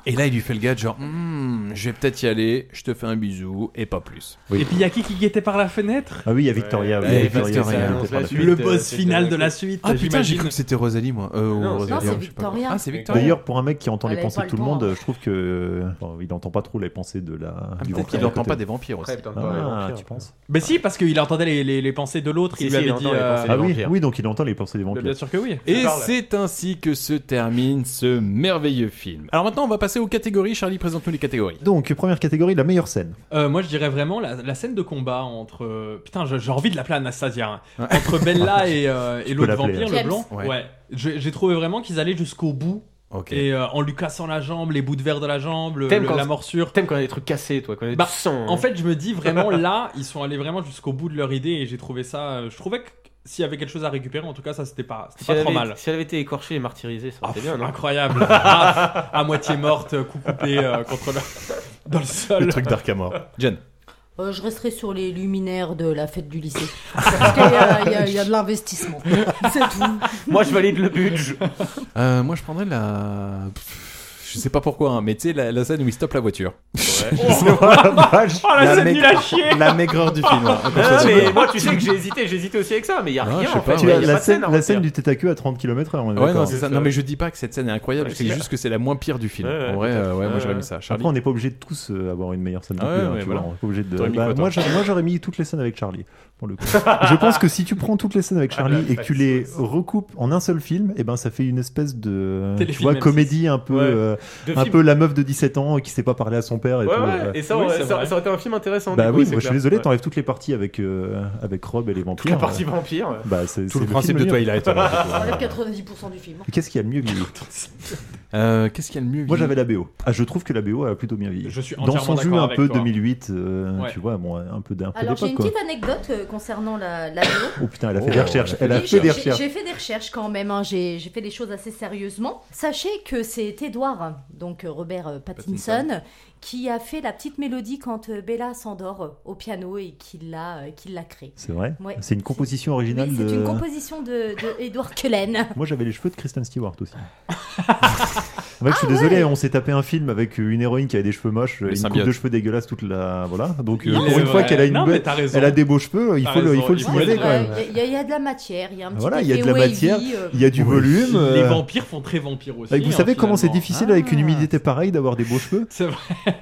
[SPEAKER 2] Et là, il lui fait le gars, genre, Hmm, je vais peut-être y aller, je te fais un bisou, et pas plus.
[SPEAKER 6] Et puis il y a qui qui guettait par la fenêtre
[SPEAKER 12] Ah oui, il y a Victoria.
[SPEAKER 2] Ouais,
[SPEAKER 12] oui,
[SPEAKER 2] et
[SPEAKER 12] Victoria,
[SPEAKER 2] Victoria,
[SPEAKER 12] c'est
[SPEAKER 2] elle
[SPEAKER 12] par
[SPEAKER 2] était
[SPEAKER 12] la
[SPEAKER 2] pas
[SPEAKER 12] suite.
[SPEAKER 2] là.
[SPEAKER 14] euh,
[SPEAKER 6] Le boss final de la suite,
[SPEAKER 2] Ah putain, j'ai
[SPEAKER 6] j'imagine.
[SPEAKER 2] cru que c'était Rosalie, moi. Euh, ou
[SPEAKER 6] Non, c'est-
[SPEAKER 2] Rosalia,
[SPEAKER 6] non,
[SPEAKER 2] je
[SPEAKER 6] c'est
[SPEAKER 2] sais pas.
[SPEAKER 6] Victoria.
[SPEAKER 2] Ah, c'est Victoria.
[SPEAKER 12] D'ailleurs, pour un mec qui entend les
[SPEAKER 2] Elle
[SPEAKER 12] pensées
[SPEAKER 2] avait
[SPEAKER 12] de tout
[SPEAKER 2] pas
[SPEAKER 12] le
[SPEAKER 2] le hein.
[SPEAKER 12] monde, je trouve que enfin, il n'entend pas trop les pensées de la. du
[SPEAKER 2] Ah, peut-être
[SPEAKER 12] vampire
[SPEAKER 2] qu'il
[SPEAKER 12] à
[SPEAKER 2] entend
[SPEAKER 12] côté.
[SPEAKER 2] pas des vampires aussi.
[SPEAKER 12] Ah,
[SPEAKER 2] Ouais, peut-être pas les vampires,
[SPEAKER 12] tu penses
[SPEAKER 6] Mais Bah si, parce qu'il entendait les, les- les pensées de l'autre, il lui
[SPEAKER 14] Si, si, il
[SPEAKER 6] avait dit.
[SPEAKER 14] entend les
[SPEAKER 6] euh,
[SPEAKER 12] Ah oui, oui, donc il entend les pensées des
[SPEAKER 6] Bien
[SPEAKER 12] vampires.
[SPEAKER 6] sûr que oui.
[SPEAKER 2] Et
[SPEAKER 6] Ça parle.
[SPEAKER 2] c'est ainsi que se termine ce merveilleux film. Alors maintenant, on va passer aux catégories. Charlie, présente-nous les catégories.
[SPEAKER 12] Donc, première catégorie, la meilleure scène.
[SPEAKER 6] Euh, moi, je dirais vraiment la, la scène de combat entre. euh, Putain, je- j'ai envie de l'appeler Anastasia. hein. Entre Bella et, euh, et
[SPEAKER 12] Tu peux
[SPEAKER 6] l'autre
[SPEAKER 12] l'appeler,
[SPEAKER 6] vampire,
[SPEAKER 12] hein.
[SPEAKER 6] le blanc.
[SPEAKER 12] James.
[SPEAKER 6] Ouais.
[SPEAKER 12] Ouais.
[SPEAKER 6] J'ai j'ai trouvé vraiment qu'ils allaient jusqu'au bout. Et euh, en lui cassant la jambe, les bouts de verre de la jambe, le-
[SPEAKER 14] T'aimes
[SPEAKER 6] le-
[SPEAKER 14] quand-
[SPEAKER 6] la morsure.
[SPEAKER 14] T'aimes quand il y a des trucs cassés, toi, quand il y a
[SPEAKER 6] Bah,
[SPEAKER 14] du sang. hein.
[SPEAKER 6] En fait, je me dis vraiment là, ils sont allés vraiment jusqu'au bout de leur idée et j'ai trouvé ça. euh, Je trouvais que s'il y avait quelque chose à récupérer, en tout cas, ça c'était pas, c'était
[SPEAKER 14] si
[SPEAKER 6] pas
[SPEAKER 14] elle,
[SPEAKER 6] trop
[SPEAKER 14] avait,
[SPEAKER 6] mal.
[SPEAKER 14] si elle avait été écorchée et martyrisée, ça aurait été Ah, bien, non
[SPEAKER 6] Incroyable. Ah, à moitié morte, euh, coup coupé euh, contre le... dans Ah, le sol.
[SPEAKER 12] Le truc d'Arkham. Jen.
[SPEAKER 13] Euh, je resterai sur les luminaires de la fête du lycée. Parce qu'il y a- il y, a- il y a de l'investissement. C'est tout.
[SPEAKER 14] Moi, je valide le budget.
[SPEAKER 2] Euh, moi, je prendrais la. Pff, Je sais pas pourquoi, hein, mais tu sais, la, la scène où il stoppe la voiture.
[SPEAKER 12] C'est vraiment la vache.
[SPEAKER 14] Oh, la scène
[SPEAKER 12] maigre-
[SPEAKER 14] nulle à chier.
[SPEAKER 12] la maigreur du film. hein. Comme ça,
[SPEAKER 14] Ah,
[SPEAKER 12] c'est
[SPEAKER 14] mais
[SPEAKER 12] bon.
[SPEAKER 14] moi, tu sais que j'ai hésité, j'ai hésité aussi avec ça, mais il y a
[SPEAKER 12] Ah,
[SPEAKER 14] rien
[SPEAKER 12] je sais
[SPEAKER 14] en fait.
[SPEAKER 12] pas,
[SPEAKER 14] il y a
[SPEAKER 12] ouais.
[SPEAKER 14] pas
[SPEAKER 12] la
[SPEAKER 14] de
[SPEAKER 12] scène,
[SPEAKER 14] à
[SPEAKER 12] la scène
[SPEAKER 14] remplir.
[SPEAKER 12] du tête à queue à 30 km/h. on est
[SPEAKER 2] Ouais,
[SPEAKER 12] d'accord.
[SPEAKER 2] non, c'est ça. Non, mais je dis pas que cette scène est incroyable,
[SPEAKER 14] Ouais,
[SPEAKER 2] c'est
[SPEAKER 14] c'est
[SPEAKER 2] juste que c'est la moins pire du film.
[SPEAKER 14] Ouais, ouais.
[SPEAKER 2] En vrai, euh, ouais, moi j'aurais mis ça. Charlie.
[SPEAKER 12] Après, on n'est pas obligé de tous euh, avoir une meilleure scène.
[SPEAKER 2] Ah
[SPEAKER 12] non
[SPEAKER 2] ouais,
[SPEAKER 12] plus, hein,
[SPEAKER 2] ouais,
[SPEAKER 12] tu
[SPEAKER 2] voilà.
[SPEAKER 12] vois, on est pas obligé de.
[SPEAKER 2] T'aurais mis
[SPEAKER 12] Bah,
[SPEAKER 2] quoi, toi
[SPEAKER 12] moi, j'a- moi, j'aurais mis toutes les scènes avec Charlie. Pour le coup. je pense que si tu prends toutes les scènes avec Charlie
[SPEAKER 14] Ah,
[SPEAKER 12] et que tu les recoupes en un seul film, et ben ça fait une espèce de tu
[SPEAKER 14] Téléfilm
[SPEAKER 12] vois,
[SPEAKER 14] M6.
[SPEAKER 12] comédie un peu,
[SPEAKER 14] Ouais.
[SPEAKER 12] euh,
[SPEAKER 14] De
[SPEAKER 12] un
[SPEAKER 14] film.
[SPEAKER 12] peu la meuf de 17 ans qui sait pas parler à son père et
[SPEAKER 14] Ouais,
[SPEAKER 12] tout.
[SPEAKER 14] ouais,
[SPEAKER 12] euh.
[SPEAKER 14] et ça,
[SPEAKER 6] Oui,
[SPEAKER 14] aurait-
[SPEAKER 6] c'est
[SPEAKER 14] ça,
[SPEAKER 6] vrai.
[SPEAKER 14] ça aurait été un film intéressant.
[SPEAKER 12] Bah
[SPEAKER 14] du coup,
[SPEAKER 12] oui,
[SPEAKER 14] c'est
[SPEAKER 12] moi je suis
[SPEAKER 14] clair.
[SPEAKER 12] désolé,
[SPEAKER 14] Ouais.
[SPEAKER 12] t'enlèves toutes les parties avec, euh, avec Rob et les vampires.
[SPEAKER 14] les parties vampires, ouais.
[SPEAKER 12] Bah, c'est,
[SPEAKER 2] Tout
[SPEAKER 12] c'est
[SPEAKER 2] le principe
[SPEAKER 12] film
[SPEAKER 2] de
[SPEAKER 12] mieux.
[SPEAKER 2] Twilight, alors, du coup,
[SPEAKER 13] On enlève 90% du film.
[SPEAKER 12] Qu'est-ce qu'il y a de mieux vieilli
[SPEAKER 2] Euh, Qu'est-ce qu'il y a de mieux
[SPEAKER 12] Moi
[SPEAKER 2] vieilli
[SPEAKER 12] j'avais la BO. Ah, je trouve que la BO a plutôt bien vieilli.
[SPEAKER 6] Je suis
[SPEAKER 12] Dans
[SPEAKER 6] entièrement
[SPEAKER 12] son jeu
[SPEAKER 6] d'accord
[SPEAKER 12] un
[SPEAKER 6] avec
[SPEAKER 12] peu
[SPEAKER 6] toi.
[SPEAKER 12] 2008, euh,
[SPEAKER 6] Ouais.
[SPEAKER 12] tu vois, bon, un peu d'un peu
[SPEAKER 13] Alors j'ai
[SPEAKER 12] d'époque
[SPEAKER 13] une
[SPEAKER 12] quoi.
[SPEAKER 13] petite anecdote euh, concernant la, la BO.
[SPEAKER 12] Oh putain, elle a fait des recherches. Elle a
[SPEAKER 13] J'ai-
[SPEAKER 12] fait des
[SPEAKER 13] j'ai-
[SPEAKER 12] recherches.
[SPEAKER 13] J'ai fait des recherches quand même, hein. j'ai j'ai fait des choses assez sérieusement. Sachez que c'est Edouard, donc euh, Robert euh, Pattinson,
[SPEAKER 18] Pattinson.
[SPEAKER 13] qui a fait la petite mélodie quand euh, Bella s'endort euh, au piano et qu'il l'a euh, qu'il l'a créée.
[SPEAKER 12] C'est vrai
[SPEAKER 13] Ouais.
[SPEAKER 12] C'est une composition originale
[SPEAKER 13] C'est
[SPEAKER 12] de.
[SPEAKER 13] une composition de, de Edouard Cullen.
[SPEAKER 12] Moi j'avais les cheveux de Kristen Stewart aussi. En fait, je suis
[SPEAKER 13] Ah
[SPEAKER 12] désolé,
[SPEAKER 13] ouais.
[SPEAKER 12] on s'est tapé un film avec une héroïne qui avait des cheveux moches, une coupe
[SPEAKER 2] symbiotes.
[SPEAKER 12] de cheveux dégueulasse toute la voilà. Donc euh,
[SPEAKER 2] Il
[SPEAKER 12] pour
[SPEAKER 2] est
[SPEAKER 12] une fois
[SPEAKER 2] vrai.
[SPEAKER 12] qu'elle a une
[SPEAKER 2] Non,
[SPEAKER 12] belle-
[SPEAKER 2] mais t'as raison.
[SPEAKER 12] elle a des beaux cheveux, il
[SPEAKER 2] T'as
[SPEAKER 12] faut le, il
[SPEAKER 2] raison,
[SPEAKER 12] faut le
[SPEAKER 2] il faut
[SPEAKER 12] signaler
[SPEAKER 2] le
[SPEAKER 12] quand
[SPEAKER 2] dire.
[SPEAKER 12] même.
[SPEAKER 13] Il y, a- il y a de la matière, il y a un petit
[SPEAKER 12] Ah, Voilà, il y a de la
[SPEAKER 13] effet
[SPEAKER 12] matière,
[SPEAKER 13] wavy, euh,
[SPEAKER 12] il y a du volume.
[SPEAKER 6] Les
[SPEAKER 12] euh,
[SPEAKER 6] vampires font très vampires aussi.
[SPEAKER 12] et vous
[SPEAKER 6] hein,
[SPEAKER 12] savez comment c'est
[SPEAKER 6] finalement.
[SPEAKER 12] difficile avec une humidité pareille d'avoir des beaux cheveux
[SPEAKER 6] C'est vrai.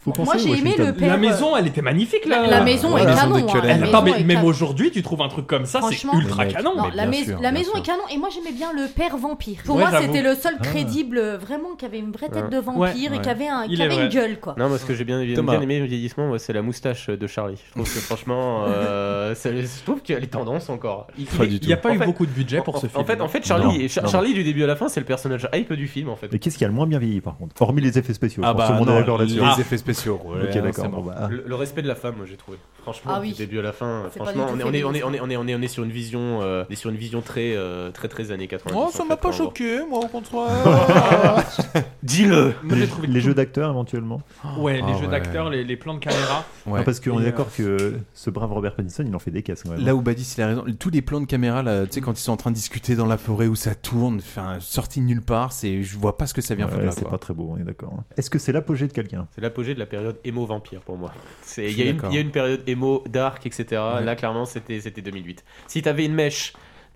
[SPEAKER 12] Faut penser
[SPEAKER 13] Ah. Moi, j'ai
[SPEAKER 12] au
[SPEAKER 13] aimé
[SPEAKER 12] Washington.
[SPEAKER 13] le père,
[SPEAKER 6] La maison, elle était magnifique là.
[SPEAKER 13] La- la maison
[SPEAKER 12] Ouais, est la maison canon,
[SPEAKER 13] des hein, la Cullen. maison
[SPEAKER 6] Attends, mais
[SPEAKER 13] est
[SPEAKER 6] même
[SPEAKER 13] canon.
[SPEAKER 6] aujourd'hui, tu trouves un truc comme ça, c'est
[SPEAKER 13] Franchement.
[SPEAKER 6] ultra canon.
[SPEAKER 13] Non, la, mais- la maison est canon et moi j'aimais bien le père vampire. Pour
[SPEAKER 6] Ouais,
[SPEAKER 13] moi
[SPEAKER 6] j'avoue.
[SPEAKER 13] c'était le seul
[SPEAKER 14] Ah.
[SPEAKER 13] crédible euh, vraiment qui avait une vraie tête de
[SPEAKER 14] Ouais.
[SPEAKER 13] vampire et qui avait, un,
[SPEAKER 14] Il
[SPEAKER 13] qui
[SPEAKER 14] est
[SPEAKER 13] avait une
[SPEAKER 14] vrai.
[SPEAKER 13] gueule quoi.
[SPEAKER 14] Non, moi ce que j'ai bien, j'ai
[SPEAKER 2] Thomas.
[SPEAKER 14] bien aimé le vieillissement, moi, c'est la moustache de Charlie. Je trouve que franchement, euh, ça- je trouve qu'elle est tendance encore. Il
[SPEAKER 6] Pas du tout. Il y a pas
[SPEAKER 14] en
[SPEAKER 6] eu beaucoup de budget pour
[SPEAKER 14] en-
[SPEAKER 6] ce
[SPEAKER 14] En
[SPEAKER 6] film.
[SPEAKER 14] fait, en fait
[SPEAKER 12] Non.
[SPEAKER 14] Charlie, Cha-
[SPEAKER 12] Non.
[SPEAKER 14] Charlie du début à la fin, c'est le personnage hype du film en fait.
[SPEAKER 12] Mais qu'est-ce qui a le moins bien vieilli par contre Hormis les effets spéciaux.
[SPEAKER 2] Ah
[SPEAKER 12] je pense
[SPEAKER 2] bah
[SPEAKER 12] qu'on est
[SPEAKER 2] non,
[SPEAKER 12] d'accord là-dessus.
[SPEAKER 2] les
[SPEAKER 12] Ah.
[SPEAKER 2] effets spéciaux, ouais,
[SPEAKER 12] ok,
[SPEAKER 2] hein,
[SPEAKER 12] d'accord.
[SPEAKER 2] c'est
[SPEAKER 12] bon,
[SPEAKER 2] mort.
[SPEAKER 12] bah,
[SPEAKER 14] Le, le respect de la femme, moi j'ai trouvé. Franchement,
[SPEAKER 13] Ah oui.
[SPEAKER 14] du début à la fin,
[SPEAKER 13] C'est pas
[SPEAKER 14] franchement,
[SPEAKER 13] du
[SPEAKER 14] on
[SPEAKER 13] tout
[SPEAKER 14] est, on, est, on, est,
[SPEAKER 13] féministe.
[SPEAKER 14] on, est, on, est, on est sur une vision, euh, on est sur une vision très, euh, très, très années 90.
[SPEAKER 2] Oh, ça
[SPEAKER 14] en
[SPEAKER 2] m'a pas
[SPEAKER 14] fait, par rapport.
[SPEAKER 2] choqué, moi, au contraire.
[SPEAKER 14] Dis-le.
[SPEAKER 6] Moi, j'ai
[SPEAKER 12] Les,
[SPEAKER 6] trouvé
[SPEAKER 12] les
[SPEAKER 6] tout-
[SPEAKER 12] jeux d'acteurs éventuellement
[SPEAKER 6] Ouais, les
[SPEAKER 12] Ah
[SPEAKER 6] jeux d'acteurs, les, les plans de caméra.
[SPEAKER 12] Non, parce qu'on
[SPEAKER 6] Et,
[SPEAKER 12] est
[SPEAKER 6] euh,
[SPEAKER 12] d'accord que ce brave Robert Pattinson, il en fait des caisses quand même. hein.
[SPEAKER 2] Là où Badis il a raison, tous les plans de caméra là, tu sais quand ils sont en train de discuter dans la forêt où ça tourne, enfin sorti de nulle part, c'est je vois pas ce que ça vient
[SPEAKER 12] Ouais,
[SPEAKER 2] faire là.
[SPEAKER 12] c'est
[SPEAKER 2] quoi.
[SPEAKER 12] pas très beau, on est d'accord. hein. Est-ce que c'est l'apogée de quelqu'un
[SPEAKER 14] C'est l'apogée de la période émo vampire pour moi. C'est-
[SPEAKER 12] Je
[SPEAKER 14] Il
[SPEAKER 12] suis
[SPEAKER 14] y, a une-
[SPEAKER 12] d'accord.
[SPEAKER 14] il y a une période émo dark, etc.
[SPEAKER 2] Ouais.
[SPEAKER 14] Là, clairement, c'était c'était 2008. Si t'avais une mèche,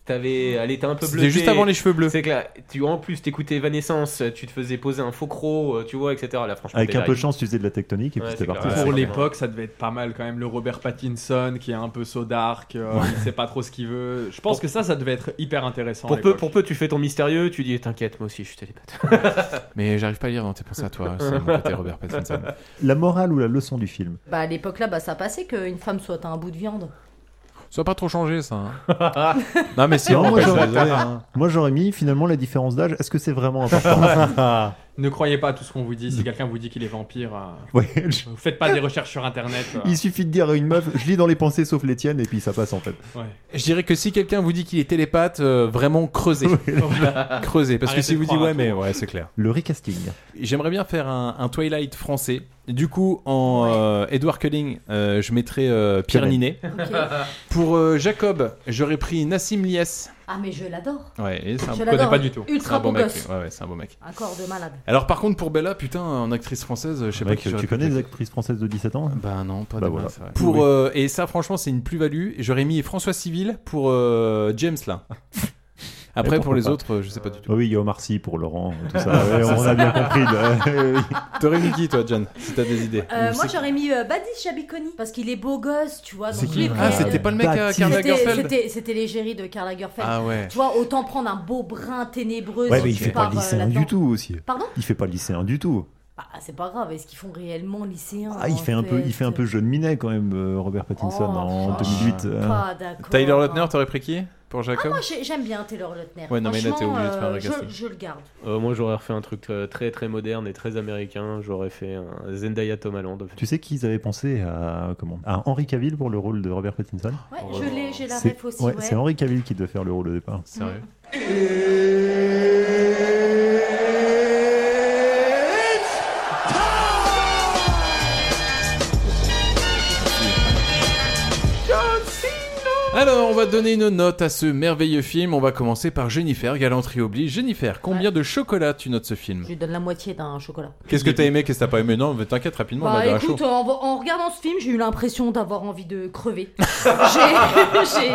[SPEAKER 14] t'avais, elle était un peu
[SPEAKER 2] C'était
[SPEAKER 14] bleue.
[SPEAKER 2] juste avant les cheveux bleus.
[SPEAKER 14] C'est que là, tu en plus t'écoutais Evanescence, tu te faisais poser un faux croc, euh, tu vois, etc. Là, franchement,
[SPEAKER 12] Avec
[SPEAKER 14] t'es
[SPEAKER 12] un peu de
[SPEAKER 14] largué.
[SPEAKER 12] chance, tu faisais de la tectonique et
[SPEAKER 14] Ouais,
[SPEAKER 12] puis
[SPEAKER 14] c'est
[SPEAKER 12] c'était parti.
[SPEAKER 14] clair.
[SPEAKER 6] Pour
[SPEAKER 14] Ouais,
[SPEAKER 6] l'époque, ça devait être pas mal quand même. Le Robert Pattinson qui est un peu so dark, euh, il sait pas trop ce qu'il veut. Je pense que ça, ça devait être hyper intéressant. à
[SPEAKER 14] Pour peu,
[SPEAKER 6] l'époque.
[SPEAKER 14] pour peu, tu fais ton mystérieux, tu dis t'inquiète, moi aussi, je suis télépathe.
[SPEAKER 2] Mais j'arrive pas à lire dans tes pensées à toi, c'est mon côté Robert Pattinson.
[SPEAKER 12] La morale ou la leçon du film
[SPEAKER 13] Bah à l'époque là bah, ça passait qu'une femme soit un bout de viande.
[SPEAKER 2] Ça a pas trop changé ça. hein. non mais si,
[SPEAKER 12] Non,
[SPEAKER 2] on
[SPEAKER 12] moi,
[SPEAKER 2] peut
[SPEAKER 12] j'aurais-
[SPEAKER 2] désolé, hein.
[SPEAKER 12] Moi, j'aurais mis finalement la différence d'âge. Est-ce que c'est vraiment important
[SPEAKER 6] Ne croyez pas à tout ce qu'on vous dit. Si quelqu'un vous dit qu'il est vampire, euh,
[SPEAKER 12] Ouais, je-
[SPEAKER 6] vous faites pas des recherches sur internet. euh.
[SPEAKER 12] Il suffit de dire à une meuf, je lis dans les pensées sauf les tiennes, et puis ça passe en fait.
[SPEAKER 6] Ouais.
[SPEAKER 2] Je dirais que si quelqu'un vous dit qu'il est télépathe, euh, vraiment creusez. creusez. Parce
[SPEAKER 6] Arrêtez
[SPEAKER 2] que si
[SPEAKER 6] de
[SPEAKER 2] vous dites
[SPEAKER 6] croire à
[SPEAKER 2] ouais,
[SPEAKER 6] tout.
[SPEAKER 2] mais ouais, c'est clair.
[SPEAKER 12] Le recasting.
[SPEAKER 2] J'aimerais bien faire un, un Twilight français. Du coup, en euh, Edward Culling, euh, je mettrais euh, Pierre
[SPEAKER 12] Cullen.
[SPEAKER 2] Ninet. Pour euh, Jacob, j'aurais pris Nassim Lies.
[SPEAKER 13] Ah, mais je l'adore.
[SPEAKER 2] Ouais, et c'est un-
[SPEAKER 13] Je l'adore. Ultra
[SPEAKER 2] C'est un bon
[SPEAKER 13] beau
[SPEAKER 2] mec.
[SPEAKER 13] gosse.
[SPEAKER 2] Ouais, ouais, c'est un bon mec.
[SPEAKER 13] Un corps de malade.
[SPEAKER 2] Alors par contre pour Bella, putain, en actrice française, je sais pas
[SPEAKER 12] Mec,
[SPEAKER 2] qui j'aurais
[SPEAKER 12] tu
[SPEAKER 2] pu
[SPEAKER 12] connais
[SPEAKER 2] mettre.
[SPEAKER 12] les actrices françaises de 17 ans
[SPEAKER 2] Bah non, pas
[SPEAKER 12] bah
[SPEAKER 2] des
[SPEAKER 12] voilà.
[SPEAKER 2] masses, ouais. Pour euh, et ça franchement c'est une plus-value. J'aurais mis François Civil pour euh, James là. Après
[SPEAKER 12] Et
[SPEAKER 2] pour les
[SPEAKER 12] pourquoi
[SPEAKER 2] autres, euh, je sais pas du tout.
[SPEAKER 12] Ah Oui, il y a Omar Sy pour Laurent, tout ça. Ouais, on a bien compris. là.
[SPEAKER 2] T'aurais mis qui toi, John, si t'as des idées
[SPEAKER 13] Euh, moi j'aurais mis euh, Badi Shabikoni parce qu'il est beau gosse, tu vois. dans
[SPEAKER 2] C'est
[SPEAKER 13] tous
[SPEAKER 2] qui
[SPEAKER 13] les
[SPEAKER 2] Ah,
[SPEAKER 13] films.
[SPEAKER 2] c'était pas le mec, euh, Karl
[SPEAKER 13] Bah, C'était-
[SPEAKER 2] Lagerfeld
[SPEAKER 13] c'était- C'était l'égérie de Karl Lagerfeld.
[SPEAKER 2] Ah ouais.
[SPEAKER 13] Tu vois, autant prendre un beau brun ténébreux.
[SPEAKER 12] Ouais,
[SPEAKER 13] si
[SPEAKER 12] mais il
[SPEAKER 13] tu
[SPEAKER 12] fait pas
[SPEAKER 13] pars, euh,
[SPEAKER 12] lycéen
[SPEAKER 13] là-dedans.
[SPEAKER 12] du tout aussi.
[SPEAKER 13] Pardon
[SPEAKER 12] Il fait pas lycéen du tout.
[SPEAKER 13] Bah, c'est pas grave, est-ce qu'ils font réellement lycéen
[SPEAKER 12] Ah, il
[SPEAKER 13] en
[SPEAKER 12] fait un peu, il fait un peu jeune minet quand même, euh, Robert Pattinson
[SPEAKER 13] Oh,
[SPEAKER 12] en
[SPEAKER 13] putain.
[SPEAKER 12] 2008.
[SPEAKER 13] Ah,
[SPEAKER 12] hein.
[SPEAKER 13] d'accord.
[SPEAKER 2] Tyler Lautner, t'aurais pris qui pour
[SPEAKER 13] Ah,
[SPEAKER 2] Jacob
[SPEAKER 13] moi j'ai- j'aime bien Taylor Lautner.
[SPEAKER 2] Ouais, non, mais là, t'es
[SPEAKER 13] Franchement,
[SPEAKER 2] obligé de faire un
[SPEAKER 13] euh,
[SPEAKER 2] vrai casting.
[SPEAKER 13] je, je le garde.
[SPEAKER 14] Euh, moi, j'aurais refait un truc euh, très très moderne et très américain. J'aurais fait un Zendaya Tom Holland.
[SPEAKER 12] Tu sais qu'ils avaient pensé à comment À Henry Cavill pour le rôle de Robert Pattinson.
[SPEAKER 13] Ouais,
[SPEAKER 2] Oh,
[SPEAKER 13] je l'ai, j'ai la
[SPEAKER 12] C'est-
[SPEAKER 13] ref aussi.
[SPEAKER 12] ouais,
[SPEAKER 13] ouais.
[SPEAKER 12] C'est Henry Cavill qui devait faire le rôle au départ.
[SPEAKER 2] Sérieux Alors, on va donner une note à ce merveilleux film. On va commencer par Jennifer, galanterie oblige. Jennifer, combien de chocolat tu notes ce film
[SPEAKER 13] Je lui donne la moitié d'un chocolat.
[SPEAKER 2] Qu'est-ce que t'as aimé, qu'est-ce que t'as pas aimé Non, mais t'inquiète rapidement, on
[SPEAKER 13] Bah
[SPEAKER 2] a verra
[SPEAKER 13] écoute,
[SPEAKER 2] chaud.
[SPEAKER 13] en, en regardant ce film, j'ai eu l'impression d'avoir envie de crever. J'ai- j'ai-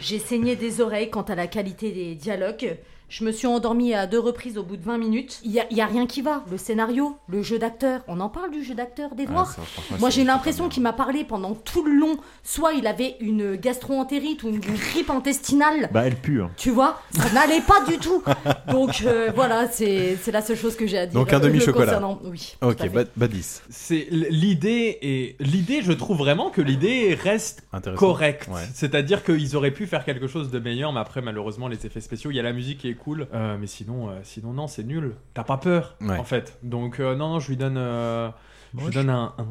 [SPEAKER 13] J'ai saigné des oreilles quant à la qualité des dialogues. Je me suis endormie à deux reprises au bout de 20 minutes. Il y, a- il y a rien qui va. Le scénario, le jeu d'acteur. On en parle du jeu d'acteur d'Edouard
[SPEAKER 2] Ah, ça, franchement,
[SPEAKER 13] Moi
[SPEAKER 2] c'est
[SPEAKER 13] j'ai l'impression qu'il m'a parlé pendant tout le long. Soit il avait une gastro-entérite ou une grippe intestinale.
[SPEAKER 12] Bah elle pue. hein.
[SPEAKER 13] Tu vois, ça n'allait pas du tout. Donc euh, voilà, c'est c'est la seule chose que j'ai à dire. euh,
[SPEAKER 2] Donc un
[SPEAKER 13] le
[SPEAKER 2] demi-chocolat.
[SPEAKER 13] concernant. Oui. tout à
[SPEAKER 2] Ok,
[SPEAKER 13] fait.
[SPEAKER 2] bah, bah 10.
[SPEAKER 6] C'est l- l'idée et l'idée, je trouve vraiment que l'idée reste
[SPEAKER 2] Intéressant.
[SPEAKER 6] correcte.
[SPEAKER 2] Ouais.
[SPEAKER 6] C'est-à-dire qu'ils auraient pu faire quelque chose de meilleur, mais après malheureusement les effets spéciaux, il y a la musique qui est cool, Euh, mais sinon, euh, sinon non, c'est nul. T'as pas peur
[SPEAKER 2] Ouais.
[SPEAKER 6] en fait. Donc euh, non, non, je lui donne, euh, je lui donne un. un.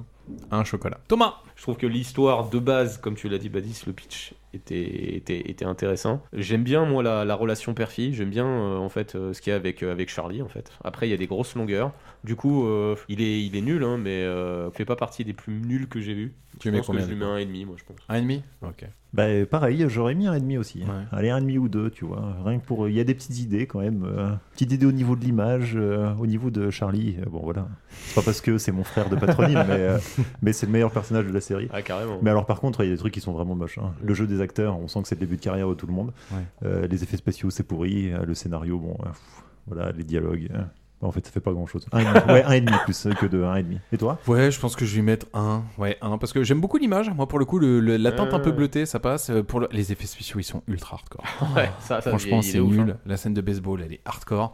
[SPEAKER 2] Un chocolat.
[SPEAKER 14] Thomas Je trouve que l'histoire de base, comme tu l'as dit, Badis, le pitch était, était, était intéressant. J'aime bien, moi, la, la relation père-fille. J'aime bien, euh, en fait, euh, ce qu'il y a avec, euh, avec Charlie, en fait. Après, il y a des grosses longueurs. Du coup, euh, il, est, il est nul, hein, mais euh, il fait pas partie des plus nuls que j'ai vus.
[SPEAKER 2] Tu
[SPEAKER 14] je
[SPEAKER 2] mets
[SPEAKER 14] pense
[SPEAKER 2] combien,
[SPEAKER 14] que je lui
[SPEAKER 2] du
[SPEAKER 14] mets un et demi, moi, je pense.
[SPEAKER 2] Un et demi Ok.
[SPEAKER 12] Bah euh, pareil, j'aurais mis un et demi aussi. hein. Allez un et demi ou deux, tu vois. Rien que pour, il y a des petites idées quand même. euh, Petite idée au niveau de l'image, euh, au niveau de Charlie. Euh, bon voilà, c'est pas parce que c'est mon frère de patronyme, mais, euh, mais c'est le meilleur personnage de la série.
[SPEAKER 14] Ah, carrément.
[SPEAKER 2] Bah,
[SPEAKER 12] Mais alors par contre, il y a des trucs qui sont vraiment moches. hein. Le jeu des acteurs, on sent que c'est le début de carrière de tout le monde.
[SPEAKER 2] Ouais.
[SPEAKER 12] Euh, les effets spéciaux, c'est pourri. Euh, Le scénario, bon, euh, pff, voilà, les dialogues. euh, en fait, ça fait pas grand chose. Un et demi. ouais, un et demi plus euh, que de un et demi. Et toi
[SPEAKER 2] Ouais, je pense que je vais mettre un. Ouais, un. Parce que j'aime beaucoup l'image. Moi, pour le coup, le- le- la teinte un peu
[SPEAKER 14] Ouais.
[SPEAKER 2] bleutée, ça passe. Euh, Pour le- Les effets spéciaux, ils sont ultra hardcore.
[SPEAKER 14] Ouais, ça- ça,
[SPEAKER 2] Franchement,
[SPEAKER 14] il- il est
[SPEAKER 2] c'est
[SPEAKER 14] ouf,
[SPEAKER 2] nul.
[SPEAKER 14] hein.
[SPEAKER 2] La scène de baseball, elle est hardcore.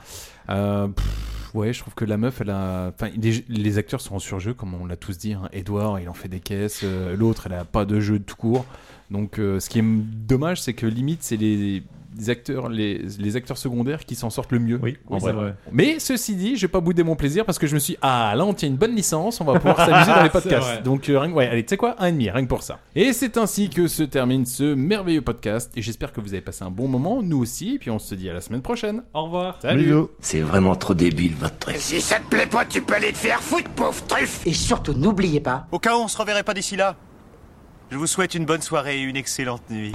[SPEAKER 2] Euh, pff, ouais, je trouve que la meuf, elle a. Enfin, les, les acteurs sont en surjeu, comme on l'a tous dit. hein. Edouard, il en fait des caisses. Euh, L'autre, elle a pas de jeu de tout court. Donc, euh, ce qui est m- dommage, c'est que limite, c'est les. les acteurs, les, les acteurs secondaires qui s'en sortent le mieux. Oui,
[SPEAKER 12] oui, c'est vrai.
[SPEAKER 2] Mais ceci dit, j'ai pas boudé mon plaisir parce que je me suis dit, ah là on tient une bonne licence, on va pouvoir s'amuser dans les
[SPEAKER 6] C'est
[SPEAKER 2] podcasts.
[SPEAKER 6] vrai.
[SPEAKER 2] Donc euh, rien que- ouais, allez, tu sais quoi, un et demi, rien que pour ça. Et c'est ainsi que se termine ce merveilleux podcast. Et j'espère que vous avez passé un bon moment, nous aussi. Et puis on se dit à la semaine prochaine.
[SPEAKER 6] Au revoir.
[SPEAKER 4] C'est vraiment trop débile votre truc.
[SPEAKER 11] Si ça te plaît pas, tu peux aller te faire foutre, pauvre truffe
[SPEAKER 18] Et surtout, n'oubliez pas.
[SPEAKER 19] Au cas où on se reverrait pas d'ici là, je vous souhaite une bonne soirée et une excellente nuit.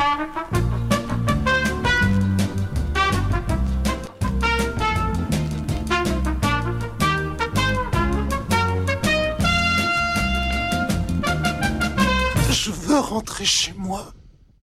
[SPEAKER 11] Je veux rentrer chez moi.